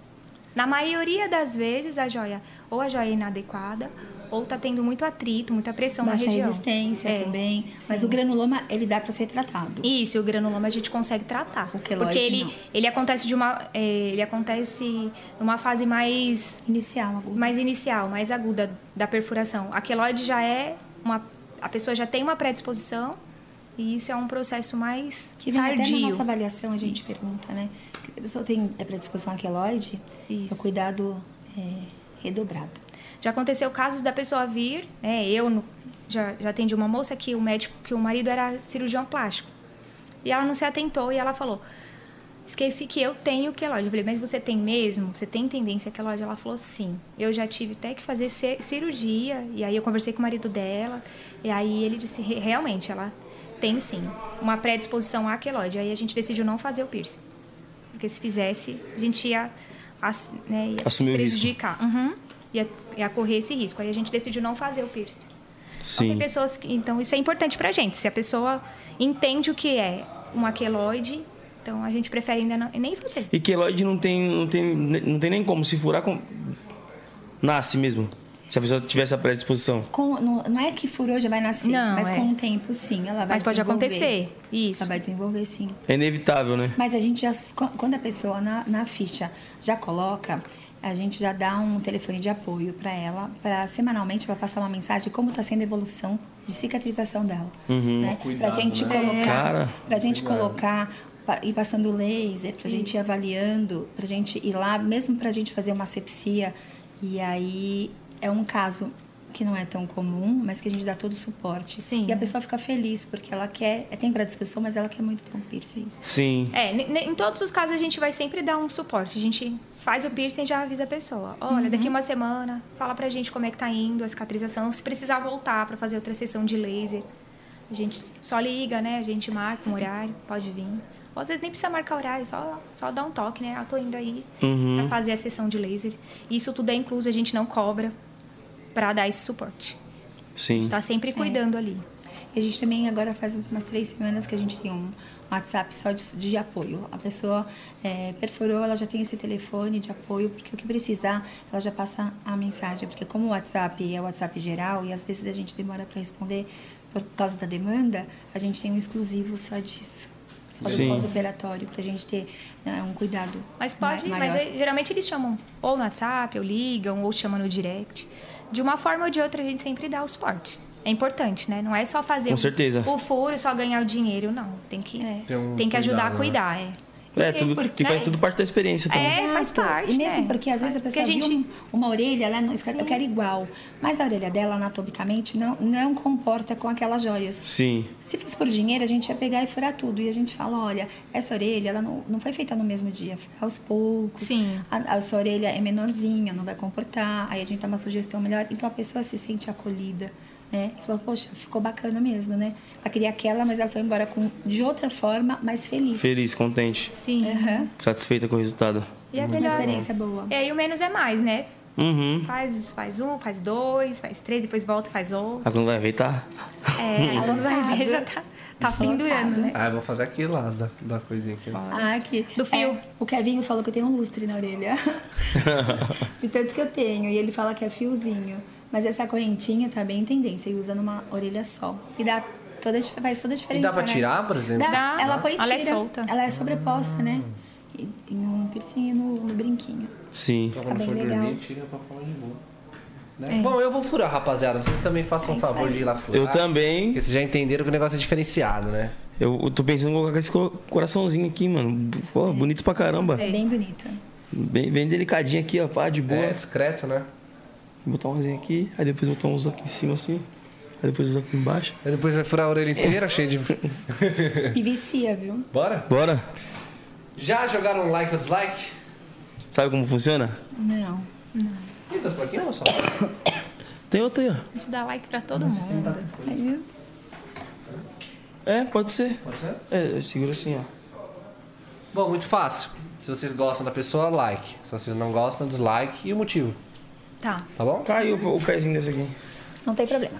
Na maioria das vezes a joia ou a joia é inadequada ou tá tendo muito atrito, muita pressão
Baixa
na É região.
resistência
É,
também. Mas
sim.
o granuloma, ele dá pra ser tratado.
Isso, e o granuloma a gente consegue tratar.
O queloide,
porque
não.
ele, ele acontece de uma. é, ele acontece numa fase mais,
Inicial, agudo.
mais inicial, mais aguda da perfuração. A queloide já é uma. A pessoa já tem uma predisposição e isso é um processo mais
Que vem até na
tardio.
nossa avaliação, a gente pergunta, né? Porque se a pessoa tem é predisposição à queloide,
Isso.
o cuidado é redobrado.
Já aconteceu casos da pessoa vir, né? Eu no- já, já atendi uma moça que o médico, que o marido era cirurgião plástico. E ela não se atentou e ela falou: Esqueci que eu tenho que loja. Eu falei, mas você tem mesmo? Você tem tendência que loja? Ela falou, sim. Eu já tive até que fazer ci- cirurgia. E aí eu conversei com o marido dela. E aí ele disse, "Re- realmente, ela tem sim. Uma predisposição à queloide. Aí a gente decidiu não fazer o piercing. Porque se fizesse, a gente ia, ass- né, ia
Assumir o risco.
prejudicar. Uhum. Ia, ia correr esse risco. Aí a gente decidiu não fazer o piercing. Então,
Sim.
tem pessoas que, então isso é importante pra gente. Se a pessoa entende o que é um aqueloide, então a gente prefere ainda não- nem fazer.
E queloide não tem, não tem, não tem nem como se furar com... nasce mesmo. Se a pessoa tivesse a predisposição.
Com- não, não é que furou já vai nascer,
Não,
mas
é.
com o tempo sim, ela vai
Mas pode
desenvolver.
acontecer. Isso.
Ela vai desenvolver sim.
É inevitável, né?
Mas a gente já, quando a pessoa na, na ficha já coloca, a gente já dá um telefone de apoio para ela, para semanalmente ela passar uma mensagem de como está sendo a evolução de cicatrização dela, né? Para
Cuidado,
gente
né?
Uhum. Cara.
colocar, para gente
Cuidado.
colocar pa- ir passando laser, para gente ir avaliando, para gente ir lá, mesmo para gente fazer uma asepsia. E aí é um caso que não é tão comum, mas que a gente dá todo o suporte.
Sim.
E a pessoa fica feliz porque ela quer, tem predisposição, mas ela quer muito ter um piercing.
Sim.
É, ne- ne- em todos os casos a gente vai sempre dar um suporte. A gente faz o piercing e já avisa a pessoa. Olha, daqui uma semana, fala pra gente como é que tá indo a cicatrização, se precisar voltar pra fazer outra sessão de laser. A gente só liga, né? A gente marca um horário, pode vir. Ou às vezes nem precisa marcar horário, só, só dá um toque, né? Ah, tô indo aí pra fazer a sessão de laser. Isso tudo é incluso, a gente não cobra pra dar esse suporte. A
Sim.
gente tá sempre cuidando ali.
E a gente também agora faz umas três semanas que a gente tem um WhatsApp só de, de apoio. A pessoa eh, perfurou, ela já tem esse telefone de apoio, porque o que precisar, ela já passa a mensagem. Porque como o WhatsApp é o WhatsApp geral e às vezes a gente demora para responder por causa da demanda, a gente tem um exclusivo só disso. Só do
Sim.
pós-operatório, para a gente ter né, um cuidado
Mas pode,
ma-
mas é
maior.
aí, geralmente eles chamam ou no WhatsApp, ou ligam, ou chamam no direct. De uma forma ou de outra, a gente sempre dá o suporte. É importante, né? Não é só fazer
Com
o-
certeza.
o furo, só ganhar o dinheiro, não. Tem que,
É.
Tem um
tem que ajudar
cuidado, né?
a cuidar, é.
É, tudo,
porque-
e faz tudo parte da experiência também.
É, faz
Exato.
parte,
E mesmo
né?
porque às vezes a
Porque
pessoa
a gente-
viu um- uma orelha, ela não escreve, eu quero igual. Mas a orelha dela, anatomicamente, não, não comporta com aquelas joias.
Sim.
Se fosse por dinheiro, a gente ia pegar e furar tudo. E a gente fala, olha, essa orelha, ela não, não foi feita no mesmo dia, foi aos poucos.
Sim.
A, a sua orelha é menorzinha, não vai comportar. Aí a gente dá uma sugestão melhor. Então a pessoa se sente acolhida, né? E fala, poxa, ficou bacana mesmo, né? Ela queria aquela, mas ela foi embora com, de outra forma, mas feliz.
Feliz, contente.
Sim.
um- Aham.
Satisfeita com o resultado.
E é
Uma
melhor.
experiência boa.
E aí o menos é mais, né?
Uhum.
Faz, faz um, faz dois, faz três, depois volta e faz outro.
Aí quando vai ver, tá.
É, aí quando vai
Alocado.
ver, já tá, tá pendurando, né?
Ah, eu vou fazer aqui lá da, da coisinha aqui.
Ah, aqui.
Do fio.
É, o Kevinho falou que eu tenho um lustre na orelha. De tanto que eu tenho. E ele fala que é fiozinho. Mas essa correntinha tá bem em tendência. E usa numa orelha só. E dá toda, a dif- faz toda a diferença.
pra
né?
tirar, por exemplo?
Dá.
Dá.
Ela põe e tira.
Ela é solta.
Ela é sobreposta, né?
Hum.
E, e um piercing e no, no brinquinho.
Sim.
Então, quando
Tá bem
for
legal. É.
dormir, tira pra falar de boa. Né? Bom, eu vou furar, rapaziada. Vocês também façam o favor de ir lá furar.
Eu também.
Porque vocês já entenderam que o negócio é diferenciado, né?
Eu, eu tô pensando em colocar esse co- coraçãozinho aqui, mano. Pô, bonito pra caramba.
É bem bonito.
Bem, bem delicadinho aqui, ó. Pá, de boa.
É discreto, né?
Vou botar umzinho aqui, aí depois botar uns aqui em cima assim. Aí depois uns aqui embaixo.
Aí depois vai furar a orelha inteira, cheio de.
E vicia, viu?
Bora?
Bora?
Já jogaram um like ou dislike?
Sabe como funciona?
Não.
Ih, das plaquinhas ou só?
Tem outra aí, ó.
A gente dá like pra
Uhum.
todo mundo.
Aí, viu?
É, pode ser.
Pode ser?
É, segura assim, ó.
Bom, muito fácil. Se vocês gostam da pessoa, like. Se vocês não gostam, dislike e o motivo,
Tá.
tá bom?
Caiu o pezinho desse aqui.
Não tem problema.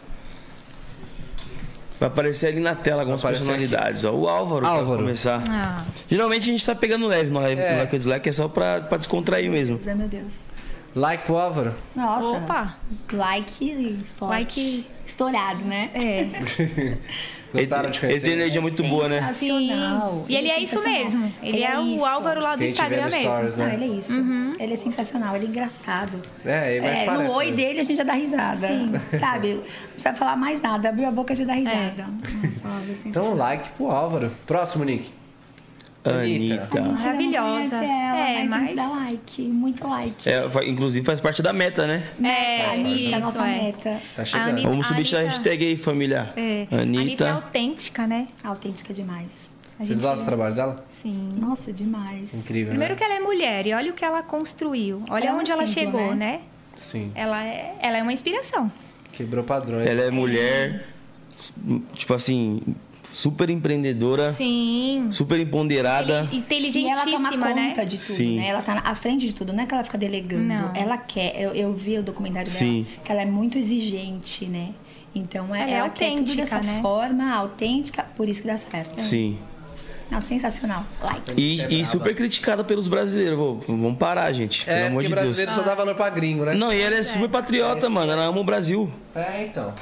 Vai aparecer ali na tela algumas
Vai aparecer
personalidades, ó. O Álvaro, pra
Álvaro.
começar.
Ah,
Geralmente a gente tá pegando leve no live,
É.
no like ou dislike, é só pra, pra descontrair mesmo.
Ai, meu Deus.
Like pro Álvaro.
Nossa.
Opa.
Like forte.
Like-
Estourado, né?
é.
Gostaram de
ele, ele
conhecer?
tem energia muito boa, né?
Sensacional.
E ele, é, isso
sensacional.
mesmo. Ele, é,
isso.
o Álvaro lá do
Quem tiver
Instagram
no
mesmo.
Stories,
Não,
né?
ele é isso.
Uhum.
Ele é sensacional, ele é engraçado.
É, ele mais
É,
parece
no oi
mesmo.
dele a gente já dá risada. Sabe? Não precisa falar mais nada, abriu a boca já
É.
dá risada. Nossa, Álvaro, assim,
Então, like pro Álvaro. Próximo, Nick. Anitta.
Anitta.
a gente não
maravilhosa.
conhece Ela, mas,
É,
a
mas-
gente dá like, muito like.
É, fa- inclusive faz parte da meta, né?
É,
a Anitta,
isso,
nossa
é.
meta.
Tá
A
chegando.
Anitta-
Vamos subir essa
Anitta-
hashtag aí, família.
É. Anitta é
Anitta.
autêntica, né?
Autêntica demais. A
Vocês
gente-
gostam do trabalho dela?
Sim.
Nossa, demais.
Incrível,
Primeiro
né?
que ela é mulher e olha o que ela construiu. Olha
É um
onde ela
exemplo,
chegou,
né?
né?
Sim.
Ela é, ela é uma inspiração.
Quebrou padrões.
Ela é mulher, tipo assim, super empreendedora,
Sim.
super empoderada.
E ela
Ele-
toma
Inteligentíssima,
conta
né?
de tudo,
Sim.
né? Ela tá na- à frente de tudo, não é que ela fica delegando.
Não.
Ela quer. Eu, eu vi o documentário dela,
Sim.
que ela é muito exigente, né? Então é,
Ela
ela,
é
quer tudo
autêntica,
dessa
né?
forma, autêntica, por isso que dá certo.
Sim.
Nossa, sensacional. Like.
E,
É
e
braba.
super criticada pelos brasileiros. Pô, vamos parar, gente. Pelo
É,
amor
porque
de Deus.
brasileiro
Ah.
só dá valor pra gringo, né?
Não, e ela é super patriota, mano. Ela ama o Brasil.
É, então.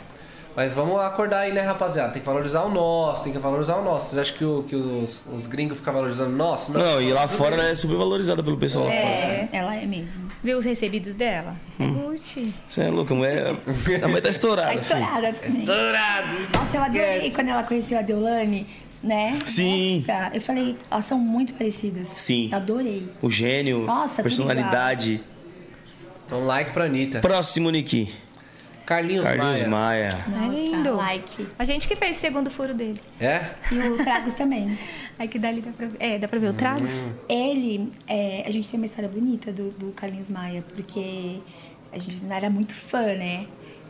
Mas vamos acordar aí, né, rapaziada? Tem que valorizar o nosso, tem que valorizar o nosso. Vocês acham que, o- que os, os gringos ficam valorizando o nosso?
Não, e lá fora ela é super valorizada pelo pessoal lá fora.
É, ela é mesmo.
Viu os recebidos dela?
Hum.
Gucci.
Você é louco, a mulher, a mulher tá
Tá
estourada. filho.
estourada também.
Então,
Nossa, eu adorei
Yes.
quando ela conheceu a Deolane, né?
Sim.
Nossa, eu falei, elas são muito parecidas.
Sim.
Adorei.
O gênio,
Nossa, tudo
personalidade.
Então, like pra Anitta.
Próximo, Niki.
Carlinhos, Maia.
Carlos Maia.
Nossa,
Tá lindo.
like.
A gente que fez o segundo furo dele.
É?
E o Fragos também.
Aí que dali dá pra ver. É, dá pra
Hum.
ver o Travis?
Ele, é, a gente tem uma história bonita do, do Carlinhos Maia, porque a gente não era muito fã, né?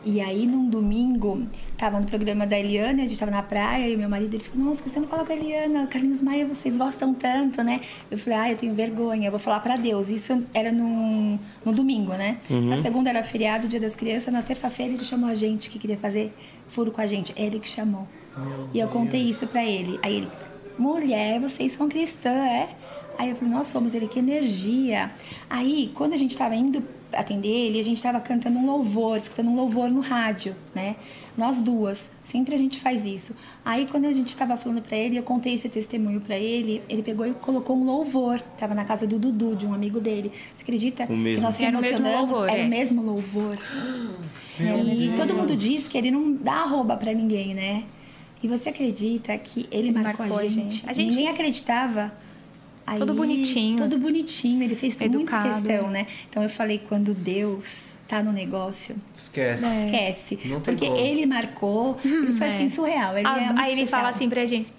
E aí, num domingo, tava no programa da Eliana, a gente tava na praia, e o meu marido, ele falou, nossa, você não fala com a Eliana, Carlinhos Maia, vocês gostam tanto, né? Eu falei, ah, eu tenho vergonha, eu vou falar pra Deus. Isso era num, no domingo, né? Na segunda era feriado, dia das crianças, na terça-feira ele chamou a gente, que queria fazer furo com a gente. Ele que chamou. e eu contei isso pra ele. Aí ele, mulher, vocês são cristã, é? Aí eu falei, nós somos ele, que energia. Aí, quando a gente tava indo atender ele, a gente tava cantando um louvor, escutando um louvor no rádio, né? Nós duas, sempre a gente faz isso. Aí, quando a gente tava falando pra ele, eu contei esse testemunho pra ele, ele pegou e colocou um louvor. Tava na casa do Dudu, de um amigo dele. Você acredita?
O mesmo.
Que nós se
Era o mesmo
emocionamos?
louvor,
Era
é.
o mesmo louvor. E todo mundo diz que ele não dá arroba pra ninguém, né? E você acredita que ele, marcou, a, gente?
A gente-
Ninguém acreditava. Aí,
Todo bonitinho.
Todo bonitinho. Ele fez muita
Educado.
questão, né? Então eu falei, quando Deus tá no negócio,
Esquece.
não esquece.
Não tem
porque
como.
ele marcou, ele foi
é.
assim, surreal. Ele
A-
é muito
aí ele
especial.
fala assim pra gente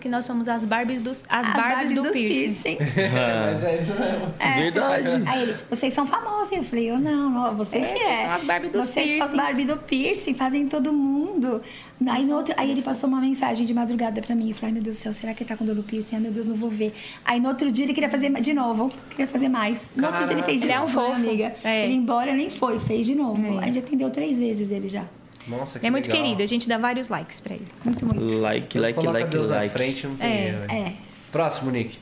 que nós somos as Barbies dos, as
As
Barbies
Barbies
do
dos piercing.
piercing.
Mas é isso mesmo.
É.
Verdade.
Aí ele, vocês são famosos. Eu falei, eu não, não você
É,
que
vocês
é.
são as Barbie dos
Vocês são as
piercing.
Barbie do piercing, fazem todo mundo. Aí, no outro, aí ele passou uma mensagem de madrugada pra mim. Eu falei, ai meu Deus do céu, será que ele tá com dor no piercing? Ai meu Deus, não vou ver. Aí no outro dia ele queria fazer de novo, queria fazer mais. No outro dia ele fez de
Ele é um
novo, né,
fofo.
amiga.
É.
Ele ia embora, nem foi, fez de novo. A
É.
gente atendeu três vezes ele já.
Nossa, que
É muito
legal.
querido, a gente dá vários likes pra ele.
Muito, muito.
Like,
Quando
like,
coloca
like,
Deus
like.
na frente, não tem
É,
erro.
É,
Próximo, Nick.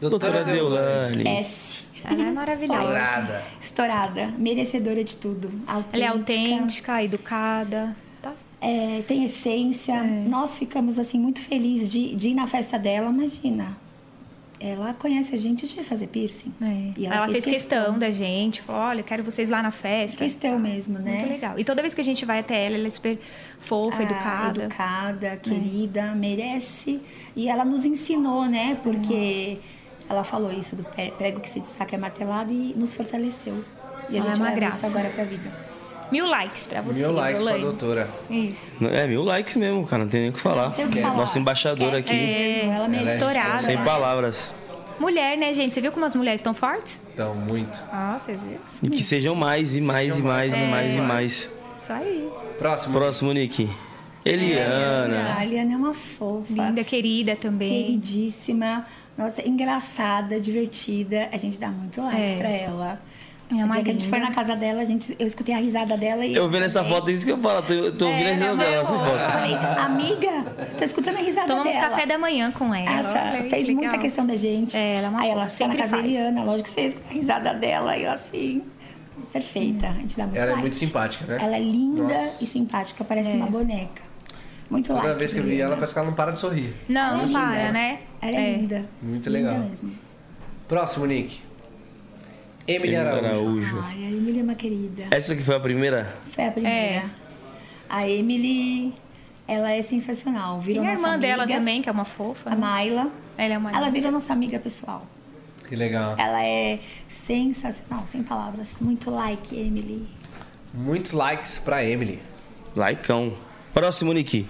Doutora Deolane.
S.
Ela é maravilhosa.
Dourada.
Estourada, merecedora de tudo. Autêntica.
Ela é autêntica, educada. Tá-
É, tem essência. Nós ficamos assim muito felizes de, de ir na festa dela, imagina. Ela conhece a gente de fazer piercing.
é.
E
ela, fez questão, da gente, falou: olha, quero vocês lá na festa.
Questão mesmo, né?
Muito legal. E toda vez que a gente vai até ela, ela é super fofa,
Ah,
educada.
educada, querida, merece. E ela nos ensinou, né? Porque ela falou isso do pe- prego que se destaca é martelado e nos fortaleceu. E a
Ela é
gente
uma
leva isso
graça.
agora pra vida.
Mil likes pra você.
Mil likes pra
Elaine.
doutora.
Isso.
É, mil likes mesmo, cara. Não tem nem o que falar.
Tem o que falar.
Nossa embaixadora
Esquece É,
aqui.
É.
mesmo, ela
é
merece.
Estourada.
Sem palavras.
Mulher, né, gente? Você viu como as mulheres estão fortes?
Então, muito.
Ah, vocês viram?
E que sejam mais e mais e mais e mais e mais.
Isso aí.
Próximo.
Próximo, Nick. Eliana.
A Eliana é uma fofa.
Linda, querida também.
queridíssima, nossa, engraçada, divertida. A gente dá muito like
É.
pra ela.
É uma
O dia que a gente
linda.
foi na casa dela, a gente, eu escutei a risada dela e.
Eu vendo essa
também.
foto, é isso que eu falo. Tô, tô ouvindo a
É,
risada
não,
dela
não.
nessa
Eu
foto.
falei, amiga, tô escutando a risada
Tomamos
dela.
café da manhã com ela.
Essa
Olha que
fez
legal.
muita questão da gente.
É, ela é uma
Aí ela
fofa,
foi na
sempre
casa da
faz.
Eliana, lógico que você escuta a risada dela, e eu assim. Perfeita, a gente dá muito
Ela é
like.
muito simpática, né?
Ela é linda
Nossa.
e simpática, parece
É.
uma boneca. Muito
Toda
like,
vez que eu vi ela,
Eliana.
parece que ela não para de sorrir.
Não,
Ela é
não
linda.
para, né?
Ela é, linda.
Muito
Linda
legal.
mesmo.
Próximo, Nick. Emily
Emília
Araújo.
Araújo.
Ai, a Emily é uma querida.
Essa que foi a primeira?
Foi a primeira.
É.
A Emily, ela é sensacional.
E
Virou
a
nossa
irmã
amiga,
dela também, que é uma fofa.
A
né?
Mayla.
Ela é uma
Ela
linda.
virou nossa amiga pessoal.
Que legal.
Ela é sensacional, sem palavras. Muito like, Emily.
Muitos likes pra Emily.
Laicão. Próximo, Nick.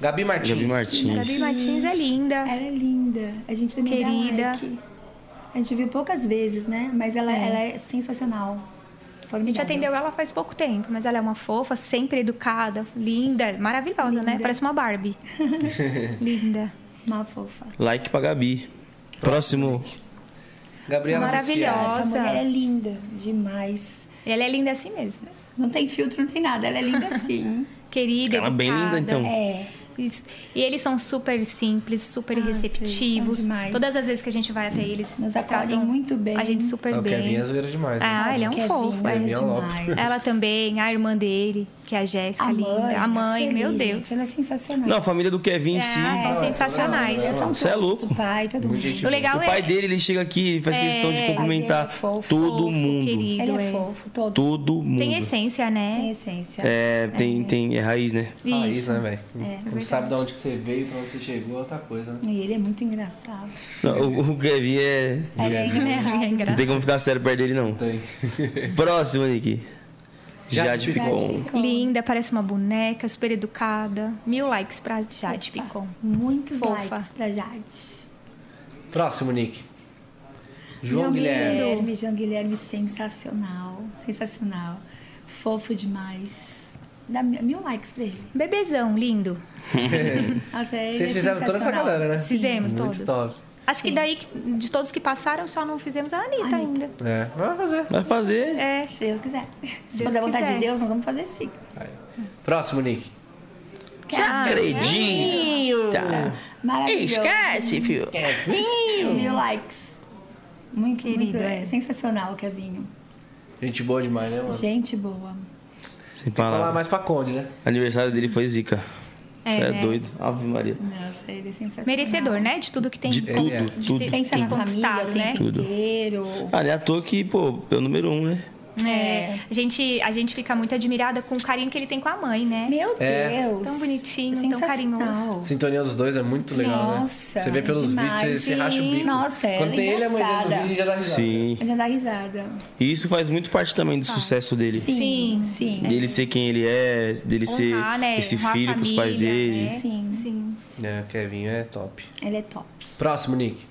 Gabi Martins.
Gabi Martins.
Gabi Martins é linda.
Ela é linda. A gente também
Querida.
dá like. A gente viu poucas vezes, né? Mas ela é, ela é sensacional.
A gente atendeu ela faz pouco tempo, mas ela é uma fofa, sempre educada, linda, maravilhosa, né? Parece uma Barbie. linda.
Uma fofa.
Like pra Gabi. Próximo.
Gabriela
Maravilhosa.
Maravilhosa.
Essa mulher é linda demais.
Ela é linda assim mesmo.
Não tem filtro, não tem nada. Ela é linda assim.
Querida,
Ela é
educada.
bem linda,
Tá
então.
é.
Isso. E eles são super simples, super
Ah, sim,
receptivos.
são demais.
Todas as vezes que a gente vai até eles,
Nos
tratam
acolhem muito bem.
A gente super
Ah, o
bem.
Kevin é zoeira demais. né?
Ah, ele é um
Kevin,
fofo,
é
é.
demais.
Ela também, a irmã dele, que é a Jéssica, linda. a mãe,
Celi,
meu
gente,
Deus.
Ela é sensacional.
Não, a família do Kevin em
É,
si.
são sensacionais.
Eles são
Cê é
todos,
louco.
O pai, todo
Muito
mundo.
gente
O legal
O
é.
pai dele, ele chega aqui e faz
É,
questão de
pai dele é
cumprimentar
fofo.
todo
Fofo,
mundo.
querido.
Ele
é.
é fofo, todo.
Todo mundo.
Tem essência,
Tem
né?
essência.
É, tem, tem, é raiz, né?
Raiz,
Isso.
né, velho?
É,
Não
verdade.
sabe de onde que você veio, pra onde você chegou, é outra coisa, né?
E ele é muito engraçado.
Não, o, o Kevin é.
Ele é
É
engraçado.
Não
engraçado.
tem como ficar sério perto dele, não.
Tem.
Próximo, Nick.
Jade
Jade
Jade
Picon.
Picon.
Linda, parece uma boneca, super educada. Mil likes pra Jade Picon.
Muitos
Fofa.
likes pra Jade.
Próximo, Nick. João, Guilherme.
Guilherme. João Guilherme, sensacional. Sensacional. Fofo demais. Dá mi- mil likes pra ele.
Bebezão, lindo.
Nossa, ele
Vocês
é
fizeram toda essa
sensacional.
galera, né?
Sim.
Fizemos
Muito
todas.
top.
Acho que daí, que- de todos que passaram, só não fizemos a Anitta ainda.
É, mas vai fazer.
Vai fazer.
É,
Se Deus quiser. Se
Deus
for da vontade
quiser.
de Deus, nós vamos fazer sim.
Próximo, Nick.
Acredita!
Maravilhoso.
filho.
Mil likes. Muito,
Querido,
muito é.
é.
sensacional, Kevinho.
Gente boa demais, né, mano?
Gente boa.
Sem
Falar
falar.
mais pra Conde, né?
Aniversário dele foi zica.
É,
Você é,
né?
doido. Ave Maria.
Nossa, ele é sensacional.
merecedor, né? De tudo que tem
De
con-
tudo,
é.
tudo.
ter-
Pensa
tem
na família,
conquistado,
o
né?
tempo
Tudo.
inteiro.
Ah, não é à toa que, pô, é o número um, né?
É. A, gente, a gente fica muito admirada com o carinho que ele tem com a mãe, né?
Meu
É.
Deus.
Tão bonitinho, tão
Sensacional.
carinhoso.
Sintonia dos dois é muito legal,
Nossa,
né? Você vê pelos
demais,
vídeos, você, você
sim.
racha o bico.
Nossa, ela
Quando
é
tem ele, a mãe dele no
engraçada.
vídeo já dá risada.
Sim.
Já dá risada.
E isso faz muito parte também do sucesso dele.
Sim.
Sim, sim.
Dele ser quem ele é, dele ser
Honrar, né?
esse
Honrar a
filho pros pais
família,
dele.
né?
Sim.
Sim.
É, o Kevin é top.
Ele é top.
Próximo, Nick.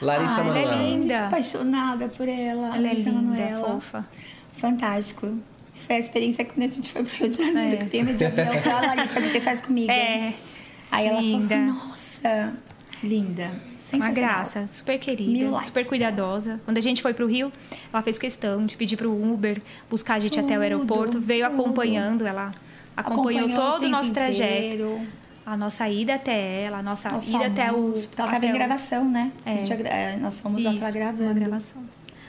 Larissa
Ah, ela é
Manoela.
linda.
Gente, apaixonada por ela.
Ela é
Larissa
linda,
Manoela.
fofa.
Fantástico. Foi a experiência quando a gente foi pro Rio de Janeiro,
É.
que tem no de avião. Eu falei, "Ah, Larissa, o que você faz comigo?
É.
Aí ela
Linda.
falou assim, nossa, linda.
Uma
Sensacional.
graça, super
Mil
querida,
likes.
super cuidadosa. Quando a gente foi pro Rio, ela fez questão de pedir pro Uber buscar a gente até
Tudo,
o aeroporto, veio
tudo.
acompanhando, ela acompanhou, todo o
tempo
nosso trajeto,
inteiro,
a nossa ida até ela, a nossa
nossa
ida Tá, até o
música. Ela tava
até
em
o-
gravação, né? A
É.
gente agra- é, nós fomos lá
Isso,
pra
uma
gravando.
gravação.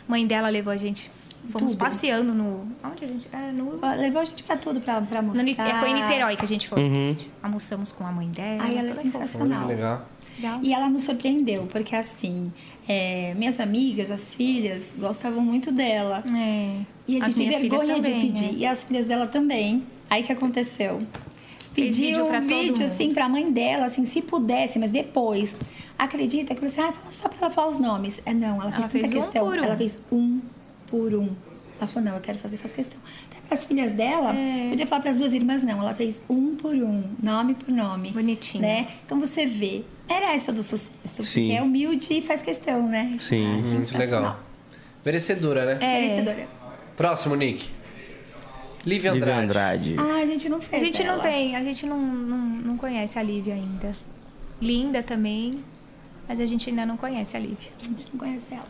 Mãe dela levou a gente, fomos
Tudo.
passeando no, onde a gente, era no,
Levou a gente pra tudo, pra, pra
no
almoçar.
Ni- eh, foi em Niterói que a gente foi.
Uhum.
Almoçamos com a mãe dela,
Ai, ela é
toda fofa.
Muito
sensacional.
legal.
Legal.
E ela nos surpreendeu, porque assim, é, minhas amigas, as filhas, gostavam muito dela.
É.
E a
As
gente tem
minhas filhas
vergonha
também, né?
de pedir. E as filhas dela também. Aí que aconteceu?
Fez vídeo
Pediu
pra
um
todo
vídeo,
mundo.
assim, pra mãe dela, assim, se pudesse, mas depois. Acredita que você, ah, fala só pra ela falar os nomes. É, não, ela fez
Ela
tanta
fez um
questão.
por um.
Ela fez um por um. Ela falou, não, eu quero fazer, faz questão. Até pras filhas dela,
É.
podia falar pras duas irmãs, não. Ela fez um por um, nome por nome.
Bonitinho.
Né? Então você vê, era essa do sucesso.
Sim.
Porque é humilde e faz questão, né?
Sim.
Ah,
Muito
sensacional.
legal. Merecedora, né?
É.
Merecedora.
Próximo, Nick. Lívia
Lívia
Andrade.
Andrade.
Ah, a gente não
A
fez
gente não
ela.
tem, a gente não, não, não conhece a Lívia ainda. Linda também, mas a gente ainda não conhece a Lívia.
A gente não conhece ela.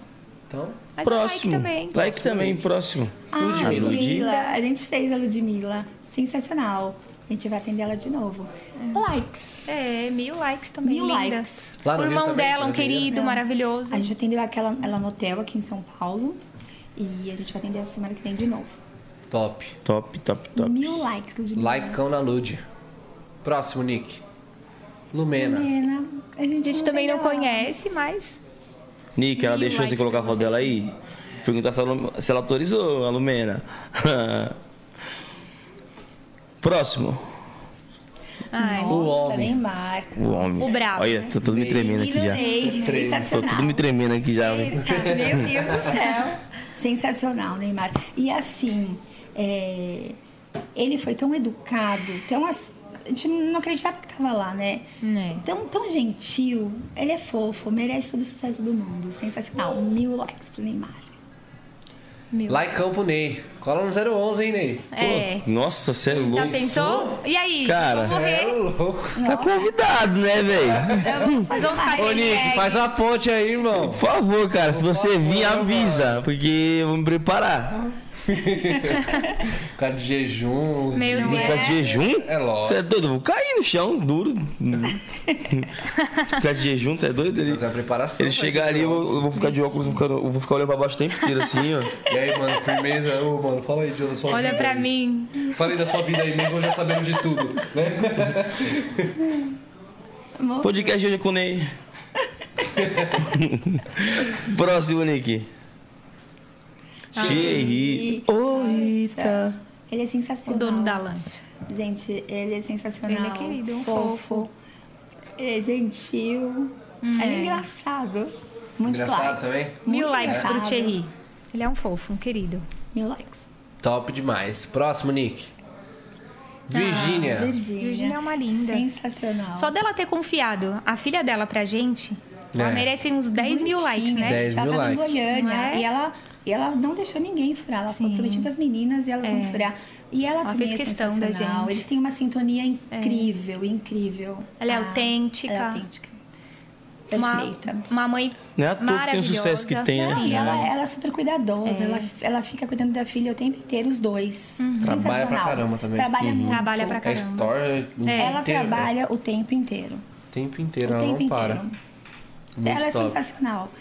Então,
Mas
próximo.
é like também.
Like também, próximo.
Ludmilla.
Ah, Ludmilla. A gente fez a Ludmilla. Sensacional. A gente vai atender ela de novo. Likes.
É, mil likes também,
Mil
linda.
likes.
Lá no
o
Rio
irmão
também,
dela, um
vocês
querido,
viram?
maravilhoso.
A gente atendeu aquela, ela no hotel aqui em São Paulo. E a gente vai atender essa semana que vem de novo.
top.
Top, top, top.
Mil likes, Ludmilla.
Laicão na Lud. Próximo, Nick. Lumena.
Pena. A gente,
A gente também
tem
não
ela.
conhece, mas
Nick, ela
Mil
deixou você
likes
colocar a
pra
foto
vocês
dela aí? Perguntar se ela, se ela autorizou, a Lumena. Próximo.
ai,
Nossa,
O homem.
Neymar.
O homem.
O brabo,
Olha,
né?
tô todo me tremendo aqui já.
Ney,
Treme.
Tô
sensacional.
todo me tremendo aqui já, velho.
Meu Deus do céu. Sensacional, Neymar. E assim, é, ele foi tão educado, tão ass- a gente não acreditava que tava lá, né?
Né?
Tão, tão gentil, ele é fofo, merece todo o sucesso do mundo. Sensacional. Mil likes pro Neymar.
Meu.
Lá em Campo Ney. Cola no 011, hein, Ney?
É.
Pô, Nossa, você é louco.
Já pensou? E aí?
Cara,
vou
É
morrer.
louco.
um
Tá convidado, né, velho?
Mas vamos ficar
Ô,
aqui.
Nick, faz uma ponte aí, irmão.
Por favor, cara, se você vir, avisa, porque eu vou me preparar.
Ficar de jejum. uns
Meu
dias.
Deus.
Ficar de jejum?
É lógico.
Você é doido? Eu Vou cair no chão, duro. ficar de jejum, tá doido? Ele,
Fazer a preparação.
ele
faz
chegar ali,
isso,
eu, eu vou ficar de óculos, eu vou ficar, eu vou ficar olhando pra baixo o tempo inteiro, assim, ó.
E aí, mano, firmeza. Ô, mano, fala aí, Diogo, da sua
Olha
vida
pra
aí.
mim.
Falei da sua vida aí mesmo, já sabemos de tudo. Né?
Amor,
Podcast hoje é com o Ney. Próximo, Nick. Thierry. Oi, tá.
Ele é
O
sensacional.
dono da lancha.
Gente, ele é sensacional.
Ele é querido, um fofo. Hum,
Ele é gentil. Ele é engraçado. Muitos
Engraçado
likes.
também?
Muito
Mil likes
engraçado.
pro Thierry. Ele é um fofo, um querido.
Mil likes.
Top demais. Próximo, Nick. Virgínia.
Tá, Virgínia.
Virgínia é uma linda.
Sensacional.
Só dela ter confiado a filha dela pra gente, ela
É.
merece uns 10 mil likes, né?
10
ela
mil
tava
likes.
em Goiânia.
Não é?
E, ela, e ela não deixou ninguém furar. Ela falou,
Sim. É.
prometi pras meninas e elas vão furar. E ela,
Ela
também
fez
é
questão da
sensacional.
gente. É.
Eles têm uma sintonia incrível, incrível.
Ela é
Ah,
autêntica.
Ela é autêntica.
Uma,
Perfeita.
uma mãe
Não é à toa que tem o
maravilhosa.
sucesso que tem, né?
Não, e
Sim.
ela, ela é super cuidadosa, ela, ela fica cuidando da filha o tempo inteiro, os dois.
Trabalha
Sensacional.
pra caramba também.
Trabalha
Uhum.
muito.
Uhum. Trabalha pra
É
caramba.
story o tempo inteiro,
Ela
né?
trabalha o tempo inteiro.
O tempo inteiro,
o
ela
tempo
não para.
inteiro.
Muito
ela é
top.
sensacional.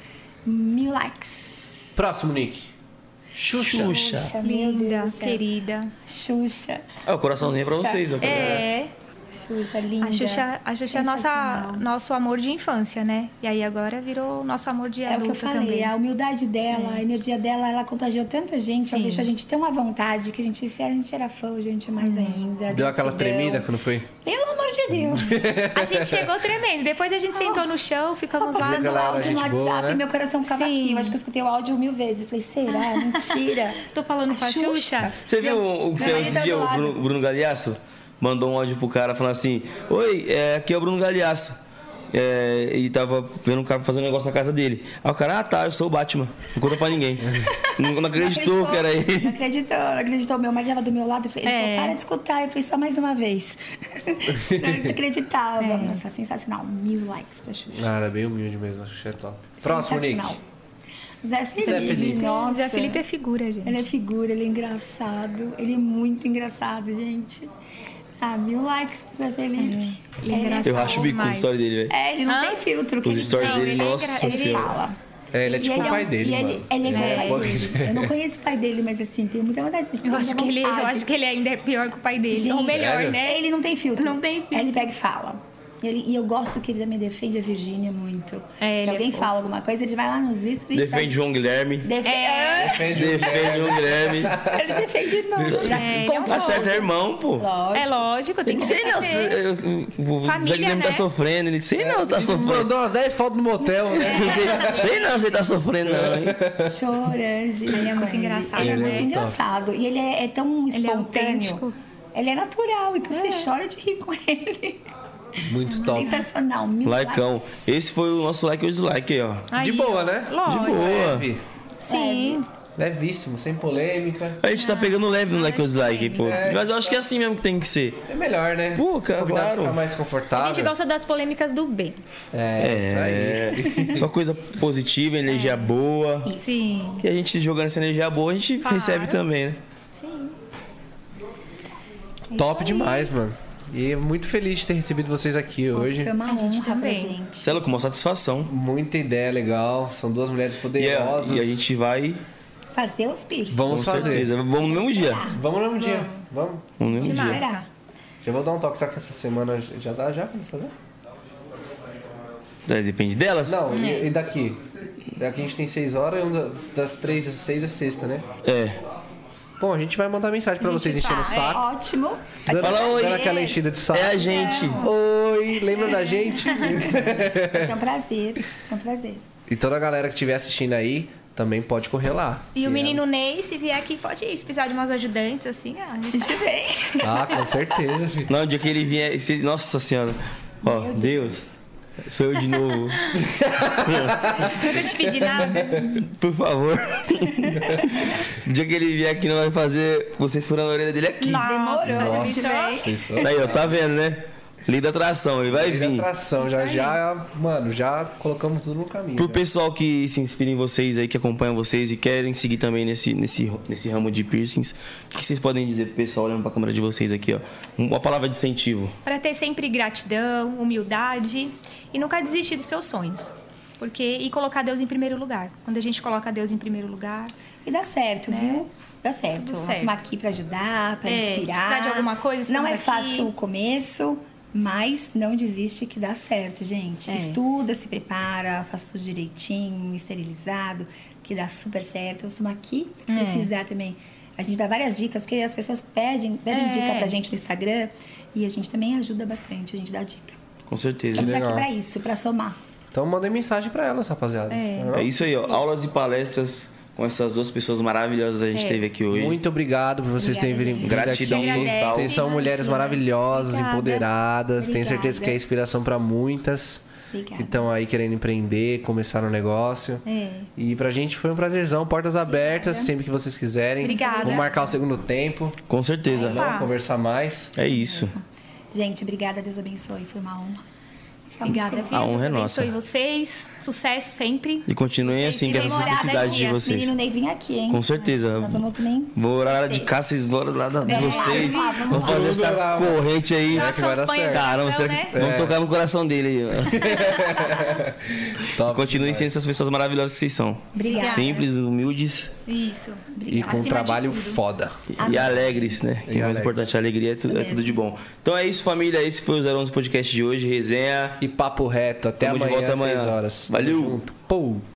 Mil likes.
Próximo, Nick. Xuxa.
Xuxa.
meu Deus
é Linda,
do céu.
querida.
Xuxa.
É o coraçãozinho pra vocês, ó. pra galera.
É.
Xuxa, linda.
A Xuxa, a Xuxa é nossa,
Sensacional.
nosso amor de infância, né? E aí agora virou nosso amor de
É o
adulto
que eu falei,
também. É.
a humildade dela, a energia dela, ela contagiou tanta gente, ela
Sim.
deixou a gente tão à vontade que a gente, se a gente era fã, a gente é mais
Uhum.
ainda.
Deu aquela
gratidão.
tremida quando foi?
Pelo amor de Deus.
A gente chegou tremendo. Depois a gente sentou no chão, ficamos
Legal.
lá.
Passando o
galera,
áudio no
gente
WhatsApp,
boa, né?
meu coração ficava
Sim.
aqui. Eu acho que eu escutei o áudio mil vezes. Eu falei, será? Mentira.
Tô falando
A
com a Xuxa.
Você viu o que
Meu
saiu
marido
esse
tá
dia?
do
O
lado.
Bruno, o Bruno Galhaço mandou um áudio pro cara falando assim: Oi, é, aqui é o Bruno Galhaço. É, e tava vendo um cara fazendo um negócio na casa dele. Aí o cara, ah tá, eu sou o Batman. Não conta pra ninguém. não, não acreditou que era
Não
ele.
acreditou, não acreditou. Meu marido tava do meu lado. eu falei, Ele
É.
falou, para de escutar. Eu falei, só mais uma vez. não acreditava.
É.
Nossa, sensacional. Mil likes pra Xuxa.
Ah, era bem humilde mesmo. A Xuxa é top. Próximo, Nick.
Sensacional. Zé Felipe,
Zé Felipe.
nossa.
Zé Felipe é figura, gente.
Ele é figura, ele é engraçado. Ele é muito engraçado, gente. Ah, mil likes pro Zé Felipe.
ele é engraçado.
Eu acho o bico
Demais.
os stories dele, velho.
É, ele não
Hã?
tem filtro. que
Os
ele-
stories
Não,
dele,
ele é engra-
nossa
ele
ele
senhora.
fala.
É, ele é
E
tipo o
um-
pai dele,
e
mano.
Ele,
é
ele é igual ao
pai
pai dele. Eu não conheço o pai dele, mas assim, tenho muita vontade de
Eu acho, que ele, eu
vontade.
acho que ele ainda é pior que o pai dele.
Gente,
Ou melhor,
Sério?
né?
Ele não tem filtro.
Não tem filtro.
Aí Ele pega e fala. Ele- e eu gosto que ele também defende a Virgínia muito.
É, ele
Se
é
alguém
fofo.
fala alguma coisa, ele tá vai lá nos stories.
Defende João Guilherme.
Defe-
É.
Defende o
Defende João Guilherme.
É, ele defende nós.
É, ele é um
Tá certo, é irmão, pô.
É lógico, tem
Não
que
sei não. se-
ser.
eu- eu- O
Família,
Zé Guilherme tá
né?
sofrendo. Ele sei não, se tá sofrendo.
Mandou umas 10 fotos no motel, né?
Não sei- Sei não, se ele tá sofrendo, não, hein?
Chorando. Ele
é muito engraçado,
Ele é
né?
muito
Ele é top.
engraçado. E ele é, é tão
Ele é
espontâneo.
autêntico.
Ele é natural, então você chora de rir com ele.
Muito top.
Sensacional. Mil
Likeão.
likes.
Esse foi o nosso like ou dislike aí, ó.
Aí,
De boa, né?
Lógico. É,
De boa.
Leve.
Sim.
Levíssimo, sem polêmica.
A gente tá pegando leve no like ou dislike, pô.
É.
Mas eu acho que é assim mesmo que tem que ser.
É melhor, né?
Pô, cara,
O convidado
claro.
fica mais
A
confortável.
gente gosta das polêmicas do bem.
É, isso aí. É.
É. Só coisa positiva, energia boa.
Sim.
E a gente jogando essa energia boa, a gente
Claro.
recebe também, né?
Sim.
Top demais, mano. E muito feliz de ter recebido vocês aqui hoje.
Foi É uma
A gente
honra pra
também.
gente.
Sei lá, com é uma satisfação.
Muita ideia legal. São duas mulheres
E a,
poderosas.
e a gente vai,
Fazer os piercings.
Vamos
com
fazer.
certeza. Vamos no mesmo dia.
Vamos no mesmo dia. Vamos.
Vamos no
Te
mesmo dia.
marca.
Já vou dar um toque, só que essa semana já dá já pra eles fazer?
É, depende delas.
Não, e, e daqui? Daqui a gente tem seis horas e um das- das três às seis é sexta, né?
É.
Bom, a gente vai mandar mensagem pra vocês
tá-
enchendo o saco.
É Ótimo.
Dando,
Fala oi.
dando aquela enchida de saco.
É a gente.
Oi, lembra da gente?
Vai ser um prazer. Vai ser um prazer.
E toda a galera que estiver assistindo aí, também pode correr lá.
E o
Que é
menino Ney, se vier aqui, pode ir. Se precisar de umas ajudantes, assim, ah, a gente
é- Ah, com certeza, filho.
Não, o dia que ele vier. se ele- Nossa senhora. Ó, Deus. Sou eu de novo.
nunca te pedi nada.
Por favor. o dia que ele vier aqui, não vai fazer vocês furando a orelha dele aqui.
Demorou, né?
Nossa.
bicho, hein?
Isso.
Aí, ó, tá vendo, né? Lei da atração, ele vai
Lei da
vir.
atração, já, já, mano, já colocamos tudo no caminho.
Pro
já.
pessoal que se inspira em vocês aí, que acompanha vocês e querem seguir também nesse, nesse, nesse ramo de piercings, o que que vocês podem dizer pro pessoal olhando pra câmera de vocês aqui, ó? Uma palavra de incentivo.
Para ter sempre gratidão, humildade e nunca desistir dos seus sonhos. Porque, e colocar Deus em primeiro lugar. Quando a gente coloca Deus em primeiro lugar,
E dá certo, viu? Dá certo.
Né? Tudo
Nós
certo.
estamos aqui pra ajudar, pra
É, se
inspirar.
precisar de alguma coisa,
Não é
estamos aqui.
fácil o começo, mas não desiste que dá certo, gente.
É.
Estuda, se prepara, faça tudo direitinho, esterilizado, que dá super certo. Nós estamos aqui
É.
pra precisar também. A gente dá várias dicas, porque as pessoas pedem, pedem
É.
dica pra gente no Instagram. E a gente também ajuda bastante, a gente dá dica.
Com certeza.
Estamos aqui
legal.
pra isso, pra somar.
Então mandem mensagem pra elas, rapaziada. Não?
É isso aí, ó. Aulas e palestras com essas duas pessoas maravilhosas que a gente teve aqui hoje.
Muito obrigado por vocês terem vindo vindo
Gratidão
aqui.
total.
Vocês são mulheres
Imagina.
maravilhosas,
Obrigada.
empoderadas. Tenho
Obrigada.
certeza que é inspiração pra muitas que
Obrigada.
estão aí querendo empreender, começar um negócio.
É.
E pra gente foi um prazerzão. Portas abertas sempre que vocês quiserem.
Obrigada.
Vamos marcar o segundo tempo.
Com certeza.
Opa.
Vamos conversar mais.
É isso.
Gente, obrigada, Deus abençoe. Foi uma honra.
obrigada, viu?
A honra
Deus
é nossa.
abençoe vocês. Sucesso sempre.
E continuem assim, com
se
essa
demorar
simplicidade
daqui,
de
ó,
vocês.
Menino Ney, vim aqui, hein?
Com certeza.
Então, Nós vamos que nem
Vou orar de cá, vocês vão orar lá de
É,
vocês.
vamos lá, vamos
Vamos
lá.
fazer essa
Tudo lá, mano.
corrente aí.
Será que vai dar
Campanha
certo?
de
Caramba,
oração,
será que...
né?
vamos
É.
tocar no coração dele aí. ó.
Top.
Continuem sendo essas pessoas maravilhosas que vocês são.
Obrigada.
Simples, humildes
Isso.
E com um
Acima de
trabalho
tudo.
foda.
e- e alegres, né? Que
E
é mais
alegres.
importante, a alegria é tudo, é tudo de bom. Então é isso, família. Esse foi o 011 Podcast de hoje. Resenha.
E papo reto. Até
Tamo de
amanhã,
volta
às
amanhã.
6 horas.
Valeu.
Tamo junto. Pou.